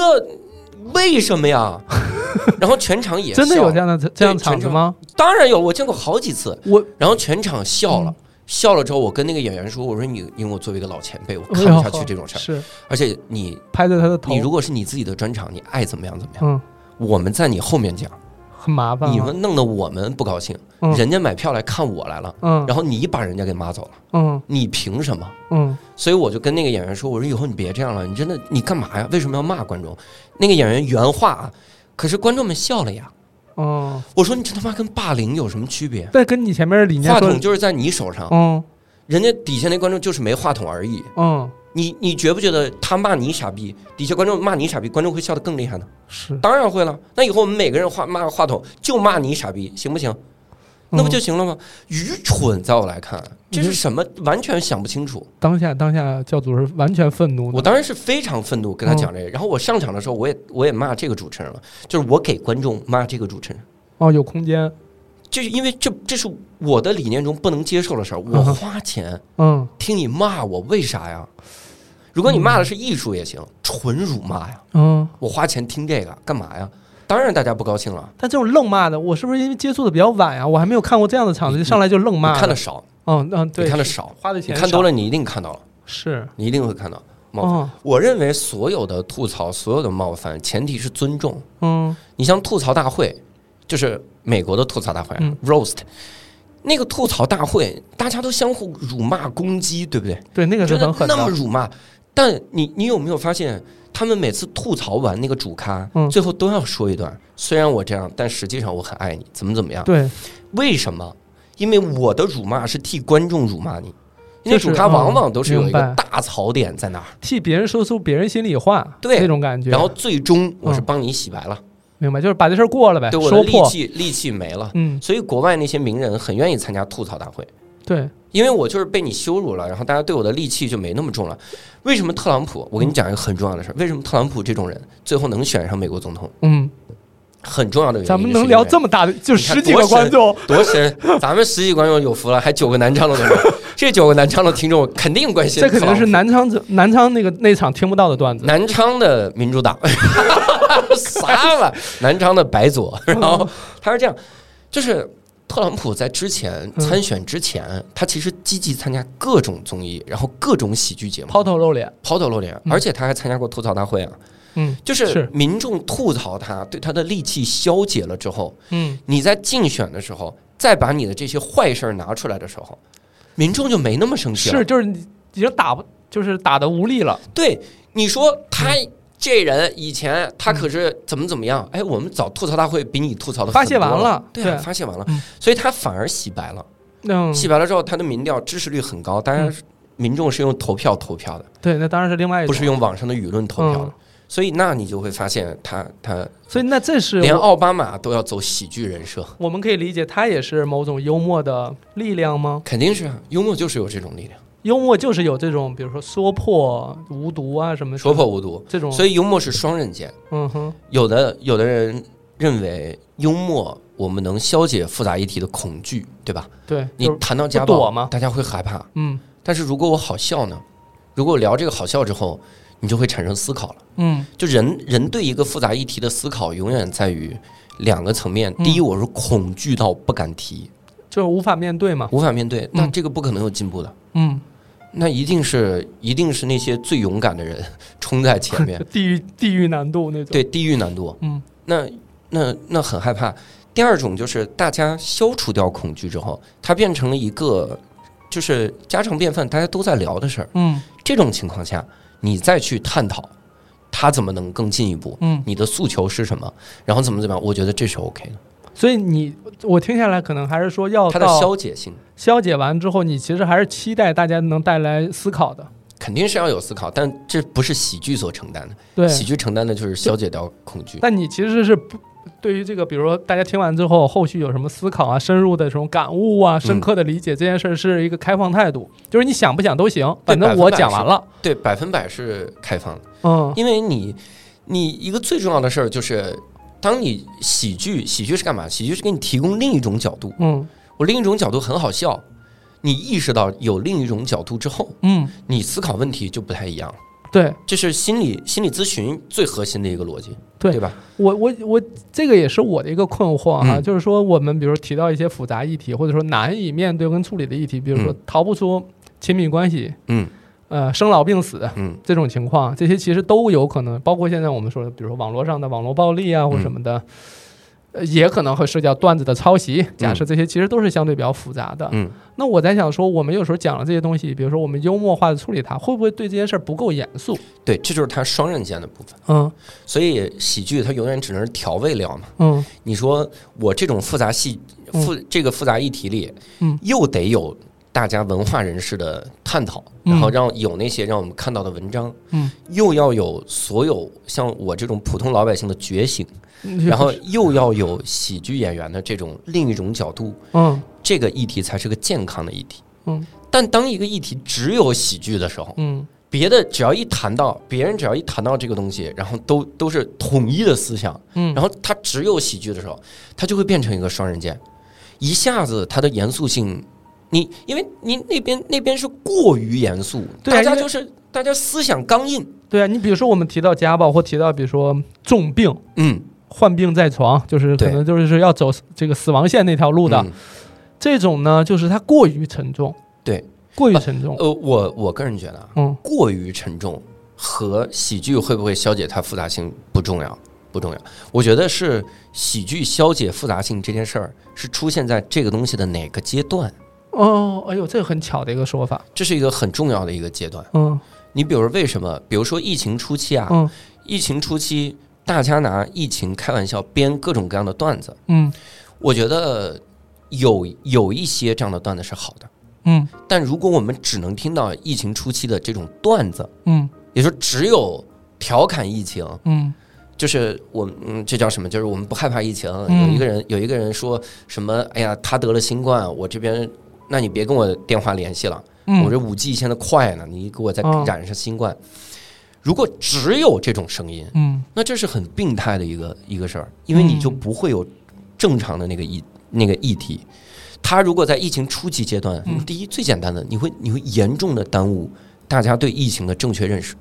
Speaker 6: 为什么呀？ [laughs] 然后全场也
Speaker 5: 真的有
Speaker 6: 笑
Speaker 5: 这样的这样的场子吗？
Speaker 6: 当然有，我见过好几次。
Speaker 5: 我嗯
Speaker 6: 然后全场笑了，笑了之后，我跟那个演员说：“我说你，因为我作为一个老前辈，我看不下去这种事儿。
Speaker 5: 哎是
Speaker 6: 而且你，
Speaker 5: 拍着他的头，
Speaker 6: 你如果是你自己的专场，你爱怎么样怎么样，
Speaker 5: 嗯，
Speaker 6: 我们在你后面讲，
Speaker 5: 很麻烦啊，
Speaker 6: 你们弄得我们不高兴。
Speaker 5: 嗯
Speaker 6: 人家买票来看我来了，
Speaker 5: 嗯，
Speaker 6: 然后你把人家给骂走了，
Speaker 5: 嗯
Speaker 6: 你凭什么？”
Speaker 5: 嗯
Speaker 6: 所以我就跟那个演员说：“我说以后你别这样了，你真的你干嘛呀？为什么要骂观众？”那个演员原话啊，可是观众们笑了呀。
Speaker 5: 嗯，
Speaker 6: 我说：“你这他妈跟霸凌有什么区别？
Speaker 5: 但跟你前面的理念
Speaker 6: 话
Speaker 5: 说
Speaker 6: 筒，就是在你手上，
Speaker 5: 嗯
Speaker 6: 人家底下那观众就是没话筒而已。
Speaker 5: 嗯
Speaker 6: 你你觉不觉得他骂你傻逼，底下观众骂你傻逼，观众会笑得更厉害呢？
Speaker 5: 是，
Speaker 6: 当然会了。那以后我们每个人话骂话筒就骂你傻逼，行不行？那不就
Speaker 5: 嗯
Speaker 6: 行了吗？愚蠢，在我来看，这是什么？完全想不清楚。
Speaker 5: 当下当下教主是完全愤怒的，
Speaker 6: 我当然是非常愤怒跟他讲这
Speaker 5: 嗯
Speaker 6: 个。然后我上场的时候，我也我也骂这个主持人了，就是我给观众骂这个主持人，
Speaker 5: 哦有空间，
Speaker 6: 就是因为这这是我的理念中不能接受的事儿。我
Speaker 5: 嗯哼
Speaker 6: 花钱
Speaker 5: 嗯
Speaker 6: 听你骂我，为啥呀？如果你骂的是艺术也行，纯辱骂呀。
Speaker 5: 嗯。
Speaker 6: 我花钱听这个干嘛呀？当然大家不高兴了。
Speaker 5: 但这种愣骂的，我是不是因为接触的比较晚啊呀、我还没有看过这样的场子，
Speaker 6: 你
Speaker 5: 就上来就愣
Speaker 6: 你
Speaker 5: 骂。
Speaker 6: 看的少，
Speaker 5: 嗯嗯，
Speaker 6: 你
Speaker 5: 对，
Speaker 6: 看的少，
Speaker 5: 花的
Speaker 6: 你
Speaker 5: 钱
Speaker 6: 看多了，你一定看到了，
Speaker 5: 少是，
Speaker 6: 你一定会看到。冒犯，
Speaker 5: 嗯
Speaker 6: 我认为所有的吐槽，所有的冒犯，前提是尊重。
Speaker 5: 嗯
Speaker 6: 你像吐槽大会，就是美国的吐槽大会、
Speaker 5: 嗯
Speaker 6: r o a s t 那个吐槽大会，大家都相互辱骂攻击，对不对？
Speaker 5: 对，那个是
Speaker 6: 真
Speaker 5: 很狠
Speaker 6: 的那么
Speaker 5: 的，
Speaker 6: 辱骂，但你你有没有发现，他们每次吐槽完那个主咖，
Speaker 5: 嗯
Speaker 6: 最后都要说一段，虽然我这样，但实际上我很爱你，怎么怎么样？
Speaker 5: 对，
Speaker 6: 为什么？因为我的辱骂是替观众辱骂你，因为
Speaker 5: 就是
Speaker 6: 主咖往往都是有一
Speaker 5: 嗯
Speaker 6: 个
Speaker 5: 明
Speaker 6: 大槽点在那儿，
Speaker 5: 替别人说出别人心里话，
Speaker 6: 对
Speaker 5: 那种感觉。
Speaker 6: 然后最终我是帮你洗白了，
Speaker 5: 明白，就是把这事儿过了呗，
Speaker 6: 对
Speaker 5: 嗯
Speaker 6: 我
Speaker 5: 哎说
Speaker 6: 的力
Speaker 5: 破。
Speaker 6: 气力气没了。
Speaker 5: 嗯，
Speaker 6: 所以国外那些名人很愿意参加吐槽大会，
Speaker 5: 对，
Speaker 6: 因为我就是被你羞辱了，然后大家对我的戾气就没那么重了。为什么特朗普？我跟你讲一个很重要的事儿，为什么特朗普这种人最后能选上美国总统？
Speaker 5: 嗯，
Speaker 6: 很重要的原因，
Speaker 5: 咱们能聊这
Speaker 6: 么
Speaker 5: 么大的，就
Speaker 6: 你看
Speaker 5: 十几个观众，
Speaker 6: 多深？咱们十几观众有福了，还九个南昌的观众，这九个南昌的听众肯定关心
Speaker 5: [laughs] 这
Speaker 6: 特朗
Speaker 5: 可
Speaker 6: 普。
Speaker 5: 能是南昌这南昌那个那场听不到的段子。
Speaker 6: 南昌的民
Speaker 5: [laughs]
Speaker 6: 主党，啥了？南昌的白左，
Speaker 5: 嗯
Speaker 6: 然后他是这样，就是特朗普在之前
Speaker 5: 嗯
Speaker 6: 参选之前，他其实积极参加各种综艺，然后各种喜剧节目，
Speaker 5: 抛头露脸，
Speaker 6: 抛头露脸，
Speaker 5: 嗯
Speaker 6: 而且他还参加过吐槽大会啊，
Speaker 5: 嗯
Speaker 6: 就是是民众吐槽他，对他的戾气消解了之后，
Speaker 5: 嗯，
Speaker 6: 你在竞选的时候，再把你的这些坏事儿拿出来的时候，民众就没那么生气了。
Speaker 5: 是，就是你已经打不，就是打的无力了。
Speaker 6: 对，你说他这人以前他可是怎么怎么样？哎，我们早吐槽大会比你吐槽的
Speaker 5: 嗯发泄完了
Speaker 6: 对啊，
Speaker 5: 对
Speaker 6: 发泄完了
Speaker 5: 嗯，
Speaker 6: 所以他反而洗白了。
Speaker 5: 嗯，
Speaker 6: 洗白了之后，他的民调支持率很高，当然
Speaker 5: 嗯哎
Speaker 6: 民众是用投票投票的，
Speaker 5: 对，那当然是另外一
Speaker 6: 不
Speaker 5: 种，
Speaker 6: 是用网上的舆论投票
Speaker 5: 嗯
Speaker 6: 的。所以那你就会发现他他
Speaker 5: 所以那这是
Speaker 6: 连
Speaker 5: 我
Speaker 6: 奥巴马都要走喜剧人设，
Speaker 5: 我们可以理解它也是某种幽默的力量吗？
Speaker 6: 肯定是啊，幽默就是有这种力量，
Speaker 5: 幽默就是有这种，比如说说破无毒啊什么
Speaker 6: 说破无毒。
Speaker 5: 这种，
Speaker 6: 所
Speaker 5: 以
Speaker 6: 以幽默是双刃剑，
Speaker 5: 嗯哼，
Speaker 6: 有的有的人认为幽默我们能消解复杂议题的恐惧，对吧？
Speaker 5: 对，
Speaker 6: 你
Speaker 5: 就是
Speaker 6: 谈到家
Speaker 5: 不
Speaker 6: 暴
Speaker 5: 躲吗
Speaker 6: 大家会害怕。
Speaker 5: 嗯
Speaker 6: 但是如果我好笑呢？如果我聊这个好笑之后，你就会产生思考了。
Speaker 5: 嗯
Speaker 6: 就人人对一个复杂议题的思考，永远在于两个层面。
Speaker 5: 嗯
Speaker 6: 第一，我是恐惧到不敢提，
Speaker 5: 就是无法面对嘛，
Speaker 6: 无法面对，那这个不可能有进步的。
Speaker 5: 嗯，
Speaker 6: 那一定是一定是那些最勇敢的人冲在前
Speaker 5: [laughs]
Speaker 6: 面
Speaker 5: 就，地狱地狱难度那种，，
Speaker 6: 对地狱难度。啊
Speaker 5: 嗯
Speaker 6: 那那那很害怕。第二种就是大家消除掉恐惧之后，它变成了一个就是家常便饭，大家都在聊的事儿。
Speaker 5: 嗯
Speaker 6: 这种情况下，你再去探讨它怎么能更进一步，
Speaker 5: 嗯，
Speaker 6: 你的诉求是什么，然后怎么怎么样，我觉得这是 OK 的。
Speaker 5: 所以你我听下来可能还是说要
Speaker 6: 它的
Speaker 5: 哦到
Speaker 6: 消解性
Speaker 5: 消解完之后，你其实还是期待大家能带来思考的，
Speaker 6: 肯定是要有思考，但这不是喜剧所承担的。
Speaker 5: 对，
Speaker 6: 喜剧承担的就是消解掉恐惧。
Speaker 5: 但你其实是不对于这个，比如说大家听完之后，后续有什么思考啊、深入的这种感悟啊、深刻的理解，这件事儿是一个开放态度，就是你想不想都行，反正我讲完了。
Speaker 6: 对，百分百是开放的，
Speaker 5: 嗯
Speaker 6: 因为你你一个最重要的事儿就是，当你喜剧喜剧是干嘛？喜剧是给你提供另一种角度，
Speaker 5: 嗯
Speaker 6: 我另一种角度很好笑。你意识到有另一种角度之后，
Speaker 5: 嗯，
Speaker 6: 你思考问题就不太一样了。
Speaker 5: 对
Speaker 6: 这是心理心理咨询最核心的一个逻辑，
Speaker 5: 对
Speaker 6: 对吧？
Speaker 5: 我我我这个也是我的一个困惑哈、
Speaker 6: 嗯
Speaker 5: 就是说我们比如提到一些复杂议题，或者说难以面对跟处理的议题，比如说
Speaker 6: 嗯
Speaker 5: 逃不出亲密关系，
Speaker 6: 嗯
Speaker 5: 呃，生老病死
Speaker 6: 嗯
Speaker 5: 这种情况，这些其实都有可能，包括现在我们说的，比如说网络上的网络暴力啊或
Speaker 6: 嗯
Speaker 5: 什么的，呃也可能会涉及到段子的抄袭。假设这些其实都是相对比较复杂的。
Speaker 6: 嗯
Speaker 5: 那我在想说，我们有时候讲了这些东西，比如说我们幽默化的处理它，会不会对这件事儿不够严肃？
Speaker 6: 对，这就是它双刃剑的部分。
Speaker 5: 嗯
Speaker 6: 所以喜剧它永远只能是调味料嘛。
Speaker 5: 嗯
Speaker 6: 你说我这种复杂戏复这个复杂议题里，
Speaker 5: 嗯
Speaker 6: 又得有大家文化人士的探讨，然后让有那些让我们看到的文章，
Speaker 5: 嗯，
Speaker 6: 又要有所有像我这种普通老百姓的觉醒，
Speaker 5: 嗯
Speaker 6: 然后又要有喜剧演员的这种另一种角度，
Speaker 5: 嗯
Speaker 6: 这个议题才是个健康的议题。
Speaker 5: 嗯
Speaker 6: 但当一个议题只有喜剧的时候，
Speaker 5: 嗯
Speaker 6: 别的只要一谈到别人只要一谈到这个东西，然后都都是统一的思想，
Speaker 5: 嗯，
Speaker 6: 然后它只有喜剧的时候，它就会变成一个双刃剑，一下子它的严肃性，你因为你那边那边是过于严肃，
Speaker 5: 对啊
Speaker 6: 大家
Speaker 5: 因为
Speaker 6: 就是大家思想刚硬，
Speaker 5: 对啊，你比如说我们提到家暴，或提到比如说重病、
Speaker 6: 嗯，
Speaker 5: 患病在床，就是可
Speaker 6: 对
Speaker 5: 能就是要走这个死亡线那条路的、
Speaker 6: 嗯
Speaker 5: 这种呢，就是它过于沉重，
Speaker 6: 对，
Speaker 5: 过于沉重，
Speaker 6: 呃，我我个人觉得啊，
Speaker 5: 嗯
Speaker 6: 过于沉重和喜剧会不会消解它复杂性不重要，不重要。我觉得是喜剧消解复杂性这件事儿是出现在这个东西的哪个阶段，
Speaker 5: 哦，哎呦，这个很巧的一个说法，
Speaker 6: 这是一个很重要的一个阶段。
Speaker 5: 嗯
Speaker 6: 你比如说为什么？比如说疫情初期啊，
Speaker 5: 嗯
Speaker 6: 疫情初期大家拿疫情开玩笑，编各种各样的段子，
Speaker 5: 嗯
Speaker 6: 我觉得有有一些这样的段子是好的。
Speaker 5: 嗯
Speaker 6: 但如果我们只能听到疫情初期的这种段子，
Speaker 5: 嗯
Speaker 6: 也就是只有调侃疫情，
Speaker 5: 嗯
Speaker 6: 就是我们嗯，这叫什么？就是我们不害怕疫情。
Speaker 5: 嗯
Speaker 6: 有一个人，有一个人说什么？哎呀，他得了新冠，我这边，那你别跟我电话联系了，
Speaker 5: 嗯，
Speaker 6: 我这五 G 现在快呢，你给我再
Speaker 5: 哦
Speaker 6: 染上新冠。如果只有这种声音，
Speaker 5: 嗯
Speaker 6: 那这是很病态的一个一个事儿，因为你
Speaker 5: 嗯
Speaker 6: 就不会有正常的那个议那个议题。他如果在疫情初期阶段，
Speaker 5: 嗯
Speaker 6: 第一最简单的，你会你会严重的耽误大家对疫情的正确认识。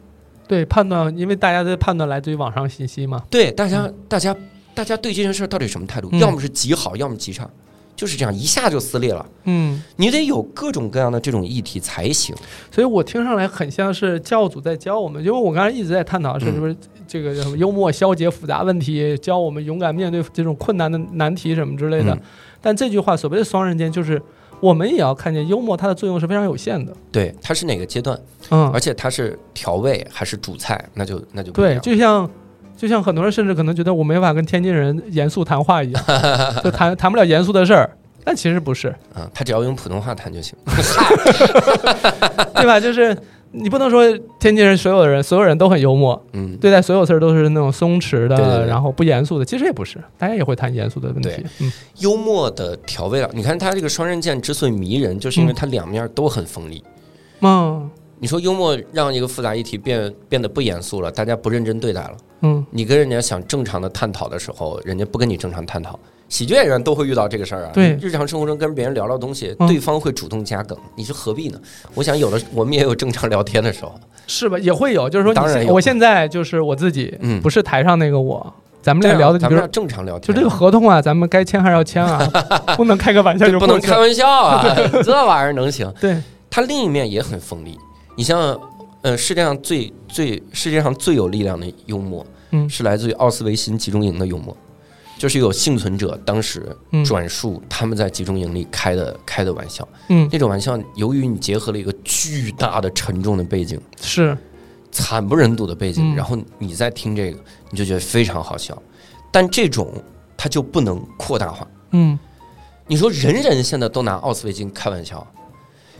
Speaker 5: 对判断，因为大家的判断来自于网上信息嘛，
Speaker 6: 对大家，大家，大家对这件事儿到底什么态度？
Speaker 5: 嗯
Speaker 6: 要么是极好，要么极差，就是这样，一下就撕裂了。
Speaker 5: 嗯，
Speaker 6: 你得有各种各样的这种议题才行。
Speaker 5: 所以我听上来很像是教主在教我们，因为我刚才一直在探讨是
Speaker 6: 嗯
Speaker 5: 不是这个叫什么幽默消解复杂问题，教我们勇敢面对这种困难的难题什么之类的。
Speaker 6: 嗯
Speaker 5: 但这句话所谓的双刃剑，就是我们也要看见幽默它的作用是非常有限的。
Speaker 6: 对，它是哪个阶段，
Speaker 5: 嗯
Speaker 6: 而，且它是调味还是主菜，那就那就不一
Speaker 5: 对，
Speaker 6: 样
Speaker 5: 就像。就像很多人甚至可能觉得我没法跟天津人严肃谈话一样，
Speaker 6: [laughs]
Speaker 5: 就谈谈不了严肃的事儿，但其实不是，
Speaker 6: 啊，他只要用普通话谈就行。
Speaker 5: 对吧？就是你不能说天津人所有人所有人都很幽默，
Speaker 6: 嗯，
Speaker 5: 对待所有事儿都是那种松弛的，
Speaker 6: 对对对
Speaker 5: 然后不严肃的，其实也不是，大家也会谈严肃的问题
Speaker 6: 对。
Speaker 5: 嗯
Speaker 6: 幽默的调味料。你看它这个双刃剑之所以迷人，就是因为
Speaker 5: 嗯
Speaker 6: 它两面都很锋利。
Speaker 5: 嗯
Speaker 6: 你说幽默让一个复杂议题变变得不严肃了，大家不认真对待了。
Speaker 5: 嗯，
Speaker 6: 你跟人家想正常的探讨的时候，人家不跟你正常探讨。喜剧演员都会遇到这个事儿啊。
Speaker 5: 对
Speaker 6: 日常生活中跟别人聊聊东西，
Speaker 5: 嗯
Speaker 6: 对方会主动加梗，你是何必呢？我想有的我们也有正常聊天的时候。
Speaker 5: 是吧？也会有，就是说你
Speaker 6: 当然
Speaker 5: 现，
Speaker 6: 有
Speaker 5: 我现在就是我自己，
Speaker 6: 嗯
Speaker 5: 不是台上那个我，咱们
Speaker 6: 对
Speaker 5: 俩
Speaker 6: 啊
Speaker 5: 聊的，
Speaker 6: 咱
Speaker 5: 比
Speaker 6: 们
Speaker 5: 如
Speaker 6: 俩正常聊天，
Speaker 5: 就这个合同啊，咱们该签还是要签
Speaker 6: [laughs]
Speaker 5: 啊，不能开个玩笑
Speaker 6: 这
Speaker 5: 就
Speaker 6: 不
Speaker 5: 过
Speaker 6: 能
Speaker 5: 去
Speaker 6: 开
Speaker 5: 了。
Speaker 6: 玩
Speaker 5: [laughs]
Speaker 6: 笑啊，这玩意儿能行？
Speaker 5: 对，
Speaker 6: 它另一面也很锋利。你像，呃，世界上最最世界上最有力量的幽默，
Speaker 5: 嗯
Speaker 6: 是来自于奥斯维辛集中营的幽默，就是有幸存者当时
Speaker 5: 嗯
Speaker 6: 转述他们在集中营里开的开的玩笑。
Speaker 5: 嗯
Speaker 6: 那种玩笑，由于你结合了一个巨大的沉重的背景、
Speaker 5: 是
Speaker 6: 惨不忍睹的背景，
Speaker 5: 嗯
Speaker 6: 然后你再听这个，你就觉得非常好笑。但这种它就不能扩大化。
Speaker 5: 嗯
Speaker 6: 你说人人现在都拿奥斯维辛开玩笑，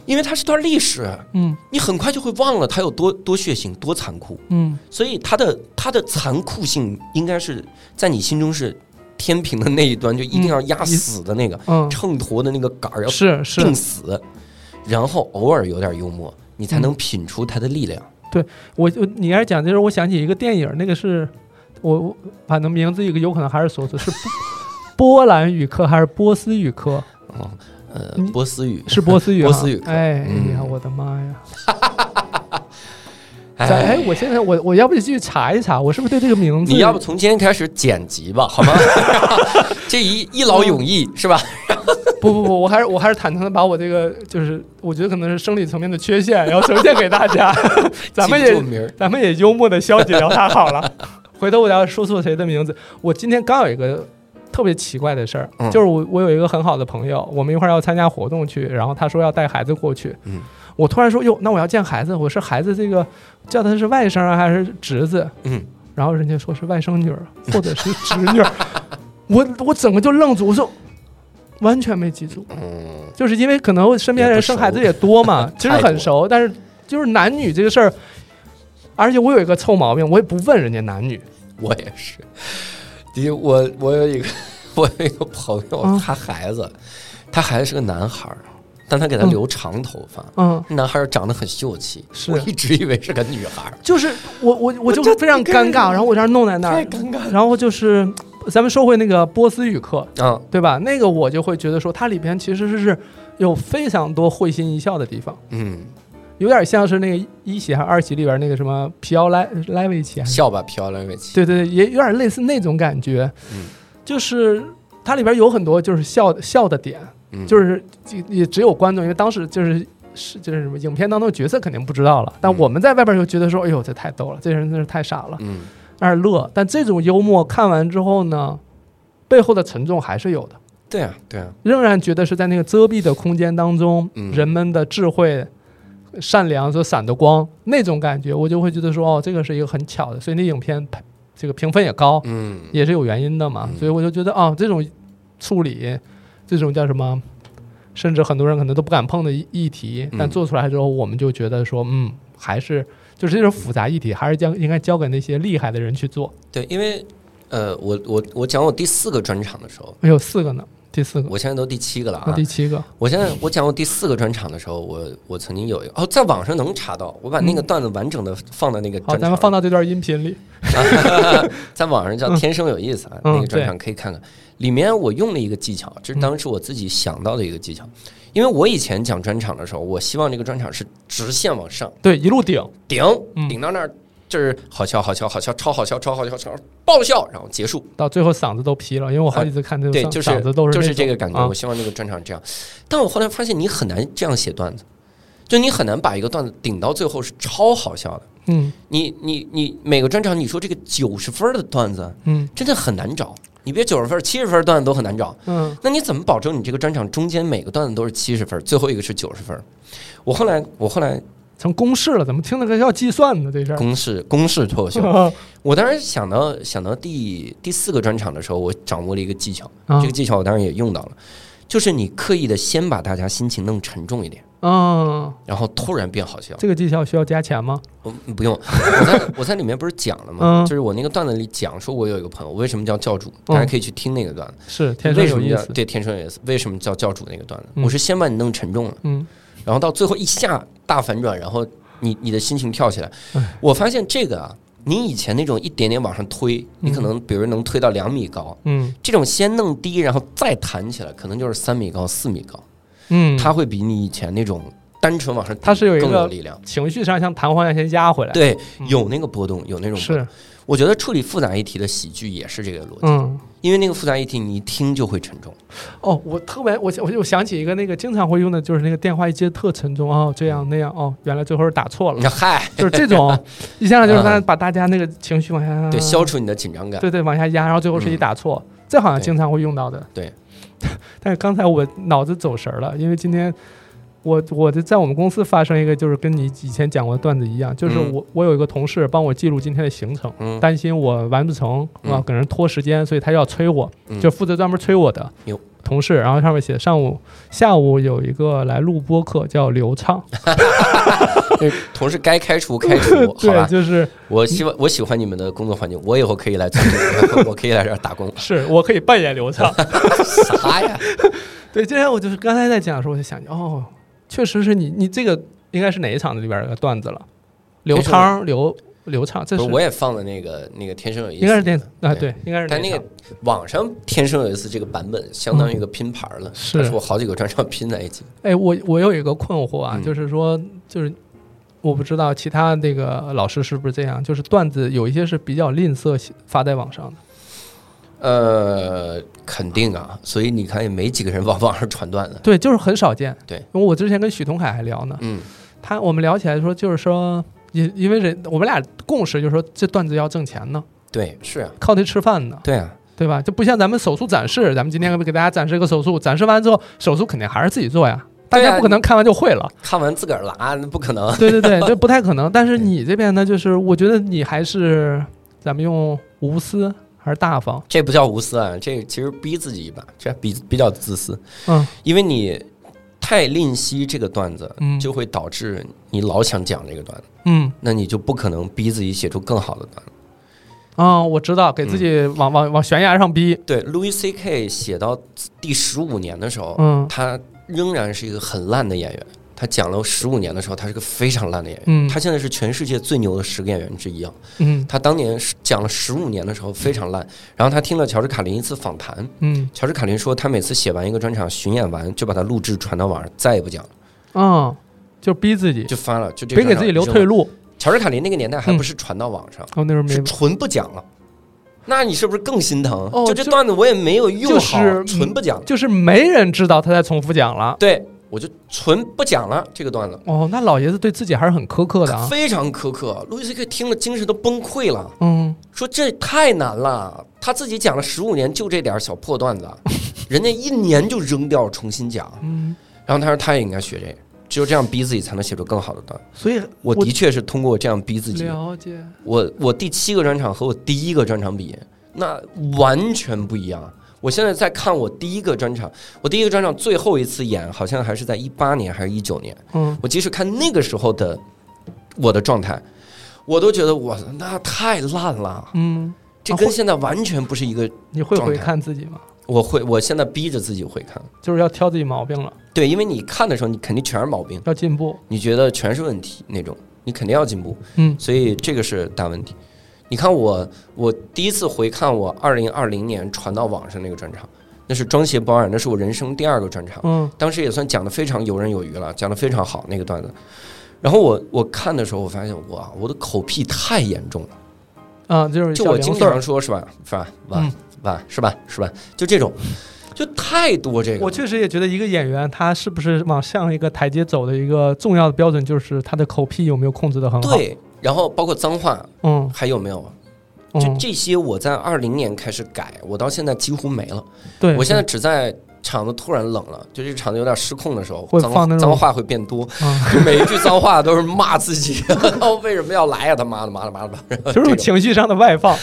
Speaker 6: 因为它是段历史，
Speaker 5: 嗯
Speaker 6: 你很快就会忘了它有多多血腥、多残酷。
Speaker 5: 嗯
Speaker 6: 所以它的它的残酷性应该是在你心中是天平的那一端，就一定要压死的那个，
Speaker 5: 嗯，
Speaker 6: 秤砣的那个杆儿要
Speaker 5: 是是
Speaker 6: 定死，然后偶尔有点幽默，你才
Speaker 5: 嗯
Speaker 6: 能品出它的力量。
Speaker 5: 我就你开始讲，就是我想起一个电影，那个是我我反正名字有个有可能还是说错，是波兰语课还是波斯语课？
Speaker 6: 哦，呃
Speaker 5: 你，
Speaker 6: 波斯语 [laughs] 嗯
Speaker 5: 是波斯语、啊，
Speaker 6: 波斯语课
Speaker 5: 哎、
Speaker 6: 嗯
Speaker 5: 呀，我的妈呀！咱
Speaker 6: 哎
Speaker 5: 哎，，我现在我我要不得去查一查，我是不是对这个名字？
Speaker 6: 你要不从今天开始剪辑吧，
Speaker 5: [laughs]
Speaker 6: 好吗？这一一劳永逸是吧？
Speaker 5: 不不不，我还是我还是坦诚的把我这个就是我觉得可能是生理层面的缺陷，然后呈现给大家。 [laughs] 咱们
Speaker 6: 记不住
Speaker 5: 也
Speaker 6: 名儿
Speaker 5: 咱们也幽默的消解掉它好了。 [laughs] 回头我要说错谁的名字，我今天刚有一个特别奇怪的事儿，
Speaker 6: 嗯
Speaker 5: 就是我我有一个很好的朋友，我们一块儿要参加活动去，然后他说要带孩子过去，
Speaker 6: 嗯
Speaker 5: 我突然说哟，那我要见孩子，我是孩子这个叫他是外甥啊还是侄子？
Speaker 6: 嗯，
Speaker 5: 然后人家说是外甥女 [laughs] 儿或者是侄女儿，我我整个就愣住，我说完全没记住，
Speaker 6: 嗯，
Speaker 5: 就是因为可能身边人生孩子也多 [laughs] 嘛，其实很熟，但是就是男女这个事儿，而且我有一个臭毛病，我也不问人家男女，
Speaker 6: 我也是。第一，我我有一个 [laughs] 我有一个朋友，
Speaker 5: 嗯
Speaker 6: 他孩子，他孩子是个男孩儿，但他给他留长头发，
Speaker 5: 嗯，
Speaker 6: 男孩儿长得很秀气，
Speaker 5: 是
Speaker 6: 我一直以为是个女孩儿，
Speaker 5: 就是我我我就
Speaker 6: 我这
Speaker 5: 非常尴尬，然后我这样弄在 [laughs] 那
Speaker 6: 太
Speaker 5: 儿，
Speaker 6: 尴尬了。
Speaker 5: 然后就是咱们说回那个波斯语课，
Speaker 6: 啊，
Speaker 5: 对吧？那个我就会觉得说它里边其实是有非常多会心一笑的地方。
Speaker 6: 嗯，
Speaker 5: 有点像是那个一席还是二席里边那个什么皮奥莱莱维奇还是，
Speaker 6: 笑吧，飘来尾气。
Speaker 5: 对对对，也有点类似那种感觉，
Speaker 6: 嗯
Speaker 5: 就是它里边有很多就是笑笑的点，
Speaker 6: 嗯
Speaker 5: 就是也也只有观众，因为当时就是。是，就是什么影片当中的角色肯定不知道了，但
Speaker 6: 嗯
Speaker 5: 我们在外边就觉得说，哎呦，这太逗了，这人真是太傻了，
Speaker 6: 嗯，
Speaker 5: 那是乐。但这种幽默看完之后呢，背后的沉重还是有的，
Speaker 6: 对啊，对啊，
Speaker 5: 仍然觉得是在那个遮蔽的空间当中，
Speaker 6: 嗯
Speaker 5: 人们的智慧、善良所闪的光那种感觉，我就会觉得说，哦，这个是一个很巧的，所以那影片这个评分也高，
Speaker 6: 嗯，
Speaker 5: 也是有原因的嘛。
Speaker 6: 嗯
Speaker 5: 所以我就觉得，哦，这种处理，这种叫什么，甚至很多人可能都不敢碰的议议题，
Speaker 6: 嗯
Speaker 5: 但做出来之后，我们就觉得说，嗯，还是就是这种复杂议题，还是将应该交给那些厉害的人去做。
Speaker 6: 对，因为呃，我我我讲我第四个专场的时候，
Speaker 5: 哎有四个呢，第四个，
Speaker 6: 我现在都第七个了
Speaker 5: 那
Speaker 6: 啊
Speaker 5: 第。七个，
Speaker 6: 我现在我讲我第四个专场的时候，我我曾经有一个哦，在网上能查到，我把那个段子完整的放到那个
Speaker 5: 嗯好，
Speaker 6: 专
Speaker 5: 咱
Speaker 6: 场，
Speaker 5: 们放到这段音频里。
Speaker 6: [laughs] 在网上叫
Speaker 5: 嗯
Speaker 6: 《天生有意思》啊，
Speaker 5: 嗯
Speaker 6: 那个专场可以看看。里面我用了一个技巧，这是当时我自己想到的一个技巧，因为我以前讲专场的时候，我希望这个专场是直线往上。
Speaker 5: 对，一路顶，
Speaker 6: 顶
Speaker 5: 嗯
Speaker 6: 顶到那儿，就是好笑好笑好笑，超好笑超好笑超爆笑，然后结束。
Speaker 5: 到最后嗓子都劈了，因为我好几次看这种
Speaker 6: 对
Speaker 5: 嗓、，
Speaker 6: 就是
Speaker 5: 嗓子都是
Speaker 6: 就
Speaker 5: 那
Speaker 6: 是
Speaker 5: 种
Speaker 6: 这个感觉。
Speaker 5: 啊
Speaker 6: 我希望这个专场这样，但我后来发现你很难这样写段子，就你很难把一个段子顶到最后是超好笑的。
Speaker 5: 嗯
Speaker 6: 你你你每个专场，你说这个九十分的段子
Speaker 5: 嗯
Speaker 6: 真的很难找，你别九十分、七十分的段子都很难找。
Speaker 5: 嗯
Speaker 6: 那你怎么保证你这个专场中间每个段子都是七十分，最后一个是九十分？我后来我后来
Speaker 5: 成公式了，怎么听那个要计算呢？这 [laughs] 事啊
Speaker 6: 公式公式脱口秀，
Speaker 5: 儿，
Speaker 6: 我当时想到想到第第四个专场的时候，我掌握了一个技巧，
Speaker 5: 啊
Speaker 6: 这个技巧我当然也用到了，就是你刻意的先把大家心情弄沉重一点，
Speaker 5: 嗯，
Speaker 6: 然后突然变好笑。
Speaker 5: 这个技巧需要加钱吗？
Speaker 6: 我不用，我在我在里面不是讲了吗？
Speaker 5: 嗯
Speaker 6: 就是我那个段子里讲说，我有一个朋友为什么叫教主，大家可以去听那个段子。
Speaker 5: 是天生
Speaker 6: 为
Speaker 5: 嗯
Speaker 6: 什
Speaker 5: 有
Speaker 6: 么
Speaker 5: 意
Speaker 6: 叫
Speaker 5: 思，
Speaker 6: 对天生有意思？为什么叫教主那个段子？
Speaker 5: 嗯
Speaker 6: 我是先把你弄沉重了，
Speaker 5: 嗯
Speaker 6: 然后到最后一下大反转，然后你你的心情跳起来
Speaker 5: 哎。
Speaker 6: 我发现这个啊，你以前那种一点点往上推，你可能比如能推到两米高，
Speaker 5: 嗯
Speaker 6: 这种先弄低，然后再弹起来，可能就是三米高、四米高，
Speaker 5: 嗯，
Speaker 6: 它会比你以前那种单纯往上
Speaker 5: 它是有一个
Speaker 6: 更有力量。
Speaker 5: 情绪上像弹簧一样先压回来，
Speaker 6: 对，
Speaker 5: 嗯
Speaker 6: 有那个波动，有那种波动。
Speaker 5: 是
Speaker 6: 我觉得处理复杂议题的喜剧也是这个逻辑，
Speaker 5: 嗯。
Speaker 6: 因为那个复杂议题你一听就会沉重。
Speaker 5: 哦，我特别，我我我想起一个那个经常会用的，就是那个电话一接特沉重哦，这样那样哦，原来最后是打错
Speaker 6: 你
Speaker 5: [laughs] 了，
Speaker 6: 看，嗨，
Speaker 5: 就是这 [laughs] 种，一下就是他
Speaker 6: 嗯
Speaker 5: 把大家那个情绪往下
Speaker 6: 对，消除你的紧张感。
Speaker 5: 对对，往下压，然后最后是一
Speaker 6: 嗯
Speaker 5: 打错，这好像
Speaker 6: 对
Speaker 5: 经常会用到的。
Speaker 6: 对，
Speaker 5: [laughs] 但是刚才我脑子走神儿了，因为今天我我就在我们公司发生一个，就是跟你以前讲过的段子一样，就是
Speaker 6: 嗯
Speaker 5: 我、我有一个同事帮我记录今天的行程，
Speaker 6: 嗯
Speaker 5: 担心我完不成，我要
Speaker 6: 嗯
Speaker 5: 给人拖时间，所以他要催我，
Speaker 6: 嗯
Speaker 5: 就负责专门催我的
Speaker 6: 哟。
Speaker 5: 同事，然后上面写上午、下午有一个来录播客叫刘
Speaker 6: [laughs]
Speaker 5: 畅，
Speaker 6: 就是同事该开除开
Speaker 5: [laughs]
Speaker 6: 除，好
Speaker 5: 对，
Speaker 6: 吧？
Speaker 5: 就是嗯
Speaker 6: 我希望我喜欢你们的工作环境，我以后可以来做这
Speaker 5: [laughs]
Speaker 6: 个，我可以来这儿打工。
Speaker 5: 是我可以扮演刘畅，[laughs]
Speaker 6: 啥呀？
Speaker 5: 对，今天我就是刚才在讲的时候，我就想，哦，确实是你，你这个应该是哪一场里边儿的段子了？刘
Speaker 6: 没事
Speaker 5: 昌，刘刘畅，这
Speaker 6: 不
Speaker 5: 是
Speaker 6: 是，我也放了那个那个天生有意思，
Speaker 5: 应该是电啊，
Speaker 6: 对
Speaker 5: 对，应该是
Speaker 6: 但那
Speaker 5: 哪一
Speaker 6: 个
Speaker 5: 场
Speaker 6: 网上《天生有意思》这个版本相当于一个拼盘了，
Speaker 5: 是
Speaker 6: 它是我好几个专场拼在一起。
Speaker 5: 哎，我我有一个困惑啊，
Speaker 6: 嗯
Speaker 5: 就是说，就是我不知道其他那个老师是不是这样，就是段子有一些是比较吝啬写发在网上的。
Speaker 6: 呃，肯定啊，所以你看也没几个人往网上传段子。
Speaker 5: 对，就是很少见。
Speaker 6: 对，
Speaker 5: 因为我之前跟许桐海还聊呢，
Speaker 6: 嗯，
Speaker 5: 他我们聊起来说，就是说，因因为人我们俩共识就是说，这段子要挣钱呢，
Speaker 6: 对，是啊，
Speaker 5: 靠这吃饭呢，
Speaker 6: 对啊，
Speaker 5: 对吧？就不像咱们手术展示，咱们今天给大家展示一个手术，展示完之后，手术肯定还是自己做呀，大
Speaker 6: 对啊
Speaker 5: 家不可能看完就会了。
Speaker 6: 看完自个儿拉，那不可能。
Speaker 5: 对对对，这不太可能。但是你这边呢，就是我觉得你还是咱们用无私还是大方，
Speaker 6: 这不叫无私啊，这其实逼自己一把，这比比较自私。
Speaker 5: 嗯，
Speaker 6: 因为你太吝惜这个段子，
Speaker 5: 嗯
Speaker 6: 就会导致你老想讲这个段子，
Speaker 5: 嗯
Speaker 6: 那你就不可能逼自己写出更好的段子。
Speaker 5: 啊、我知道，给自己
Speaker 6: 嗯
Speaker 5: 往、往往悬崖上逼，
Speaker 6: 对，Louis C.K. 写到第十五年的时候，
Speaker 5: 嗯
Speaker 6: 他仍然是一个很烂的演员。他讲了十五年的时候，他是个非常烂的演员。
Speaker 5: 嗯
Speaker 6: 他现在是全世界最牛的十个演员之一啊！
Speaker 5: 嗯
Speaker 6: 他当年是讲了十五年的时候非常烂，然后他听了乔治卡林一次访谈，
Speaker 5: 嗯
Speaker 6: 乔治卡林说，他每次写完一个专场巡演完，就把它录制传到网上，再也不讲了，
Speaker 5: 啊、就逼自己，
Speaker 6: 就翻了，就这
Speaker 5: 别给
Speaker 6: 专
Speaker 5: 自
Speaker 6: 场
Speaker 5: 己留
Speaker 6: 扔
Speaker 5: 退
Speaker 6: 了。
Speaker 5: 路。
Speaker 6: 乔治卡林那个年代还不是传到网上，
Speaker 5: 哦，那时候嗯没
Speaker 6: 是纯不讲了。那你是不是更心疼？
Speaker 5: 哦
Speaker 6: 就这
Speaker 5: 就
Speaker 6: 段子我也没有用好，
Speaker 5: 就是嗯
Speaker 6: 纯不讲了。
Speaker 5: 就是没人知道他在重复讲了。
Speaker 6: 对，我就纯不讲了这个段子，
Speaker 5: 哦，那老爷子对自己还是很苛刻的啊。
Speaker 6: 非常苛刻。路易斯 K 听了精神都崩溃了，
Speaker 5: 嗯，
Speaker 6: 说这太难了。他自己讲了十五年，就这点小破段子，人家一年就扔掉重新讲。
Speaker 5: 嗯，
Speaker 6: 然后他说他也应该学这个，只有这样逼自己才能写出更好的段子。
Speaker 5: 所以
Speaker 6: 我的确是通过这样逼自己。
Speaker 5: 了解，
Speaker 6: 我我第七个专场和我第一个专场比，那完全不一样。我现在在看我第一个专场，我第一个专场最后一次演好像还是在一八年还是一九年。
Speaker 5: 嗯，
Speaker 6: 我即使看那个时候的我的状态，我都觉得我那太烂了，
Speaker 5: 嗯，
Speaker 6: 这
Speaker 5: 啊
Speaker 6: 跟
Speaker 5: 会
Speaker 6: 现在完全不是一个。
Speaker 5: 你会
Speaker 6: 状
Speaker 5: 回
Speaker 6: 态
Speaker 5: 看自己吗？
Speaker 6: 我会，我现在逼着自己回看，
Speaker 5: 就是要挑自己毛病了，
Speaker 6: 对，因为你看的时候，你肯定全是毛病，
Speaker 5: 要进步。
Speaker 6: 你觉得全是问题那种，你肯定要进步。
Speaker 5: 嗯
Speaker 6: 所以这个是大问题。你看我，我第一次回看我二零二零年传到网上那个专场，那是装鞋保养，那是我人生第二个专场，
Speaker 5: 嗯
Speaker 6: 当时也算讲的非常游刃有余了，讲的非常好那个段子。然后我我看的时候，我发现哇，我的口癖太严重了，
Speaker 5: 啊，就是
Speaker 6: 就
Speaker 5: 小
Speaker 6: 我
Speaker 5: 零
Speaker 6: 经
Speaker 5: 碎儿
Speaker 6: 常说是吧，是吧，哇
Speaker 5: 嗯
Speaker 6: 哇是吧是吧，就这种，就太多这个了。
Speaker 5: 我确实也觉得，一个演员他是不是往上一个台阶走的一个重要的标准，就是他的口癖有没有控制的很好。，
Speaker 6: 对，然后包括脏话
Speaker 5: 嗯，
Speaker 6: 还有没有？就
Speaker 5: 嗯，
Speaker 6: 这些，我在二零年开始改，我到现在几乎没了。
Speaker 5: 对，
Speaker 6: 我现在只在场子突然冷了，就这个场子有点失控的时候，
Speaker 5: 会
Speaker 6: 脏
Speaker 5: 放那种
Speaker 6: 脏话会变多， [laughs]
Speaker 5: 啊，
Speaker 6: 每一句脏话都是骂自己， [laughs] 为什么要来呀、他妈的妈的妈的妈的，
Speaker 5: 就是
Speaker 6: 这
Speaker 5: 种
Speaker 6: 种
Speaker 5: 情绪上的外放。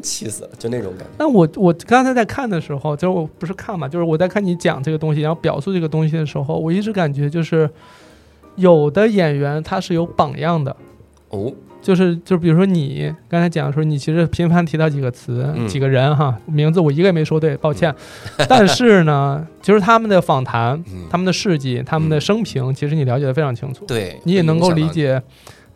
Speaker 6: 气死了，就那种感觉。
Speaker 5: 那我我刚才在看的时候，就是我不是看嘛，就是我在看你讲这个东西，然后表述这个东西的时候，我一直感觉就是有的演员他是有榜样的，
Speaker 6: 哦，
Speaker 5: 就是就比如说你刚才讲的时候，你其实频繁提到几个词、
Speaker 6: 嗯
Speaker 5: 几个人哈，名字我一个也没说对，抱歉。 [laughs] 但是呢，就是他们的访谈、
Speaker 6: 嗯
Speaker 5: 他们的事迹、他们的生平，其实你了解的非常清楚，
Speaker 6: 对，
Speaker 5: 你也能够
Speaker 6: 会影
Speaker 5: 理
Speaker 6: 响到你，
Speaker 5: 解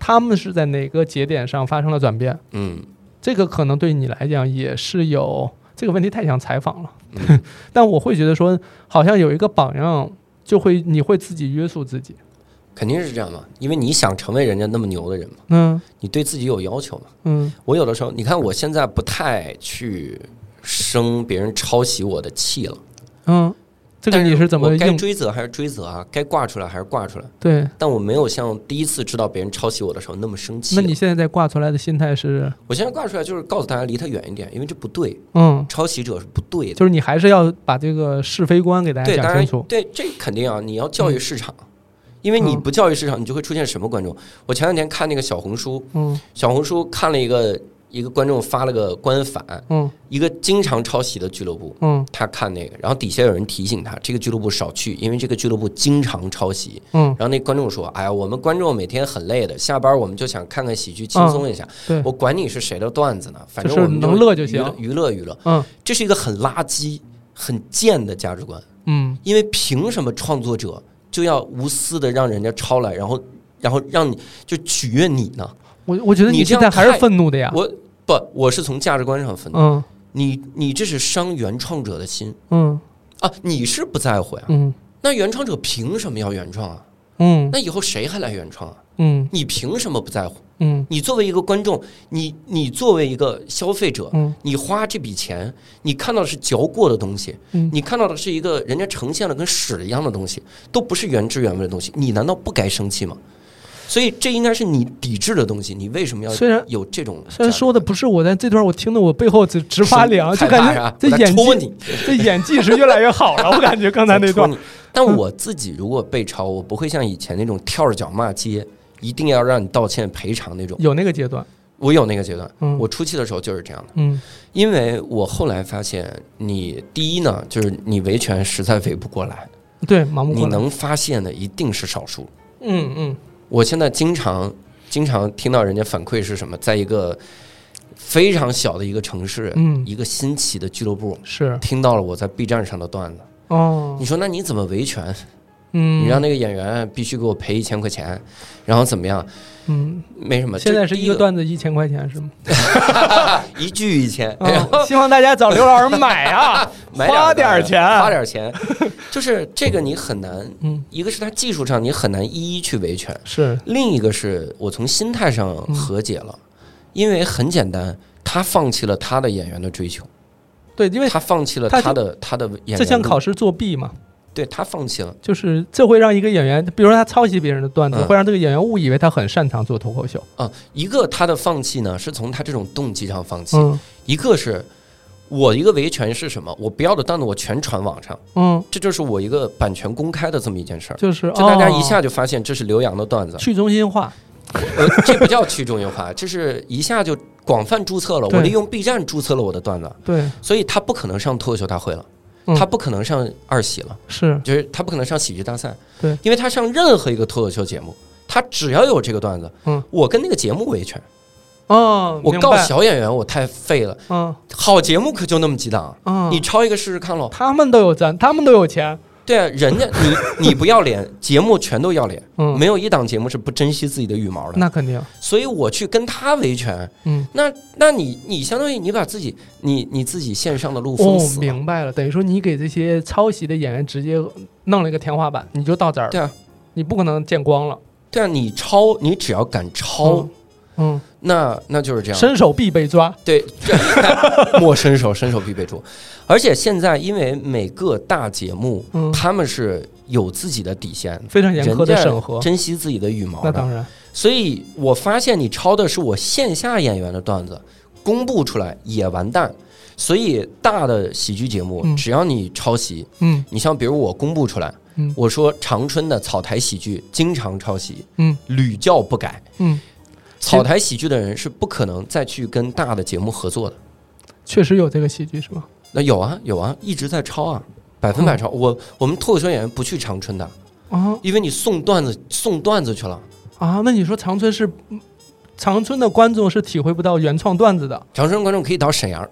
Speaker 5: 他们是在哪个节点上发生了转变。
Speaker 6: 嗯，
Speaker 5: 这个可能对你来讲也是有这个问题太想采访了，
Speaker 6: 嗯
Speaker 5: [laughs] 但我会觉得说，好像有一个榜样，就会你会自己约束自己。
Speaker 6: 肯定是这样嘛，因为你想成为人家那么牛的人嘛，
Speaker 5: 嗯
Speaker 6: 你对自己有要求嘛。
Speaker 5: 嗯
Speaker 6: 我有的时候，你看我现在不太去生别人抄袭我的气了，
Speaker 5: 嗯，这个
Speaker 6: 但
Speaker 5: 你是怎么
Speaker 6: 我该
Speaker 5: 应
Speaker 6: 追责还是追责啊？该挂出来还是挂出来？
Speaker 5: 对？
Speaker 6: 但我没有像第一次知道别人抄袭我的时候那么生气啊
Speaker 5: 那
Speaker 6: 了。
Speaker 5: 你现在在挂出来的心态是，
Speaker 6: 我现在挂出来就是告诉大家离他远一点，因为这不对，
Speaker 5: 嗯，
Speaker 6: 抄袭者是不对的。
Speaker 5: 就是你还是要把这个是非观给大
Speaker 6: 对，
Speaker 5: 家
Speaker 6: 当
Speaker 5: 讲
Speaker 6: 然
Speaker 5: 清楚。嗯
Speaker 6: 对，这肯定啊，你要教育市场，因为你不教育市场，你就会出现什么观众？我前两天看那个小红书，
Speaker 5: 嗯
Speaker 6: 小红书看了一个一个观众发了个官反，
Speaker 5: 嗯
Speaker 6: 一个经常抄袭的俱乐部。
Speaker 5: 嗯
Speaker 6: 他看那个，然后底下有人提醒他，这个俱乐部少去，因为这个俱乐部经常抄袭。
Speaker 5: 嗯，
Speaker 6: 然后那观众说：“哎呀，我们观众每天很累的，下班我们就想看看喜剧，轻松一下。
Speaker 5: 嗯对
Speaker 6: 我，管你是谁的段子呢，反正
Speaker 5: 就是
Speaker 6: 我们
Speaker 5: 能乐就行
Speaker 6: 娱乐娱乐娱乐。
Speaker 5: 嗯
Speaker 6: 这是一个很垃圾、很贱的价值观，
Speaker 5: 嗯
Speaker 6: 因为凭什么创作者就要无私的让人家抄来，然后然后让你就取悦你呢？
Speaker 5: 我我觉得
Speaker 6: 你这
Speaker 5: 现
Speaker 6: 样
Speaker 5: 在还是
Speaker 6: 太
Speaker 5: 愤怒的呀。
Speaker 6: 我不，我是从价值观上分的，
Speaker 5: 嗯
Speaker 6: 你你这是伤原创者的心
Speaker 5: 嗯
Speaker 6: 啊！你是不在乎呀？
Speaker 5: 嗯
Speaker 6: 那原创者凭什么要原创啊？
Speaker 5: 嗯
Speaker 6: 那以后谁还来原创啊？
Speaker 5: 嗯
Speaker 6: 你凭什么不在乎？
Speaker 5: 嗯
Speaker 6: 你作为一个观众，你你作为一个消费者，
Speaker 5: 嗯
Speaker 6: 你花这笔钱，你看到的是嚼过的东西，
Speaker 5: 嗯
Speaker 6: 你看到的是一个人家呈现的跟屎一样的东西，都不是原汁原味的东西，你难道不该生气吗？所以这应该是你抵制的东西，你为什么要
Speaker 5: 虽然
Speaker 6: 有这种？
Speaker 5: 虽然说的不是我，但这段我听得我背后直直
Speaker 6: 是
Speaker 5: 发凉，啊就
Speaker 6: 害怕
Speaker 5: 感
Speaker 6: 啥
Speaker 5: 觉这
Speaker 6: 哎我在
Speaker 5: 演
Speaker 6: 戳你
Speaker 5: 技，这演技是越来越好了。我感觉刚
Speaker 6: [laughs]
Speaker 5: 才那
Speaker 6: 戳
Speaker 5: 段，
Speaker 6: 你。但
Speaker 5: 嗯
Speaker 6: 我自己如果被抄，我不会像以前那种跳着脚骂街，一定要让你道歉赔偿那种。
Speaker 5: 有那个阶段，
Speaker 6: 我有那个阶段，
Speaker 5: 嗯
Speaker 6: 我初期的时候就是这样的。
Speaker 5: 嗯
Speaker 6: 因为我后来发现你，第一呢，就是你维权实在围不过来，
Speaker 5: 对，盲目
Speaker 6: 你
Speaker 5: 过来，
Speaker 6: 能发现的一定是少数。
Speaker 5: 嗯嗯
Speaker 6: 我现在经常经常听到人家反馈是什么，在一个非常小的一个城市，
Speaker 5: 嗯
Speaker 6: 一个新起的俱乐部，
Speaker 5: 是
Speaker 6: 听到了我在 B 站上的段子，
Speaker 5: 哦
Speaker 6: 你，说那你怎么维权？
Speaker 5: 嗯，
Speaker 6: 你让那个演员必须给我赔一千块钱，然后怎么样？
Speaker 5: 嗯，
Speaker 6: 没什么，
Speaker 5: 现在
Speaker 6: 这
Speaker 5: 是
Speaker 6: 第
Speaker 5: 一
Speaker 6: 一
Speaker 5: 个段子一千块钱是吗？
Speaker 6: 段，一句一千， [laughs] 哎呀
Speaker 5: 啊， [laughs] 希望大家找刘老师买啊，
Speaker 6: 买
Speaker 5: 花
Speaker 6: 点儿
Speaker 5: 点钱
Speaker 6: 花点
Speaker 5: [laughs]
Speaker 6: 儿钱，就是这个你很难，
Speaker 5: 嗯，
Speaker 6: 一个是它技术上你很难一一去维权，
Speaker 5: 是，
Speaker 6: 另一个 [laughs] 是我从心态上和解了，
Speaker 5: 嗯
Speaker 6: 因为很简单，他放弃了他的演员的追求，
Speaker 5: 对，因为
Speaker 6: 他放弃了
Speaker 5: 他就
Speaker 6: 他的他的演员
Speaker 5: 这像
Speaker 6: 路
Speaker 5: 考试作弊嘛，
Speaker 6: 对他放弃了，
Speaker 5: 就是这会让一个演员，比如说他抄袭别人的段子，
Speaker 6: 嗯
Speaker 5: 会让这个演员误以为他很擅长做脱口秀。
Speaker 6: 啊，一个他的放弃呢是从他这种动机上放弃，
Speaker 5: 嗯
Speaker 6: 一个是我一个维权是什么，我不要的段子我全传网上，
Speaker 5: 嗯，
Speaker 6: 这就是我一个版权公开的这么一件事儿。
Speaker 5: 就是
Speaker 6: 就大家一
Speaker 5: 哦
Speaker 6: 下就发现这是刘洋的段子，
Speaker 5: 去中心化。
Speaker 6: 呃，这不叫去中心化，这是一下就广泛注册了。
Speaker 5: 对
Speaker 6: 我利用 B 站注册了我的段子，
Speaker 5: 对，
Speaker 6: 所以他不可能上脱口秀大会了，
Speaker 5: 嗯
Speaker 6: 他不可能上二喜了，
Speaker 5: 是
Speaker 6: 就是他不可能上喜剧大赛，
Speaker 5: 对，
Speaker 6: 因为他上任何一个脱口秀节目，他只要有这个段子，
Speaker 5: 嗯，
Speaker 6: 我跟那个节目维权，
Speaker 5: 哦，
Speaker 6: 我
Speaker 5: 明
Speaker 6: 告
Speaker 5: 白，
Speaker 6: 小演员我太废了，
Speaker 5: 嗯
Speaker 6: 好节目可就那么几档，
Speaker 5: 嗯，
Speaker 6: 你抄一个试试看喽。
Speaker 5: 他们都有赞，他们都有钱，
Speaker 6: 对啊，人家你你不要脸，节目全都要脸，
Speaker 5: 嗯，
Speaker 6: 没有一档节目是不珍惜自己的羽毛的，
Speaker 5: 那肯定，
Speaker 6: 所以我去跟他维权，
Speaker 5: 嗯，
Speaker 6: 那那你你相当于你把自己你你自己线上的路
Speaker 5: 哦
Speaker 6: 封，死了，
Speaker 5: 明白了，等于说你给这些抄袭的演员直接弄了一个天花板，你就到这儿了，
Speaker 6: 对啊，
Speaker 5: 你不可能见光了，
Speaker 6: 对啊，你抄你只要敢抄，
Speaker 5: 嗯，
Speaker 6: 那那就是这
Speaker 5: 嗯，
Speaker 6: 样，
Speaker 5: 伸手必被抓，
Speaker 6: 对， [laughs] 这莫伸手，伸手必被捉。而且现在因为每个大节目、
Speaker 5: 嗯
Speaker 6: 他们是有自己的底线，
Speaker 5: 非常严
Speaker 6: 人
Speaker 5: 苛
Speaker 6: 家
Speaker 5: 的审核，
Speaker 6: 珍惜自己的羽毛
Speaker 5: 那当
Speaker 6: 的，
Speaker 5: 然，
Speaker 6: 所以我发现你抄的是我线下演员的段子，公布出来也完蛋。所以大的喜剧节目，
Speaker 5: 嗯
Speaker 6: 只要你抄袭，
Speaker 5: 嗯
Speaker 6: 你像比如我公布出来，
Speaker 5: 嗯
Speaker 6: 我说长春的草台喜剧经常抄袭，
Speaker 5: 嗯，
Speaker 6: 屡教不改。
Speaker 5: 嗯，
Speaker 6: 草台喜剧的人是不可能再去跟大的节目合作的。
Speaker 5: 确实有这个喜剧是吧？
Speaker 6: 那有啊有啊，一直在抄啊，百分百
Speaker 5: 哦
Speaker 6: 抄。我我们脱口秀演员不去长春的，
Speaker 5: 啊
Speaker 6: 因为你送段子送段子去了。
Speaker 5: 啊，那你说长春是长春的观众是体会不到原创段子的，
Speaker 6: 长春观众可以到沈阳，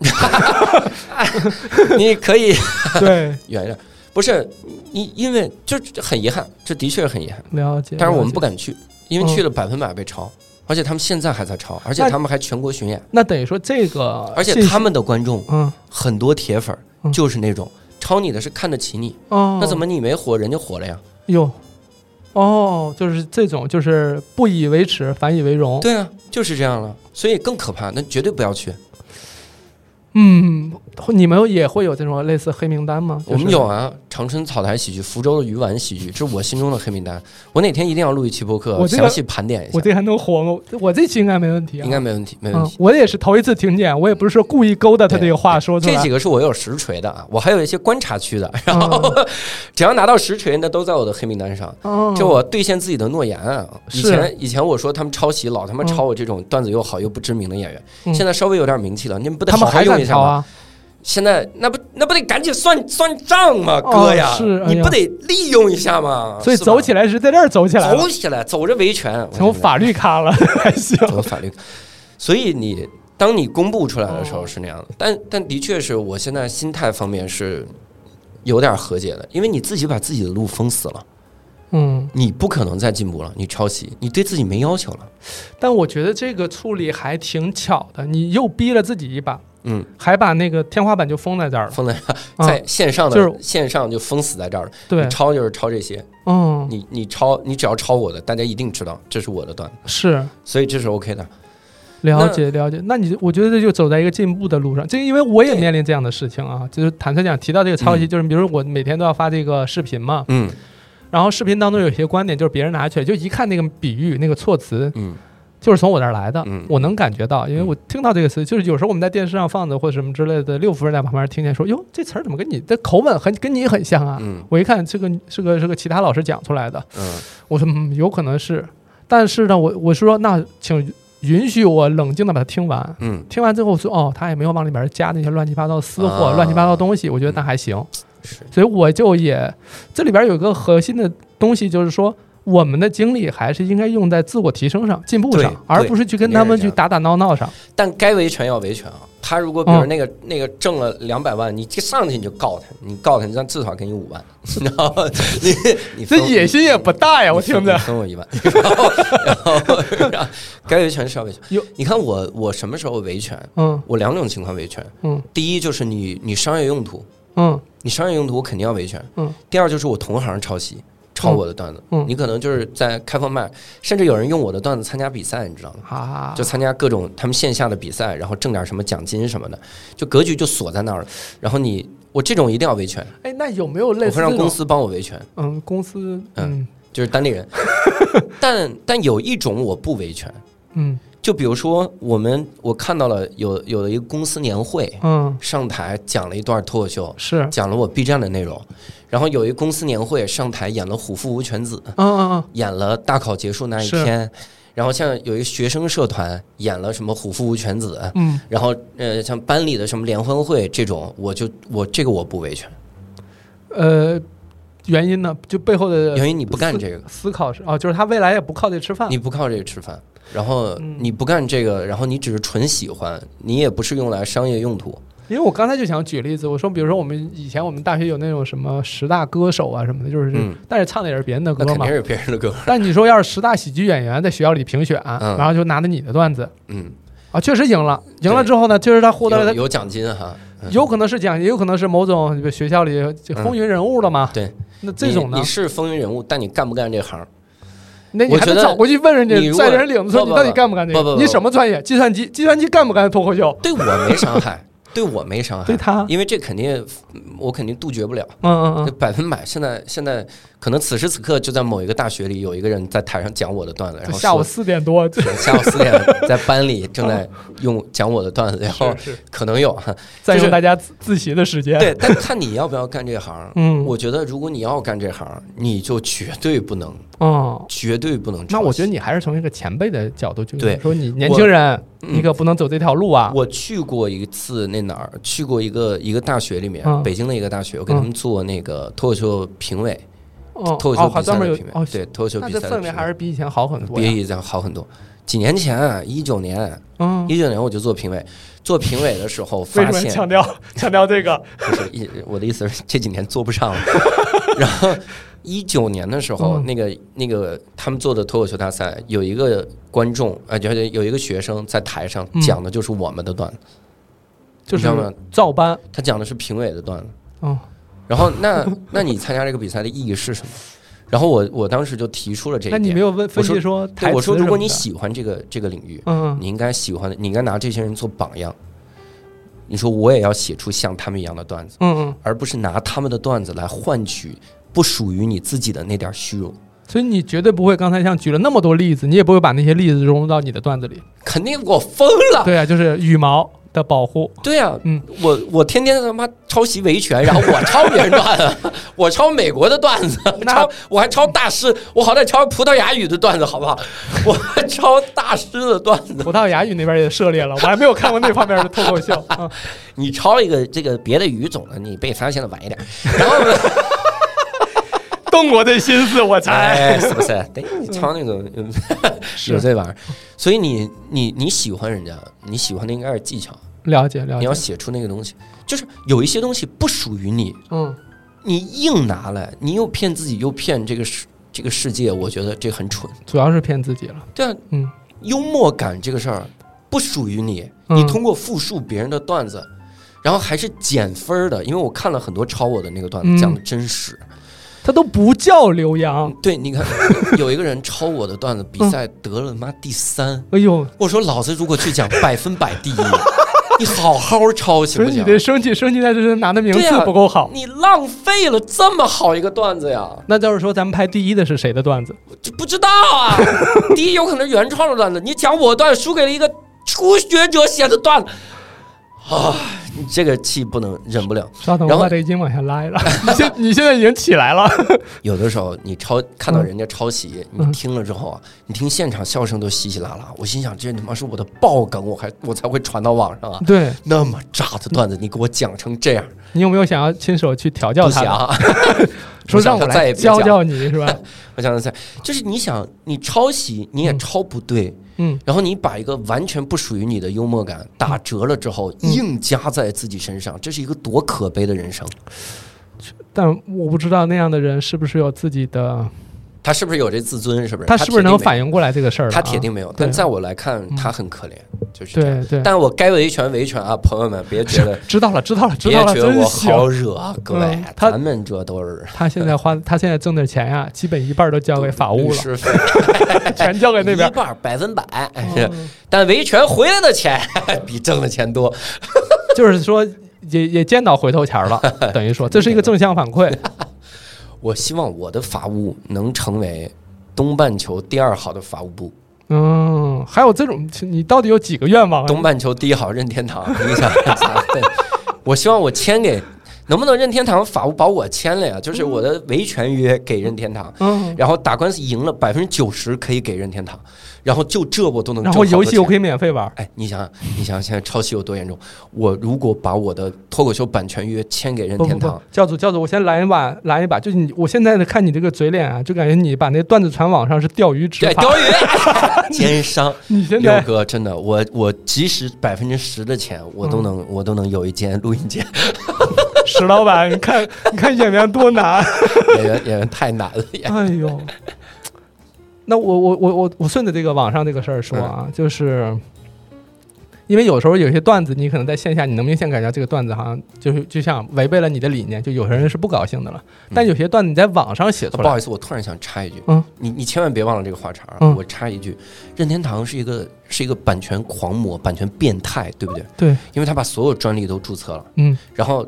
Speaker 6: [laughs] 你可以
Speaker 5: [laughs] 对，
Speaker 6: 远一点。不是你，因为这这很遗憾，这的确很遗憾。
Speaker 5: 了解，
Speaker 6: 但是我们
Speaker 5: 了解嗯
Speaker 6: 不敢去，因为去了百分百被抄，而且他们现在还在抄，而且
Speaker 5: 那
Speaker 6: 他们还全国巡演，
Speaker 5: 那等于说这个，
Speaker 6: 而且他，们的观众
Speaker 5: 嗯，
Speaker 6: 很多铁粉
Speaker 5: 嗯
Speaker 6: 儿就是那种抄你的是看得起你，
Speaker 5: 哦，
Speaker 6: 那怎么你没火人家火了呀？
Speaker 5: 哟？哦，就是这种，就是不以为耻，反以为荣。
Speaker 6: 对啊，就是这样了，所以更可怕，那绝对不要去。
Speaker 5: 嗯，你们也会有这种类似黑名单吗？
Speaker 6: 我们
Speaker 5: 就是
Speaker 6: 有啊，长春草台喜剧、福州的鱼丸喜剧，这是我心中的黑名单。我哪天一定要录一期播客，
Speaker 5: 我这个
Speaker 6: 详细盘点一
Speaker 5: 我
Speaker 6: 下，
Speaker 5: 这还能火吗？我这期应该没问题啊，
Speaker 6: 应该没问题，没问
Speaker 5: 嗯
Speaker 6: 题。，
Speaker 5: 我也是头一次听见，我也不是说故意勾搭他这个话说出
Speaker 6: 这
Speaker 5: 来
Speaker 6: 几。个是我有实锤的啊，我还有一些观察区的，然后 [laughs]
Speaker 5: 嗯
Speaker 6: 只要拿到实锤，那都在我的黑名单上。
Speaker 5: 哦
Speaker 6: 就我兑现自己的诺言啊！以
Speaker 5: 是
Speaker 6: 前以前我说他们抄袭，老他妈
Speaker 5: 嗯
Speaker 6: 抄我这种段子又好又不知名的演员，
Speaker 5: 嗯
Speaker 6: 现在稍微有点名气了，你们不得
Speaker 5: 他
Speaker 6: 好
Speaker 5: 们
Speaker 6: 好
Speaker 5: 还
Speaker 6: 用
Speaker 5: 敢
Speaker 6: 一下
Speaker 5: 抄
Speaker 6: 吗？
Speaker 5: 啊？
Speaker 6: 现在那不那不得赶紧算算账吗，
Speaker 5: 哦
Speaker 6: 哥呀？
Speaker 5: 是哎呀
Speaker 6: 你不得利用一下吗？
Speaker 5: 所以
Speaker 6: 啊是吧
Speaker 5: 走起来是在这儿走起来了，
Speaker 6: 走起来，走着维权，
Speaker 5: 从法律咖了 [laughs] 还行。
Speaker 6: 走法律。所以你当你公布出来的时候是那
Speaker 5: 嗯
Speaker 6: 样的，但但的确是我现在心态方面是有点和解的，因为你自己把自己的路封死了。
Speaker 5: 嗯，
Speaker 6: 你不可能再进步了，你抄袭，你对自己没要求了。
Speaker 5: 但我觉得这个处理还挺巧的，你又逼了自己一把，
Speaker 6: 嗯，
Speaker 5: 还把那个天花板就封在这儿了。
Speaker 6: 封在
Speaker 5: 啊
Speaker 6: 在线上的、
Speaker 5: 就是
Speaker 6: 线上就封死在这儿了。
Speaker 5: 对
Speaker 6: 你，抄就是抄这些，
Speaker 5: 嗯，
Speaker 6: 你你抄你只要抄我的，大家一定知道这是我的段子，
Speaker 5: 是
Speaker 6: 所以这是 OK 的。
Speaker 5: 了解了解。那你我觉得就走在一个进步的路上，这因为我也面临这样的事情啊，就是坦率讲，提到这个抄袭，就是比如我每天都要发这个视频嘛，
Speaker 6: 嗯
Speaker 5: 然后视频当中有些观点就是别人拿去，就一看那个比喻、那个措辞，
Speaker 6: 嗯
Speaker 5: 就是从我这儿来的，
Speaker 6: 嗯
Speaker 5: 我能感觉到，因为我听到这个词，就是有时候我们在电视上放着或者什么之类的，六夫人在旁边听见说：“哟，这词儿怎么跟你的口吻很跟你很像啊？”
Speaker 6: 嗯
Speaker 5: 我一看，这个是个是个其他老师讲出来的，
Speaker 6: 嗯
Speaker 5: 我说、嗯、有可能是，但是呢，我我说那请允许我冷静的把它听完。
Speaker 6: 嗯，
Speaker 5: 听完之后我说哦，他也没有往里面加那些乱七八糟的私货、
Speaker 6: 啊嗯
Speaker 5: 乱七八糟的东西，我觉得那还行。
Speaker 6: 是
Speaker 5: 所以我就也这里边有一个核心的东西，就是说我们的精力还是应该用在自我提升上、进步上
Speaker 6: 对，
Speaker 5: 而不是去跟他们
Speaker 6: 肯定是
Speaker 5: 去
Speaker 6: 这
Speaker 5: 打打闹闹上。
Speaker 6: 但该维权要维权啊。他如果比如
Speaker 5: 哦
Speaker 6: 那个、那个挣了两百万，你这上去你就告他，你告他，你至少给你五万， [laughs] 你知道吗？你你
Speaker 5: 这
Speaker 6: 分我
Speaker 5: 野心也不大呀，我
Speaker 6: 你分
Speaker 5: 听着
Speaker 6: 你。分我一万， [laughs] 然后然后然后该维权是要维权
Speaker 5: 哟。
Speaker 6: 你看我我什么时候维权？
Speaker 5: 嗯
Speaker 6: 我两种情况维权，
Speaker 5: 嗯
Speaker 6: 第一就是你你商业用途，
Speaker 5: 嗯
Speaker 6: 你商业用途我肯定要维权。
Speaker 5: 嗯，
Speaker 6: 第二就是我同行抄袭，抄我的段子，
Speaker 5: 嗯嗯
Speaker 6: 你可能就是在开放麦，甚至有人用我的段子参加比赛，你知道吗？
Speaker 5: 啊，
Speaker 6: 就参加各种他们线下的比赛，然后挣点什么奖金什么的，就格局就锁在那儿了。然后你我这种一定要维权，
Speaker 5: 哎，那有没有类
Speaker 6: 我
Speaker 5: 似
Speaker 6: 会
Speaker 5: 这
Speaker 6: 让
Speaker 5: 种
Speaker 6: 公司帮我维权，
Speaker 5: 嗯公司嗯
Speaker 6: 嗯就是单立
Speaker 5: [laughs]
Speaker 6: 人。但但有一种我不维权，
Speaker 5: 嗯
Speaker 6: 就比如说我们我看到了有有的一个公司年会
Speaker 5: 嗯
Speaker 6: 上台讲了一段脱口秀，
Speaker 5: 是嗯
Speaker 6: 讲了我 B 站的内容，然后有一公司年会上台演了《虎父无犬子》，
Speaker 5: 嗯嗯
Speaker 6: 演了大考结束那一
Speaker 5: 是
Speaker 6: 天，然后像有一学生社团演了什么《虎父无犬子》，
Speaker 5: 嗯，
Speaker 6: 然后呃像班里的什么联欢会这种，我就我这个我不维权，
Speaker 5: 呃，原因呢？就背后的
Speaker 6: 因为你不干
Speaker 5: [laughs]
Speaker 6: 这个，
Speaker 5: 思考是哦，就是他未来也不靠这吃饭。
Speaker 6: 你不靠这个吃饭，然后
Speaker 5: 嗯
Speaker 6: 你不干这个，然后你只是纯喜欢，你也不是用来商业用途，
Speaker 5: 因为我刚才就想举例子，我说，比如说我们以前我们大学有那种什么十大歌手啊什么的，就是，
Speaker 6: 嗯
Speaker 5: 但是唱的也是别人的歌
Speaker 6: 那肯
Speaker 5: 嘛
Speaker 6: 定。是别人的歌，
Speaker 5: 但你说要是十大喜剧演员在学校里评选，
Speaker 6: 嗯
Speaker 5: 然后就拿着你的段子 [laughs]
Speaker 6: 嗯，
Speaker 5: 啊，确实赢了，赢了之后呢，确实他获得
Speaker 6: 有
Speaker 5: 了他
Speaker 6: 有奖金哈，嗯
Speaker 5: 有可能是奖，也有可能是某种就学校里就
Speaker 6: 嗯
Speaker 5: 风云人物了嘛。
Speaker 6: 对，
Speaker 5: 那这种
Speaker 6: 你
Speaker 5: 呢
Speaker 6: 你，是风云人物，但你干不干这行？
Speaker 5: 那你
Speaker 6: 我
Speaker 5: 还
Speaker 6: 觉
Speaker 5: 得
Speaker 6: 得
Speaker 5: 找过去问人家
Speaker 6: 你，如果
Speaker 5: 在人领子说
Speaker 6: 不
Speaker 5: 你
Speaker 6: 不
Speaker 5: 到底干不干这
Speaker 6: 不
Speaker 5: 个
Speaker 6: 不？不
Speaker 5: 你什么专业？计算机，计算机干不干脱口秀？
Speaker 6: 对我没
Speaker 5: [laughs]
Speaker 6: 伤害，对我没伤害
Speaker 5: 对，他，
Speaker 6: 因为这肯定我肯定杜绝不了。
Speaker 5: 嗯嗯
Speaker 6: 那
Speaker 5: 啊嗯，
Speaker 6: 百分百，现在现在可能此时此刻就在某一个大学里，有一个人在台上讲我的段子，然
Speaker 5: 这
Speaker 6: 后
Speaker 5: 下午
Speaker 6: 说
Speaker 5: 四点多，这
Speaker 6: 下午
Speaker 5: [laughs]
Speaker 6: 四点在班里正在用讲我的段子，然后
Speaker 5: 嗯是是
Speaker 6: 可能有哈，
Speaker 5: 占
Speaker 6: 哦就是
Speaker 5: 用大家自自习的时间。
Speaker 6: 对，但看你要不要干这行。
Speaker 5: 嗯，
Speaker 6: 我觉得如果你要干这行，你就绝对不能，
Speaker 5: 哦，
Speaker 6: 绝对不能抄袭。
Speaker 5: 那我觉得你还是从一个前辈的角度去
Speaker 6: 对
Speaker 5: 说，你年轻人，
Speaker 6: 嗯
Speaker 5: 你可不能走这条路啊。
Speaker 6: 我去过一次那哪儿，去过一个一个大学里面，
Speaker 5: 嗯
Speaker 6: 北京的一个大学，我给他们做那个脱口秀评委，
Speaker 5: 哦，
Speaker 6: 脱口
Speaker 5: 哦
Speaker 6: 秀
Speaker 5: 还
Speaker 6: 比
Speaker 5: 专
Speaker 6: 赛
Speaker 5: 门
Speaker 6: 的
Speaker 5: 有
Speaker 6: 评委，
Speaker 5: 哦，
Speaker 6: 对，脱口秀
Speaker 5: 那
Speaker 6: 比
Speaker 5: 这
Speaker 6: 赛的
Speaker 5: 氛围
Speaker 6: 评
Speaker 5: 还
Speaker 6: 委
Speaker 5: 是比以前好很多呀。
Speaker 6: 比以前 E 好很多。几年前，啊一九年，
Speaker 5: 嗯，
Speaker 6: 一九年我就做评委，做评委的时候
Speaker 5: 为
Speaker 6: 发
Speaker 5: 什么
Speaker 6: 现，
Speaker 5: 强调强调这
Speaker 6: [laughs]
Speaker 5: 个？
Speaker 6: 就是一我的意思是这几年做
Speaker 5: [laughs]
Speaker 6: 不上了。然后一九年的时候，
Speaker 5: 嗯
Speaker 6: 那个那个他们做的脱口秀大赛，有一个观众啊，就、有一个学生在台上
Speaker 5: 嗯
Speaker 6: 讲的就是我们的段子，
Speaker 5: 就
Speaker 6: 你知道吗
Speaker 5: 是照搬。
Speaker 6: 他讲的是评委的段子。
Speaker 5: 嗯
Speaker 6: 然后
Speaker 5: [laughs]
Speaker 6: 那那你参加这个比赛的意义是什么？然后我我当时就提出了这一
Speaker 5: 那
Speaker 6: 点，
Speaker 5: 你没有问分析说台
Speaker 6: 对
Speaker 5: 词
Speaker 6: 我说
Speaker 5: 什么
Speaker 6: 如果你
Speaker 5: 的
Speaker 6: 喜欢这个这个领域，
Speaker 5: 嗯
Speaker 6: 你应该喜欢的，你应该拿这些人做榜样。你说我也要写出像他们一样的段子，
Speaker 5: 嗯嗯，
Speaker 6: 而不是拿他们的段子来换取不属于你自己的那点虚荣。
Speaker 5: 所以你绝对不会刚才像举了那么多例子，你也不会把那些例子融入到你的段子里。
Speaker 6: 肯定我疯了，
Speaker 5: 对啊，就是羽毛的保
Speaker 6: [laughs]
Speaker 5: 护。
Speaker 6: 对呀、啊，
Speaker 5: 嗯
Speaker 6: 我我天天他妈抄袭维权，然后我抄别人
Speaker 5: [laughs]
Speaker 6: 段子，我抄美国的段子，
Speaker 5: 那
Speaker 6: 抄我还抄大师，我好歹抄葡萄牙语的段子好不好？我还抄大师的段子，
Speaker 5: 葡萄牙语那边也涉猎了，我还没有看过那方面的脱口秀。
Speaker 6: [laughs]
Speaker 5: 嗯
Speaker 6: 你抄一个这个别的语种的，你被发现的晚一点。然后呢？
Speaker 5: 动我的心思，我才。
Speaker 6: 哎，是不是？得你唱那个嗯有这玩意儿，所以你你你喜欢人家，你喜欢的应该是技巧，
Speaker 5: 了解了
Speaker 6: 你要
Speaker 5: 解。
Speaker 6: 写出那个东西，就是有一些东西不属于你，
Speaker 5: 嗯，
Speaker 6: 你硬拿来，你又骗自己，又骗这个世这个世界，我觉得这很蠢。
Speaker 5: 主要是骗自己了。
Speaker 6: 对啊，
Speaker 5: 嗯。
Speaker 6: 幽默感这个事儿，不属于你，
Speaker 5: 嗯
Speaker 6: 你通过复述别人的段子，然后还是减分儿的，因为我看了很多抄我的那个段子，
Speaker 5: 嗯
Speaker 6: 讲的真实。
Speaker 5: 他都不叫刘洋。
Speaker 6: 对，你看 [laughs] 有一个人抄我的段子，比赛得了妈第三，
Speaker 5: 哎呦，
Speaker 6: 我说老子如果去讲百分百第一， [laughs] 你好好抄行
Speaker 5: 不
Speaker 6: 不
Speaker 5: 是你
Speaker 6: 行？
Speaker 5: 的生气，生气在这是拿的名
Speaker 6: 对啊
Speaker 5: 次
Speaker 6: 呀
Speaker 5: 不够好。
Speaker 6: 你浪费了这么好一个段子呀！
Speaker 5: 那就是说咱们排第一的是谁的段子？
Speaker 6: 就不知道啊。第一，有可能原创的段子，你讲我段输给了一个初学者写的段子，啊，你这个气不能忍不了。
Speaker 5: 稍等，
Speaker 6: 然
Speaker 5: 我
Speaker 6: 后
Speaker 5: 把这筋往下拉
Speaker 6: [laughs]
Speaker 5: 一拉。你现你现在已经起来了，
Speaker 6: 有的时候你抄看到人家抄袭，
Speaker 5: 嗯
Speaker 6: 你听了之后啊，你听现场笑声都稀稀拉拉，我心想这他妈是我的爆梗，我还我才会传到网上啊。
Speaker 5: 对
Speaker 6: 那么渣的段子，你给我讲成这样，
Speaker 5: 你有没有想要亲手去调教
Speaker 6: 不
Speaker 5: 他
Speaker 6: 行
Speaker 5: 的？
Speaker 6: 啊！
Speaker 5: 说
Speaker 6: [laughs] 我想
Speaker 5: 让我
Speaker 6: 他再
Speaker 5: 来
Speaker 6: 也别
Speaker 5: 教
Speaker 6: 讲
Speaker 5: 教你是吧？
Speaker 6: [laughs] 我想想，就是你想你抄袭，你也
Speaker 5: 嗯
Speaker 6: 抄不对，
Speaker 5: 嗯，
Speaker 6: 然后你把一个完全不属于你的幽默感打折了之后，
Speaker 5: 嗯
Speaker 6: 硬加在自己身上，这是一个多可悲的人生。
Speaker 5: 但我不知道那样的人是不是有自己
Speaker 6: 嗯
Speaker 5: 的，
Speaker 6: 他是不是有这自尊？是不是？
Speaker 5: 他是不是能反
Speaker 6: 应？
Speaker 5: 应过来这个事儿了啊？
Speaker 6: 他铁定没有。但
Speaker 5: 对
Speaker 6: 在我来看
Speaker 5: 嗯，
Speaker 6: 他很可怜，就是这样。
Speaker 5: 对对，
Speaker 6: 但我该维权维权啊，朋友们，别觉得
Speaker 5: 知道了知道了 [laughs] 知
Speaker 6: 别
Speaker 5: 道了，
Speaker 6: 觉得
Speaker 5: 真
Speaker 6: 我
Speaker 5: 行。
Speaker 6: 好惹啊，各位
Speaker 5: 嗯，他
Speaker 6: 咱们这都是
Speaker 5: 他现在花，他现在挣的钱呀、啊基本一半都交给法务
Speaker 6: 律
Speaker 5: 了， [laughs]
Speaker 6: [laughs] 师费
Speaker 5: 全交给那
Speaker 6: 一
Speaker 5: 边。
Speaker 6: 半儿百分百，是
Speaker 5: 嗯
Speaker 6: 但维权回来的钱 [laughs] 比挣的钱多。
Speaker 5: [laughs] 就是说，也也见到回头钱儿
Speaker 6: [laughs]
Speaker 5: 了，等于说这是一个正向反馈。
Speaker 6: 我希望我的法务能成为东半球第二好的法务部。
Speaker 5: 嗯，还有这种，你到底有几个愿望啊？
Speaker 6: 东半球第一好任天堂，你想想，对我希望我签给，能不能任天堂法务把我签了呀？就是我的维权约给任天堂，
Speaker 5: 嗯，
Speaker 6: 然后打官司赢了百分之九十可以给任天堂，然后就这我都能挣
Speaker 5: 然
Speaker 6: 好
Speaker 5: 后
Speaker 6: 多钱。
Speaker 5: 游戏我可以免费玩。
Speaker 6: 哎，你想想，你想想现在抄袭有多严重？我如果把我的脱口秀版权约签给任
Speaker 5: 不
Speaker 6: 天
Speaker 5: 不
Speaker 6: 堂
Speaker 5: 不，，教主教主，我先来一把，来一把。就是你，我现在看你这个嘴脸啊，就感觉你把那段子传网上是钓鱼执
Speaker 6: 对，
Speaker 5: 法。
Speaker 6: 钓鱼 [laughs] 奸商。
Speaker 5: 你现
Speaker 6: 六
Speaker 5: 在
Speaker 6: 哥，真的，我我即使百分之十的钱，我都
Speaker 5: 嗯
Speaker 6: 能、我都能有一间录
Speaker 5: [laughs]
Speaker 6: 音间。
Speaker 5: 石老板，你看你看演员多难。啊
Speaker 6: 演员演员太难了，演
Speaker 5: 哎呦， [laughs] 那我我我我我顺着这个网上这个事儿说啊，
Speaker 6: 嗯
Speaker 5: 就是因为有时候有些段子，你可能在线下你能明显感觉到这个段子好像就是就像违背了你的理念，就有些人是不高兴的了。但有些段子你在网上写出
Speaker 6: 嗯啊不好
Speaker 5: 来，
Speaker 6: 意思，我突然想插一句，
Speaker 5: 嗯
Speaker 6: 你你千万别忘了这个话茬儿、
Speaker 5: 嗯
Speaker 6: 我插一句，任天堂是一个是一个版权狂魔、版权变态，对不对？
Speaker 5: 对，
Speaker 6: 因为他把所有专利都注册了，
Speaker 5: 嗯，
Speaker 6: 然后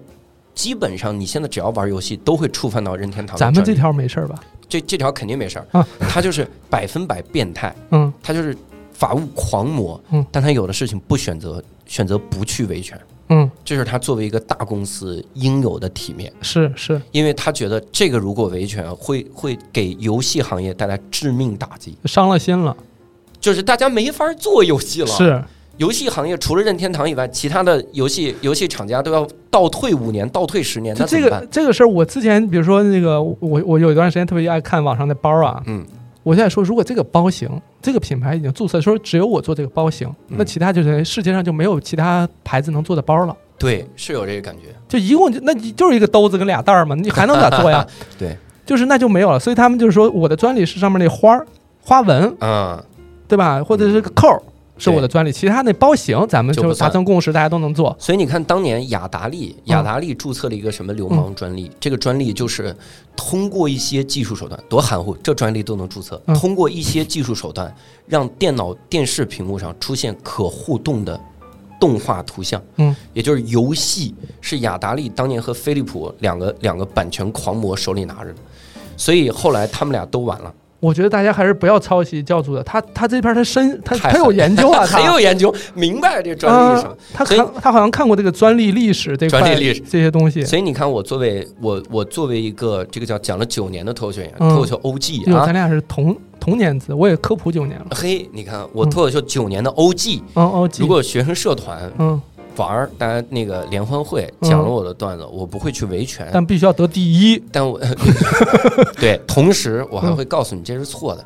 Speaker 6: 基本上你现在只要玩游戏都会触犯到任天堂的
Speaker 5: 咱们这
Speaker 6: 专利
Speaker 5: 条没事儿吧？
Speaker 6: 这这条肯定没事儿、
Speaker 5: 啊
Speaker 6: 他就是百分百变态，
Speaker 5: 嗯，
Speaker 6: 他就是法务狂魔，
Speaker 5: 嗯
Speaker 6: 但他有的事情不选择选择不去维权，
Speaker 5: 嗯，
Speaker 6: 这是他作为一个大公司应有的体面。
Speaker 5: 是是
Speaker 6: 因为他觉得这个如果维权会会给游戏行业带来致命打击，
Speaker 5: 伤了心了，
Speaker 6: 就是大家没法做游戏了。
Speaker 5: 是
Speaker 6: 游戏行业除了任天堂以外，其他的游戏游戏厂家都要倒退五年、倒退十年，
Speaker 5: 就
Speaker 6: 那怎
Speaker 5: 这个
Speaker 6: 么办？
Speaker 5: 这个事儿，我之前比如说那个我我有一段时间特别爱看网上的包啊，
Speaker 6: 嗯，
Speaker 5: 我现在说，如果这个包型，这个品牌已经注册，说只有我做这个包型，那
Speaker 6: 嗯
Speaker 5: 其他就是世界上就没有其他牌子能做的包了。
Speaker 6: 对，是有这个感觉。
Speaker 5: 就一共就那你就是一个兜子跟俩袋儿嘛，你还能咋做呀？
Speaker 6: [laughs] 对，
Speaker 5: 就是那就没有了。所以他们就是说，我的专利是上面那花儿、花纹，
Speaker 6: 嗯，
Speaker 5: 对吧？或者是个扣儿是我的专利，其他那包型咱们
Speaker 6: 就
Speaker 5: 就
Speaker 6: 不
Speaker 5: 达
Speaker 6: 算
Speaker 5: 成共识，大家都能做。
Speaker 6: 所以你看，当年雅达利，
Speaker 5: 嗯
Speaker 6: 雅达利注册了一个什么流氓专利？这个专利就是通过一些技术手段，多含糊，这专利都能注册。
Speaker 5: 嗯
Speaker 6: 通过一些技术手段，让电脑、电视屏幕上出现可互动的动画图像。
Speaker 5: 嗯，
Speaker 6: 也就是游戏是雅达利当年和飞利浦两个两个版权狂魔手里拿着的，所以后来他们俩都完了。
Speaker 5: 我觉得大家还是不要抄袭教主的，他他这边他深他
Speaker 6: 太
Speaker 5: 他有
Speaker 6: 狠
Speaker 5: 研
Speaker 6: [laughs]
Speaker 5: 究啊，他
Speaker 6: 很有研究，明白这专利是什么。
Speaker 5: 啊他
Speaker 6: 所以
Speaker 5: 看他好像看过这个专利历史这块
Speaker 6: 专利历史
Speaker 5: 这些东西，
Speaker 6: 所以你看，我作为我我作为一个这个叫讲了九年的脱口秀演员，
Speaker 5: 嗯
Speaker 6: 脱口秀 OG
Speaker 5: 哟，
Speaker 6: 啊
Speaker 5: 咱，俩是同同年次，我也科普九年了。
Speaker 6: 嘿，你看我
Speaker 5: 嗯
Speaker 6: 脱口秀九年的 OG，、
Speaker 5: 嗯哦，记
Speaker 6: 呃如果有学生社团
Speaker 5: 嗯，
Speaker 6: 玩儿，大家那个联欢会
Speaker 5: 嗯
Speaker 6: 讲了我的段子，我不会去维权，但
Speaker 5: 但必须要得第一。 [laughs]
Speaker 6: 我对，同时我还会告诉你这是错的，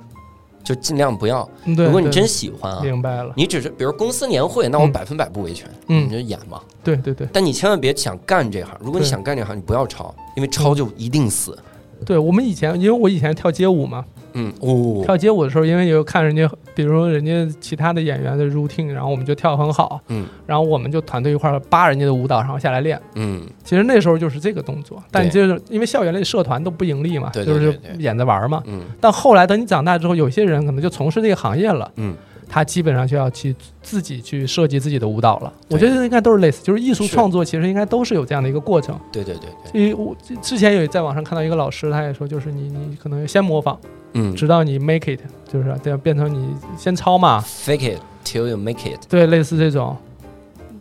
Speaker 6: 就尽量不要。
Speaker 5: 嗯对，
Speaker 6: 如果你
Speaker 5: 对
Speaker 6: 真喜欢啊，
Speaker 5: 明白了，
Speaker 6: 你只是比如公司年会，那我
Speaker 5: 嗯
Speaker 6: 百分百不维权，
Speaker 5: 嗯
Speaker 6: 你就演嘛。
Speaker 5: 对对对，
Speaker 6: 但你千万别想干这行，如果你
Speaker 5: 对嗯
Speaker 6: 想干这行，你不要抄，因为抄就一定死。
Speaker 5: 对我们以前，因为我以前跳街舞嘛，
Speaker 6: 嗯，哦，
Speaker 5: 跳街舞的时候，因为有看人家，比如说人家其他的演员的 routine，然后我们就跳得很好，
Speaker 6: 嗯
Speaker 5: 然后我们就团队一块儿扒人家的舞蹈，然后下来练。
Speaker 6: 嗯，
Speaker 5: 其实那时候就是这个动作，但就是因为校园里社团都不盈利嘛，
Speaker 6: 对对对
Speaker 5: 就
Speaker 6: 对
Speaker 5: 是演着玩儿嘛。
Speaker 6: 嗯
Speaker 5: 但后来等你长大之后，有些人可能就从事这个行业了，
Speaker 6: 嗯，
Speaker 5: 他基本上就要去自己去设计自己的舞蹈了。
Speaker 6: 对
Speaker 5: 我觉得应该都是类似，就是艺术
Speaker 6: 是
Speaker 5: 创作其实应该都是有这样的一个过程。
Speaker 6: 对对对对，
Speaker 5: 因为我之之前有在网上看到一个老师，他也说，就是你你可能先模仿，
Speaker 6: 嗯
Speaker 5: 直到你 make it，就是这样变成你先抄嘛，
Speaker 6: 啊，fake it till you make it，
Speaker 5: 对，类似这种。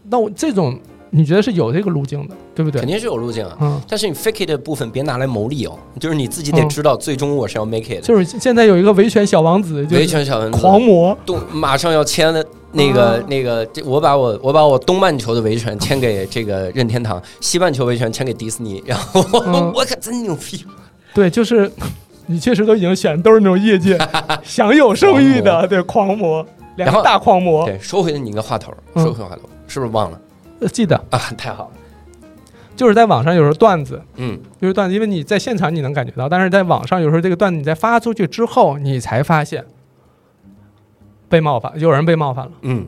Speaker 5: 那我这种你觉得是有这个路径的，对不对
Speaker 6: 肯？定是有路径啊。
Speaker 5: 嗯，
Speaker 6: 但是你 fake it 的部分别拿来谋利哦，就是你自己得
Speaker 5: 嗯
Speaker 6: 知道，最终我是要 make it 的。
Speaker 5: 就是现在有一个维权小王子，就
Speaker 6: 维
Speaker 5: 是
Speaker 6: 权小文
Speaker 5: 狂魔，
Speaker 6: 动马上要签的那个、
Speaker 5: 啊
Speaker 6: 那个，这我把我我把我东半球的维权签给这个任天堂，西半球维权签给迪士尼，然后我、
Speaker 5: 嗯
Speaker 6: [laughs] 我可真牛逼，
Speaker 5: 对，就是 [laughs] 你确实都已经选都是那种业
Speaker 6: [laughs]
Speaker 5: 界享有盛誉
Speaker 6: 狂
Speaker 5: 的，对，狂魔，两
Speaker 6: 然后
Speaker 5: 个大狂魔，
Speaker 6: 对，说回你那个话头，
Speaker 5: 哦嗯
Speaker 6: 说回话头，是不是忘了
Speaker 5: 呃记得
Speaker 6: 啊？太好了，
Speaker 5: 就是在网上有时候段子。
Speaker 6: 嗯，
Speaker 5: 就是段子，因为你在现场你能感觉到，但是在网上有时候这个段子你在发出去之后，你才发现被冒犯，有人被冒犯了，
Speaker 6: 嗯，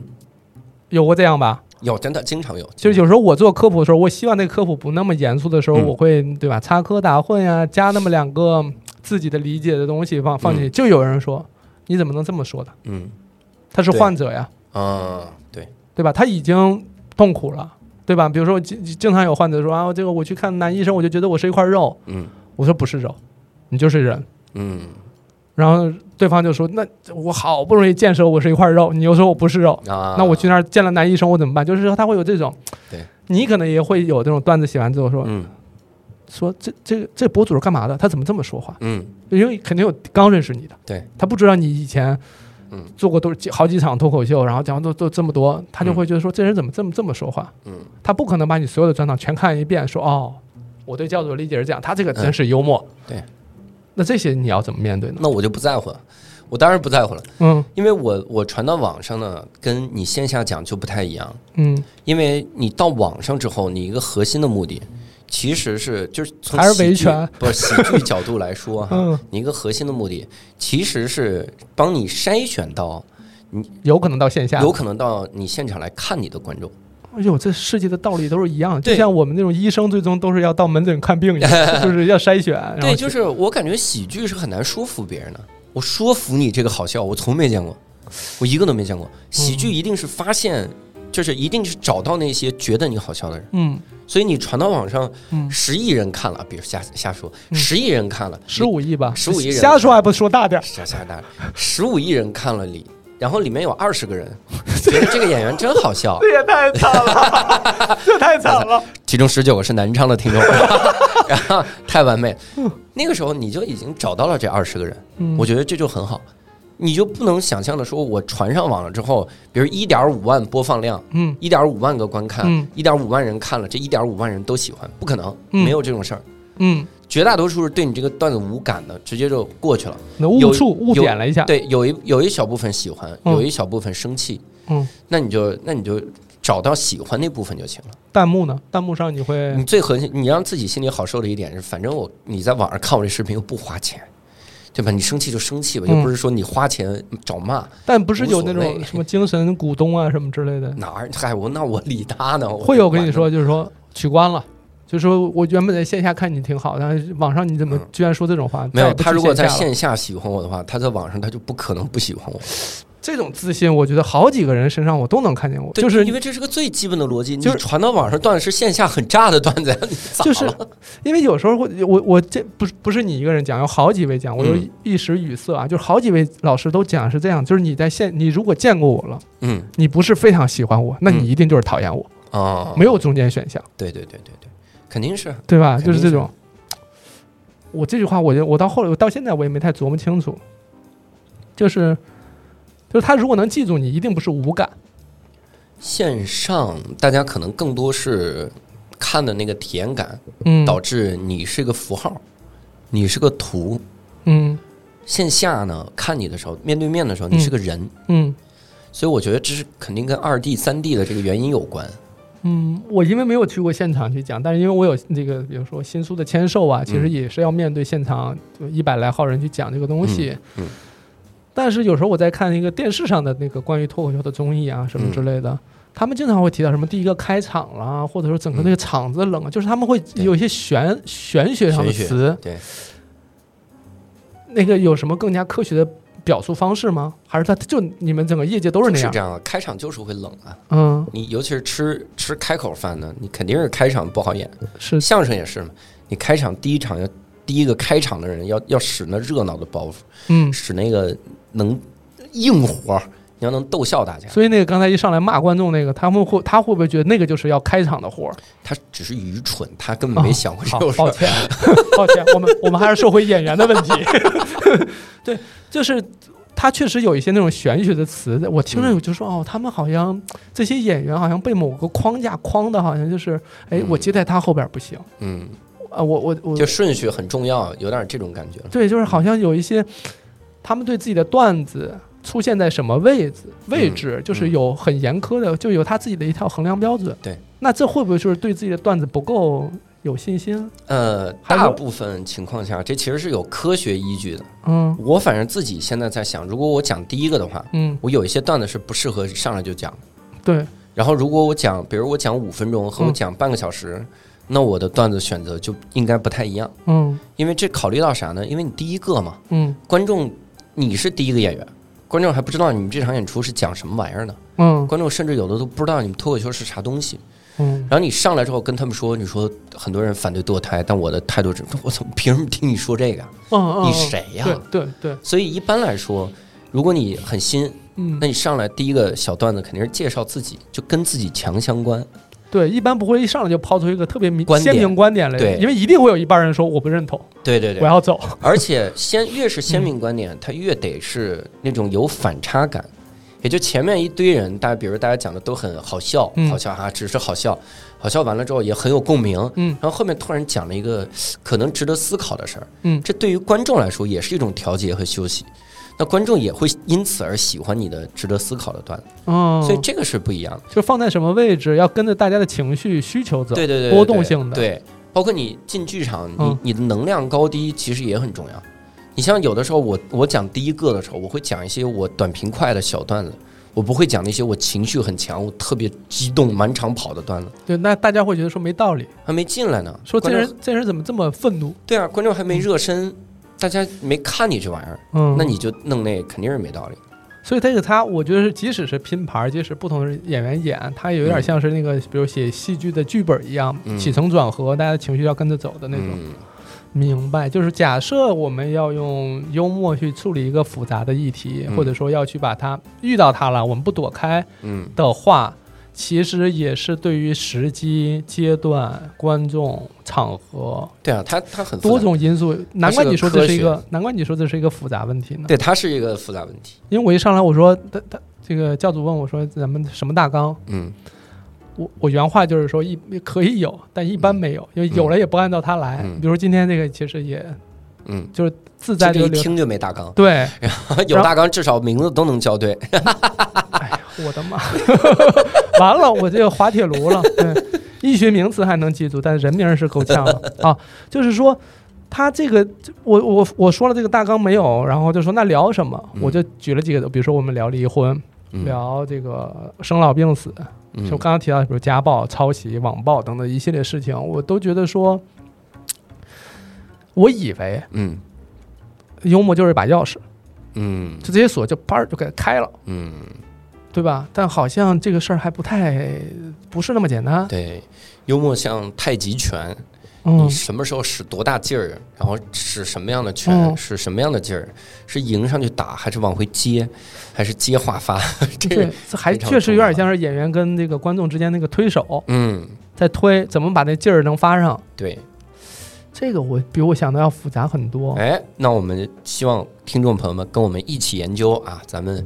Speaker 5: 有过这样吧？
Speaker 6: 有真的经常有，
Speaker 5: 就是有时候我做科普的时候，我希望那个科普不那么严肃的时候，
Speaker 6: 嗯
Speaker 5: 我会对吧插科打诨呀、加那么两个嗯自己的理解的东西放放进去，就有人说你怎么能这么说的？
Speaker 6: 嗯
Speaker 5: 他是
Speaker 6: 对
Speaker 5: 患者呀，
Speaker 6: 啊，对，
Speaker 5: 对吧？他已经痛苦了，对吧？比如说经经常有患者说啊，这个我去看男医生，我就觉得我是一块肉，
Speaker 6: 嗯
Speaker 5: 我说不是肉，你就是人。
Speaker 6: 嗯
Speaker 5: 然后对方就说：“那我好不容易见识了我是一块肉，你又说我不是肉，
Speaker 6: 啊，
Speaker 5: 那我去那儿见了男医生，我怎么办？”就是说他会有这种，
Speaker 6: 对
Speaker 5: 你可能也会有这种段子写完之后说、
Speaker 6: 嗯
Speaker 5: 说这这这博主是干嘛的？他怎么这么说话？
Speaker 6: 嗯
Speaker 5: 因为肯定有刚认识你的，
Speaker 6: 对
Speaker 5: 他不知道你以前
Speaker 6: 嗯
Speaker 5: 做过多好几场脱口秀，然后讲都都这么多，他就会觉得说、这人怎么这么这么说话？
Speaker 6: 嗯，
Speaker 5: 他不可能把你所有的专场全看一遍，说哦，我对教主的理解是这样，他这个真是幽默。
Speaker 6: 嗯对，
Speaker 5: 那这些你要怎么面对呢？
Speaker 6: 那我就不在乎了，我当然不在乎了，
Speaker 5: 嗯
Speaker 6: 因为我我传到网上呢，跟你线下讲就不太一样。
Speaker 5: 嗯。
Speaker 6: 因为你到网上之后，你一个核心的目的其实是就是从
Speaker 5: 还是
Speaker 6: 喜
Speaker 5: 维
Speaker 6: 剧
Speaker 5: 权
Speaker 6: 不是喜剧角度来
Speaker 5: [laughs]
Speaker 6: 说哈，
Speaker 5: 嗯
Speaker 6: 你一个核心的目的其实是帮你筛选到
Speaker 5: 有可能到线下。
Speaker 6: 有，可能到你现场来看你的观众，
Speaker 5: 哎呦，这世界的道理都是一样，
Speaker 6: 对
Speaker 5: 就像我们那种医生，最终都是要到门诊看病一样，
Speaker 6: [laughs]
Speaker 5: 就是要筛选。然后
Speaker 6: 对，
Speaker 5: 去
Speaker 6: 就是我感觉喜剧是很难说服别人的。我说服你这个好笑，我从没见过，我一个都没见过。喜
Speaker 5: 嗯
Speaker 6: 剧一定是发现，就是一定是找到那些觉得你好笑的人，
Speaker 5: 嗯
Speaker 6: 所以你传到网上，
Speaker 5: 嗯，
Speaker 6: 十亿人看了，比如瞎瞎说，
Speaker 5: 嗯
Speaker 6: 十亿人看了，
Speaker 5: 十五亿吧，
Speaker 6: 15亿人
Speaker 5: 瞎说还不说大点儿，
Speaker 6: 傻傻大，十五亿人看了里，然后里面有二十个人觉得这个演员真好笑，
Speaker 5: 这也太惨了，
Speaker 2: [laughs]
Speaker 5: 这太惨了。
Speaker 6: 其中十九个是南昌
Speaker 5: [laughs]
Speaker 6: 的听众， [laughs] 然后太完美。那个时候你就已经找到了这二十个人，
Speaker 5: 嗯
Speaker 6: 我觉得这就很好。你就不能想象的说，我传上网了之后，比如一点五万播放量，
Speaker 5: 嗯
Speaker 6: 一点五万个观看
Speaker 5: 嗯，
Speaker 6: 一点五万人看了，这一点五万人都喜欢，不可能，
Speaker 5: 嗯
Speaker 6: 没有这种事儿。
Speaker 5: 嗯，
Speaker 6: 绝大多数是对你这个段子无感的，直接就过去了。
Speaker 5: 那误触误点了一下，
Speaker 6: 对，有一有一小部分喜欢，
Speaker 5: 啊嗯
Speaker 6: 有一小部分生气，
Speaker 5: 嗯，
Speaker 6: 那你就那你就找到喜欢那部分就行了。
Speaker 5: 弹幕呢？弹幕上你会
Speaker 6: 你最核心，你让自己心里好受的一点是，反正我你在网上看我这视频又不花钱，对吧？你生气就生气吧，
Speaker 5: 嗯
Speaker 6: 又不是说你花钱找骂
Speaker 5: 但不是有那
Speaker 6: 无所
Speaker 5: 种
Speaker 6: 谓
Speaker 5: 什么精神股东啊什么之类的，
Speaker 6: 哪儿，嗨，我那我理他呢？
Speaker 5: 会有跟你说，
Speaker 6: 我
Speaker 5: 就是说取关了。就说我原本在线下看你挺好，但是网上你怎么
Speaker 6: 嗯
Speaker 5: 居然说这种话？
Speaker 6: 没
Speaker 5: 再
Speaker 6: 有
Speaker 5: 也不
Speaker 6: 他，
Speaker 5: 去
Speaker 6: 如果在
Speaker 5: 下了
Speaker 6: 线下喜欢我的话，他在网上他就不可能不喜欢我，
Speaker 5: 这种自信，我觉得好几个人身上我都能看见过，
Speaker 6: 对
Speaker 5: 就是
Speaker 6: 因为这是个最基本的逻辑。你
Speaker 5: 就是
Speaker 6: 传到网上段子是线下很炸的段子 [laughs] 呀，你咋
Speaker 5: 就是
Speaker 6: 了
Speaker 5: 因为有时候会我我这不是不是你一个人讲，有好几位讲，我就
Speaker 6: 嗯
Speaker 5: 一时语塞啊，就是好几位老师都讲是这样，就是你在现你如果见过我了，
Speaker 6: 嗯
Speaker 5: 你不是非常喜欢我，那
Speaker 6: 嗯
Speaker 5: 你一定就是讨厌我，
Speaker 6: 啊，
Speaker 5: 没有中间选项，
Speaker 6: 对对对对对，肯定是
Speaker 5: 对吧？
Speaker 6: 肯
Speaker 5: 就
Speaker 6: 定
Speaker 5: 是
Speaker 6: 是
Speaker 5: 这种。我这句话，我就我到后来，我到现在我也没太琢磨清楚，就是就是他如果能记住你，一定不是无感，
Speaker 6: 线上，大家可能更多是看的那个体验感，
Speaker 5: 嗯
Speaker 6: 导致你是个符号，你是个图。
Speaker 5: 嗯
Speaker 6: 线下呢，看你的时候，面对面的时候，你是个人，
Speaker 5: 嗯
Speaker 6: 所以我觉得这是肯定跟二 D、三 D 的这个原因有关。
Speaker 5: 嗯，我因为没有去过现场去讲，但是因为我有这个，比如说新书的签售
Speaker 6: 嗯
Speaker 5: 啊，其实也是要面对现场一百来号人去讲这个东西。
Speaker 6: 嗯嗯
Speaker 5: 但是有时候我在看那个电视上的那个关于脱口秀的综艺啊什么之类
Speaker 6: 嗯
Speaker 5: 的，他们经常会提到什么第一个开场啦，或者说整个那
Speaker 6: 嗯
Speaker 5: 个场子冷，啊，就是他们会有一些玄玄学上的
Speaker 6: 玄学
Speaker 5: 词。
Speaker 6: 对，
Speaker 5: 那个有什么更加科学的表述方式吗？还是他就你们整个业界都是那
Speaker 6: 是
Speaker 5: 样？
Speaker 6: 这样啊，开场就是会冷啊。
Speaker 5: 嗯，
Speaker 6: 你尤其是吃吃开口饭呢，你肯定是开场不好演。
Speaker 5: 是
Speaker 6: 相声也是嘛，你开场第一场要第一个开场的人要要使那热闹的包袱，
Speaker 5: 嗯。
Speaker 6: 使那个能硬活儿，你要能逗笑大家。
Speaker 5: 所以那个刚才一上来骂观众那个，他们会他会不会觉得那个就是要开场的活儿？
Speaker 6: 他只是愚蠢，他根本没想过这
Speaker 5: 哦好
Speaker 6: 种，事
Speaker 5: 抱
Speaker 6: 儿。
Speaker 5: 歉， [laughs] 抱歉，我们我们还是说回演员的问题。 [laughs] 对，就是他确实有一些那种玄学的词，我听着
Speaker 6: 嗯
Speaker 5: 我就说、哦，他们好像这些演员好像被某个框架框的，好像就是哎，我接在他后边不行
Speaker 6: 嗯，
Speaker 5: 啊、我我我
Speaker 6: 就顺序很重要，有点这种感觉了。
Speaker 5: 对，就是好像有一些他们对自己的段子出现在什么位置位
Speaker 6: 嗯
Speaker 5: 置，就是有很严苛的，就有他自己的一套衡量标准。
Speaker 6: 对，
Speaker 5: 那这会不会就是对自己的段子不够有信心？
Speaker 6: 呃，
Speaker 5: 还有
Speaker 6: 大部分情况下，这其实是有科学依据的。
Speaker 5: 嗯
Speaker 6: 我反正自己现在在想，如果我讲第一个的话，
Speaker 5: 嗯，
Speaker 6: 我有一些段子是不适合上来就讲的。
Speaker 5: 对，
Speaker 6: 然后如果我讲，比如我讲五分钟和我
Speaker 5: 嗯
Speaker 6: 讲半个小时，那我的段子选择就应该不太一样，
Speaker 5: 嗯
Speaker 6: 因为这考虑到啥呢？因为你第一个嘛，
Speaker 5: 嗯
Speaker 6: 观众你是第一个演员，观众还不知道你们这场演出是讲什么玩意儿呢，
Speaker 5: 嗯
Speaker 6: 观众甚至有的都不知道你们脱口秀是啥东西。
Speaker 5: 嗯，
Speaker 6: 然后你上来之后跟他们说，你说很多人反对堕胎，但我的态度是，我怎么凭什么听你说这个啊？
Speaker 5: 嗯
Speaker 6: 你？谁呀、
Speaker 5: 对对对，
Speaker 6: 所以一般来说，如果你很新，
Speaker 5: 嗯
Speaker 6: 那，你上来第一个小段子肯定是介绍自己，就跟自己强相关。
Speaker 5: 对，一般不会一上来就抛出一个特别明
Speaker 6: 观
Speaker 5: 鲜
Speaker 6: 点
Speaker 5: 明观点来，
Speaker 6: 对
Speaker 5: 因为一定会有一半人说我不认同，
Speaker 6: 对对
Speaker 5: 我
Speaker 6: 对，
Speaker 5: 要走。
Speaker 6: 而且先越是鲜明观
Speaker 5: 嗯
Speaker 6: 点，它越得是那种有反差感。也就前面一堆人，大家比如大家讲的都很好笑
Speaker 5: 嗯，
Speaker 6: 好笑哈、只是好笑，好笑完了之后也很有共鸣。
Speaker 5: 嗯
Speaker 6: 然后后面突然讲了一个可能值得思考的事儿，
Speaker 5: 嗯
Speaker 6: 这对于观众来说也是一种调节和休息。那观众也会因此而喜欢你的值得思考的段子，
Speaker 5: 嗯，
Speaker 6: 所以这个是不一样的。
Speaker 5: 就放在什么位置，要跟着大家的情绪需求走。
Speaker 6: 对对对，对
Speaker 5: 波动性的
Speaker 6: 对，包括你进剧场，你、
Speaker 5: 嗯
Speaker 6: 你的能量高低其实也很重要。你像有的时候我我讲第一个的时候，我会讲一些我短平快的小段子，我不会讲那些我情绪很强、我特别激动、满场跑的段子，
Speaker 5: 对，那大家会觉得说没道理，
Speaker 6: 还没进来呢。
Speaker 5: 说这
Speaker 6: 观众
Speaker 5: 人这人怎么这么愤怒？
Speaker 6: 对啊，观众还没热身，大家没看你这玩意儿，
Speaker 5: 嗯，
Speaker 6: 那你就弄那肯定是没道理。
Speaker 5: 所以这个他，我觉得是即使是拼盘儿，即使不同的演员演，他也有点
Speaker 6: 嗯
Speaker 5: 像是那个，比如写戏剧的剧本一样，
Speaker 6: 嗯
Speaker 5: 起承转合，大家的情绪要跟着走的那种。
Speaker 6: 嗯，
Speaker 5: 明白，就是假设我们要用幽默去处理一个复杂的议题，
Speaker 6: 嗯
Speaker 5: 或者说要去把它遇到它了，我们不躲开
Speaker 6: 嗯
Speaker 5: 的话，其实也是对于时机、阶段、观众、场合
Speaker 6: 对啊，他他很复杂
Speaker 5: 多，种因素。难怪你说这是一
Speaker 6: 它
Speaker 5: 个，难怪你说这是一个复杂问题呢。
Speaker 6: 对，他是一个复杂问题。
Speaker 5: 因为我一上来我说，他他这个教主问我说咱们什么大纲，
Speaker 6: 嗯
Speaker 5: 我我原话就是说一可以有，但一般没有，因为有了也不按照他来。
Speaker 6: 嗯
Speaker 5: 比如说今天这个其实也
Speaker 6: 嗯，
Speaker 5: 自在
Speaker 6: 这
Speaker 5: 流
Speaker 6: 一
Speaker 5: 流。
Speaker 6: 听就没大纲， [laughs]
Speaker 5: 对，
Speaker 6: 有大纲至少名字都能叫对。
Speaker 5: 哎呀，我的
Speaker 6: [laughs]
Speaker 5: 妈！完了，我这个滑铁卢了。 [laughs] 对，医学名词还能记住，但人名是够呛了啊。 [laughs] 就是说，他这个，我我我说了这个大纲没有，然后就说那聊什么？
Speaker 6: 嗯
Speaker 5: 我就举了几个，比如说我们聊离婚，
Speaker 6: 嗯
Speaker 5: 聊这个生老病死，
Speaker 6: 嗯
Speaker 5: 就刚刚提到，比如家暴、抄袭、网暴等等一系列事情，我都觉得说，我以为
Speaker 6: 嗯
Speaker 5: 幽默就是一把钥匙，
Speaker 6: 嗯
Speaker 5: 就这些锁就啪儿就给开了，
Speaker 6: 嗯，
Speaker 5: 对吧？但好像这个事儿还不太不是那么简单。
Speaker 6: 对，幽默像太极拳，
Speaker 5: 啊嗯
Speaker 6: 你什么时候使多大劲儿，然后使什么样的拳，
Speaker 5: 嗯
Speaker 6: 使什么样的劲儿，是迎上去打，还是往回接，还是接化发？ [laughs] 这
Speaker 5: 对
Speaker 6: 个，
Speaker 5: 这还
Speaker 6: 非常
Speaker 5: 确实有
Speaker 6: 重要
Speaker 5: 点像是演员跟这个观众之间那个推手
Speaker 6: 嗯，
Speaker 5: 在推，怎么把那劲儿能发上？
Speaker 6: 对。
Speaker 5: 这个我比我想的要复杂很多。
Speaker 6: 哎，那我们希望听众朋友们跟我们一起研究啊，咱们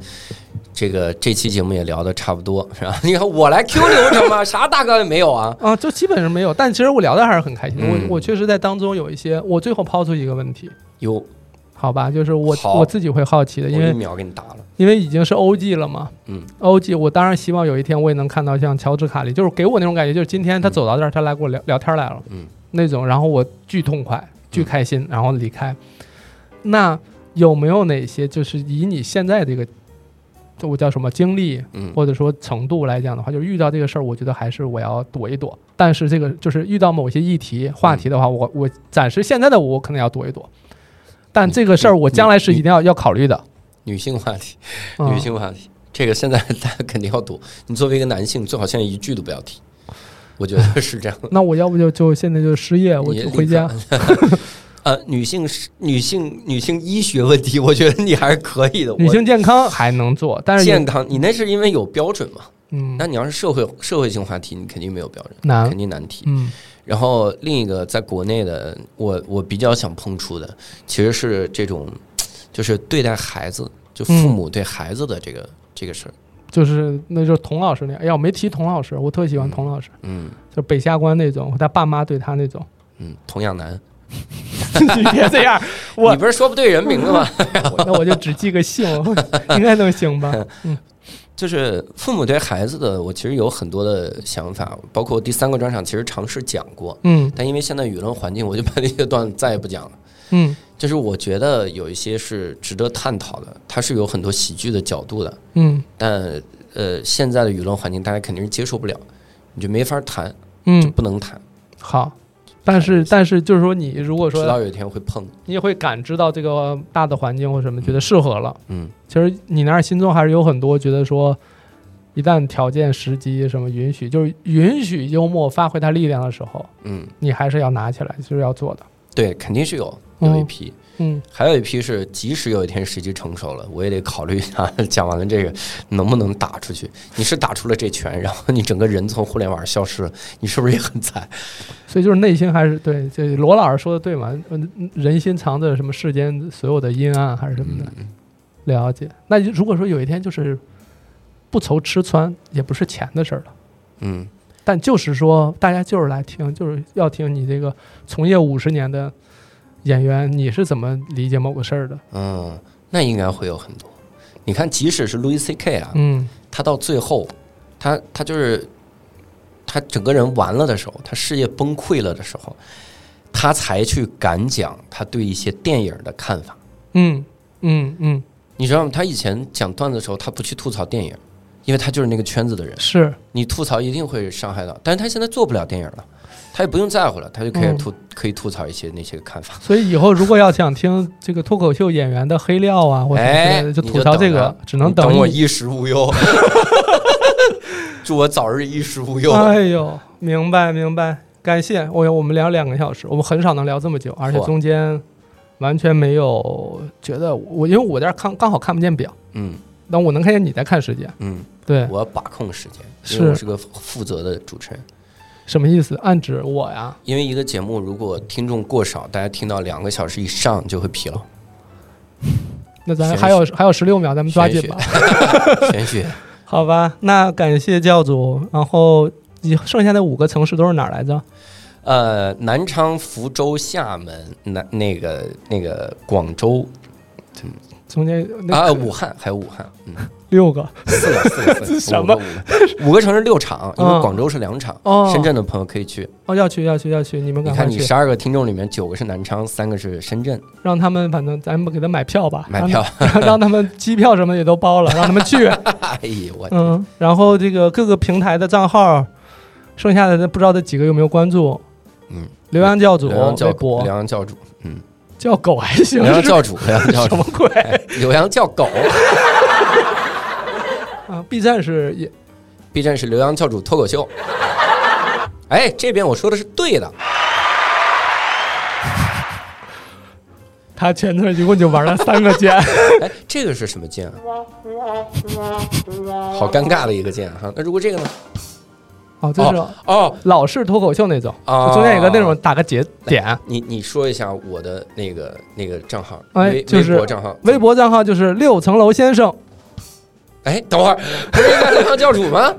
Speaker 6: 这个这期节目也聊的差不多，是吧？ [laughs] 你看我来 Q 流程吗？啥大纲也没有啊。
Speaker 5: 啊，就基本上没有，但其实我聊的还是很开心的。
Speaker 6: 嗯
Speaker 5: 我我确实在当中有一些，我最后抛出一个问题，
Speaker 6: 有，
Speaker 5: 好吧，就是我
Speaker 6: 好
Speaker 5: 我自己会好奇的，因
Speaker 6: 我
Speaker 5: 为
Speaker 6: 一秒给你答了。
Speaker 5: 因为已经是 OG 了嘛，
Speaker 6: 嗯
Speaker 5: ，OG，我当然希望有一天我也能看到像乔治卡利，就是给我那种感觉，就是今天他走到这儿，他来跟我聊聊天来了，
Speaker 6: 嗯，
Speaker 5: 那种，然后我巨痛快、巨开心，然后离开。那有没有哪些就是以你现在这个，我叫什么经历，
Speaker 6: 嗯
Speaker 5: 或者说程度来讲的话，就是遇到这个事儿，我觉得还是我要躲一躲。但是这个就是遇到某些议题、话题的话，我我暂时现在的我，我可能要躲一躲。但这个事儿我将来是一定要要考虑的。
Speaker 6: 女性话题，
Speaker 5: 嗯
Speaker 6: 女性话题，这个现在大家肯定要躲。 [laughs] 你作为一个男性，最好现在一句都不要提。我觉得是
Speaker 5: [laughs]
Speaker 6: 这样。
Speaker 5: 那我要不就就现在就失业，我
Speaker 6: 你也
Speaker 5: 就
Speaker 6: 立
Speaker 5: 回
Speaker 6: 刻
Speaker 5: 家。。
Speaker 6: 呃，女性是女性女性医学问题，我觉得你还是可以的。我
Speaker 5: 女性健康还能做，但是
Speaker 6: 健
Speaker 5: 也
Speaker 6: 康，你那是因为有标准嘛？
Speaker 5: 嗯
Speaker 6: 那你要是社会社会性话题，你肯定没有标准，
Speaker 5: 难
Speaker 6: 肯定难题。
Speaker 5: 嗯
Speaker 6: 然后另一个在国内的，我我比较想碰触的，其实是这种，就是对待孩子，就父母
Speaker 5: 嗯
Speaker 6: 对孩子的这个、这个事儿。
Speaker 5: 就是那就是童老师那样。哎呀，我没提童老师，我特喜欢童老师，
Speaker 6: 嗯
Speaker 5: 就北下关那种，他爸妈对他那种。 [laughs]
Speaker 6: 嗯，童养男，
Speaker 5: 你别这样， [laughs] 我
Speaker 6: 你不是说不对人名字吗？
Speaker 5: 那我就只记个姓， [laughs] 应该能行
Speaker 6: [laughs]
Speaker 5: 吧？
Speaker 6: 就是父母对孩子的，我其实有很多的想法，包括第三个专场其实尝试讲过，
Speaker 5: 嗯
Speaker 6: 但因为现在舆论环境，我就把 [laughs] 那些段子再也不讲了。
Speaker 5: 嗯
Speaker 6: 就是我觉得有一些是值得探讨的，它是有很多喜剧的角度的，
Speaker 5: 嗯
Speaker 6: 但呃，现在的舆论环境大家肯定是接受不了，你就没法谈，
Speaker 5: 嗯，
Speaker 6: 不能谈，
Speaker 5: 好。但是但是就是说，你如果
Speaker 6: 迟早
Speaker 5: 说
Speaker 6: 有一天会碰。
Speaker 5: 你也会感知到这个大的环境或什么，觉得适合了。
Speaker 6: 嗯，
Speaker 5: 其实你那儿心中还是有很多觉得说，一旦条件时机什么允许，就是允许幽默发挥它力量的时候，
Speaker 6: 嗯，
Speaker 5: 你还是要拿起来，就是要做的。
Speaker 6: 对，肯定是有有一
Speaker 5: 嗯
Speaker 6: 批，
Speaker 5: 嗯
Speaker 6: 还有一批是即使有一天时机成熟了，我也得考虑一下， [laughs] 讲完了这个能不能打出去。你是打出了这拳，然后你整个人从互联网上消失了，你是不是也很惨？
Speaker 5: 所以就是内心还是对，这罗老师说的对嘛，嗯人心藏着什么世间所有的阴暗还是什么的，了解。那如果说有一天就是不愁吃穿，也不是钱的事儿了，
Speaker 6: 嗯，
Speaker 5: 但就是说大家就是来听，就是要听你这个从业五十年的演员，你是怎么理解某个事儿的？
Speaker 6: 嗯，那应该会有很多。你看，即使是 Louis C.K. 啊，
Speaker 5: 嗯
Speaker 6: 他到最后，他他就是他整个人完了的时候，他事业崩溃了的时候，他才去敢讲他对一些电影的看法。
Speaker 5: 嗯嗯嗯，
Speaker 6: 你知道吗？他以前讲段子的时候，他不去吐槽电影，因为他就是那个圈子的人，
Speaker 5: 是
Speaker 6: 你吐槽一定会伤害到。但是他现在做不了电影了，他也不用在乎了，他就可以
Speaker 5: 嗯
Speaker 6: 吐、可以吐槽一些那些看法。
Speaker 5: 所以以后如果要想听这个脱口秀演员的黑料啊，或者
Speaker 6: 哎，
Speaker 5: 是就吐槽这
Speaker 6: 你就等
Speaker 5: 个
Speaker 6: 着，
Speaker 5: 只能
Speaker 6: 你等我
Speaker 5: 一。
Speaker 6: 衣食无忧。 [laughs] 祝我早日衣食无忧。
Speaker 5: 哎呦，明白明白，感谢我我们聊两个小时，我们很少能聊这么久，而且
Speaker 6: 嚯
Speaker 5: 中间完全没有觉得我，因为我在这儿看刚好看不见表，
Speaker 6: 嗯
Speaker 5: 但我能看见你在看时间，
Speaker 6: 嗯，
Speaker 5: 对，
Speaker 6: 我要把控时间，因
Speaker 5: 是
Speaker 6: 为我是个负责的主持人。
Speaker 5: 什么意思？暗指我呀？
Speaker 6: 因为一个节目如果听众过少，大家听到两个小时以上就会
Speaker 5: [laughs]
Speaker 6: 疲劳。
Speaker 5: 那咱
Speaker 6: 玄
Speaker 5: 还有还有十六秒，咱们抓紧
Speaker 6: 玄
Speaker 5: 吧，
Speaker 6: 玄学，
Speaker 5: [laughs] 好吧？那感谢教主，然后你剩下的五个城市都是哪儿来着？
Speaker 6: 呃，南昌、福州、厦门、南那个那个广州
Speaker 5: 中间那
Speaker 6: 啊，武汉还有武汉，嗯，
Speaker 5: 六个，
Speaker 6: 四个
Speaker 5: [laughs]
Speaker 6: 四个四个，
Speaker 5: 什
Speaker 6: 五
Speaker 5: 么
Speaker 6: 个五个五个城市六场，因
Speaker 5: 嗯
Speaker 6: 为广州是两场，
Speaker 5: 哦
Speaker 6: 深圳的朋友可以去。
Speaker 5: 哦，要去要去要去，你们
Speaker 6: 你
Speaker 5: 赶
Speaker 6: 看
Speaker 5: 快
Speaker 6: 你
Speaker 5: 去，
Speaker 6: 十二个听众里面九个是南昌，三个是深圳，
Speaker 5: 让他们反正咱们给他买票吧，
Speaker 6: 买票。
Speaker 5: 让他，让他们 [laughs] 机票什么也都包了，让他们去。
Speaker 6: [laughs] 哎呦我，
Speaker 5: 嗯，然后这个各个平台的账号，剩下的不知道这几个有没有关注？
Speaker 6: 嗯，
Speaker 5: 刘洋教主
Speaker 6: 刘洋
Speaker 5: 微
Speaker 6: 教
Speaker 5: 博
Speaker 6: 刘洋教主，嗯，
Speaker 5: 叫狗还行，
Speaker 6: 刘洋
Speaker 5: 是
Speaker 6: 教
Speaker 5: [laughs]
Speaker 6: 主，刘洋教
Speaker 5: 什
Speaker 6: 主
Speaker 5: 么，鬼
Speaker 6: 哎刘洋叫狗。
Speaker 5: 啊？B 站是也
Speaker 6: B 站是刘洋教主脱口秀。哎，这边我说的是对的，
Speaker 5: 他前头一共就玩了三个键，
Speaker 6: 哎，这个是什么键啊？好尴尬的一个键啊哈。那如果这个呢？
Speaker 5: 哦，这是
Speaker 6: 哦哦，
Speaker 5: 老式脱口秀那种，
Speaker 6: 啊
Speaker 5: 就中间有个那种打个节点。
Speaker 6: 你你说一下我的那个那个账号，
Speaker 5: 哎
Speaker 6: 微
Speaker 5: 就是
Speaker 6: 微博账号，
Speaker 5: 微。博账号就是六层楼先生，
Speaker 6: 哎，等会儿不是应该刘洋教主吗？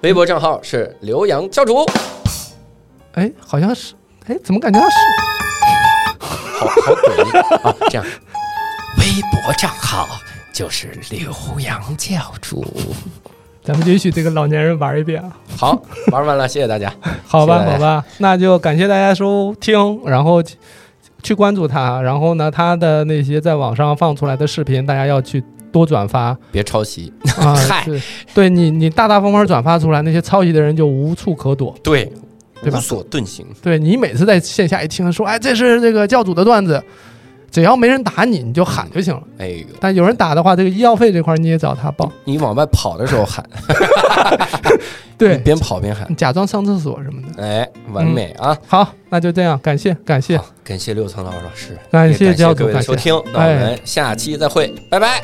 Speaker 6: 微博账号是刘洋教主，
Speaker 5: 哎，好像是，哎，怎么感觉他是？
Speaker 6: 好好诡异啊！这样，微博账号就是刘洋教主。
Speaker 5: 咱们允许这个老年人玩一遍啊。
Speaker 6: 好，玩完了，谢谢大家。
Speaker 5: 好吧，
Speaker 6: 谢谢大
Speaker 5: 好
Speaker 6: 家
Speaker 5: 吧，那就感谢大家收听，然后去去关注他，然后呢，他的那些在网上放出来的视频，大家要去多转发
Speaker 6: 别抄袭，
Speaker 5: 啊。
Speaker 6: 嗨
Speaker 5: 是，对你，你大大方方转发出来，那些抄袭的人就无处可躲。
Speaker 6: 对，
Speaker 5: 对吧
Speaker 6: 无所遁形。
Speaker 5: 对你每次在线下一听说，哎，这是这个教主的段子，只要没人打你，你就喊就行了。
Speaker 6: 哎呦，
Speaker 5: 但有人打的话，这个医药费这块儿你也找他报，
Speaker 6: 你往外跑的时候喊，
Speaker 5: 对，
Speaker 6: 边跑边喊，
Speaker 5: 假装上厕所什么的。
Speaker 6: 哎，完美啊！
Speaker 5: 好，那就这样，感谢感谢
Speaker 6: 好，感谢六层老师，
Speaker 5: 感
Speaker 6: 也
Speaker 5: 谢
Speaker 6: 感
Speaker 5: 教
Speaker 6: 谢各
Speaker 5: 主，
Speaker 6: 位的
Speaker 5: 感
Speaker 6: 收
Speaker 5: 谢。哎
Speaker 6: 听，那我们下期再会，拜拜。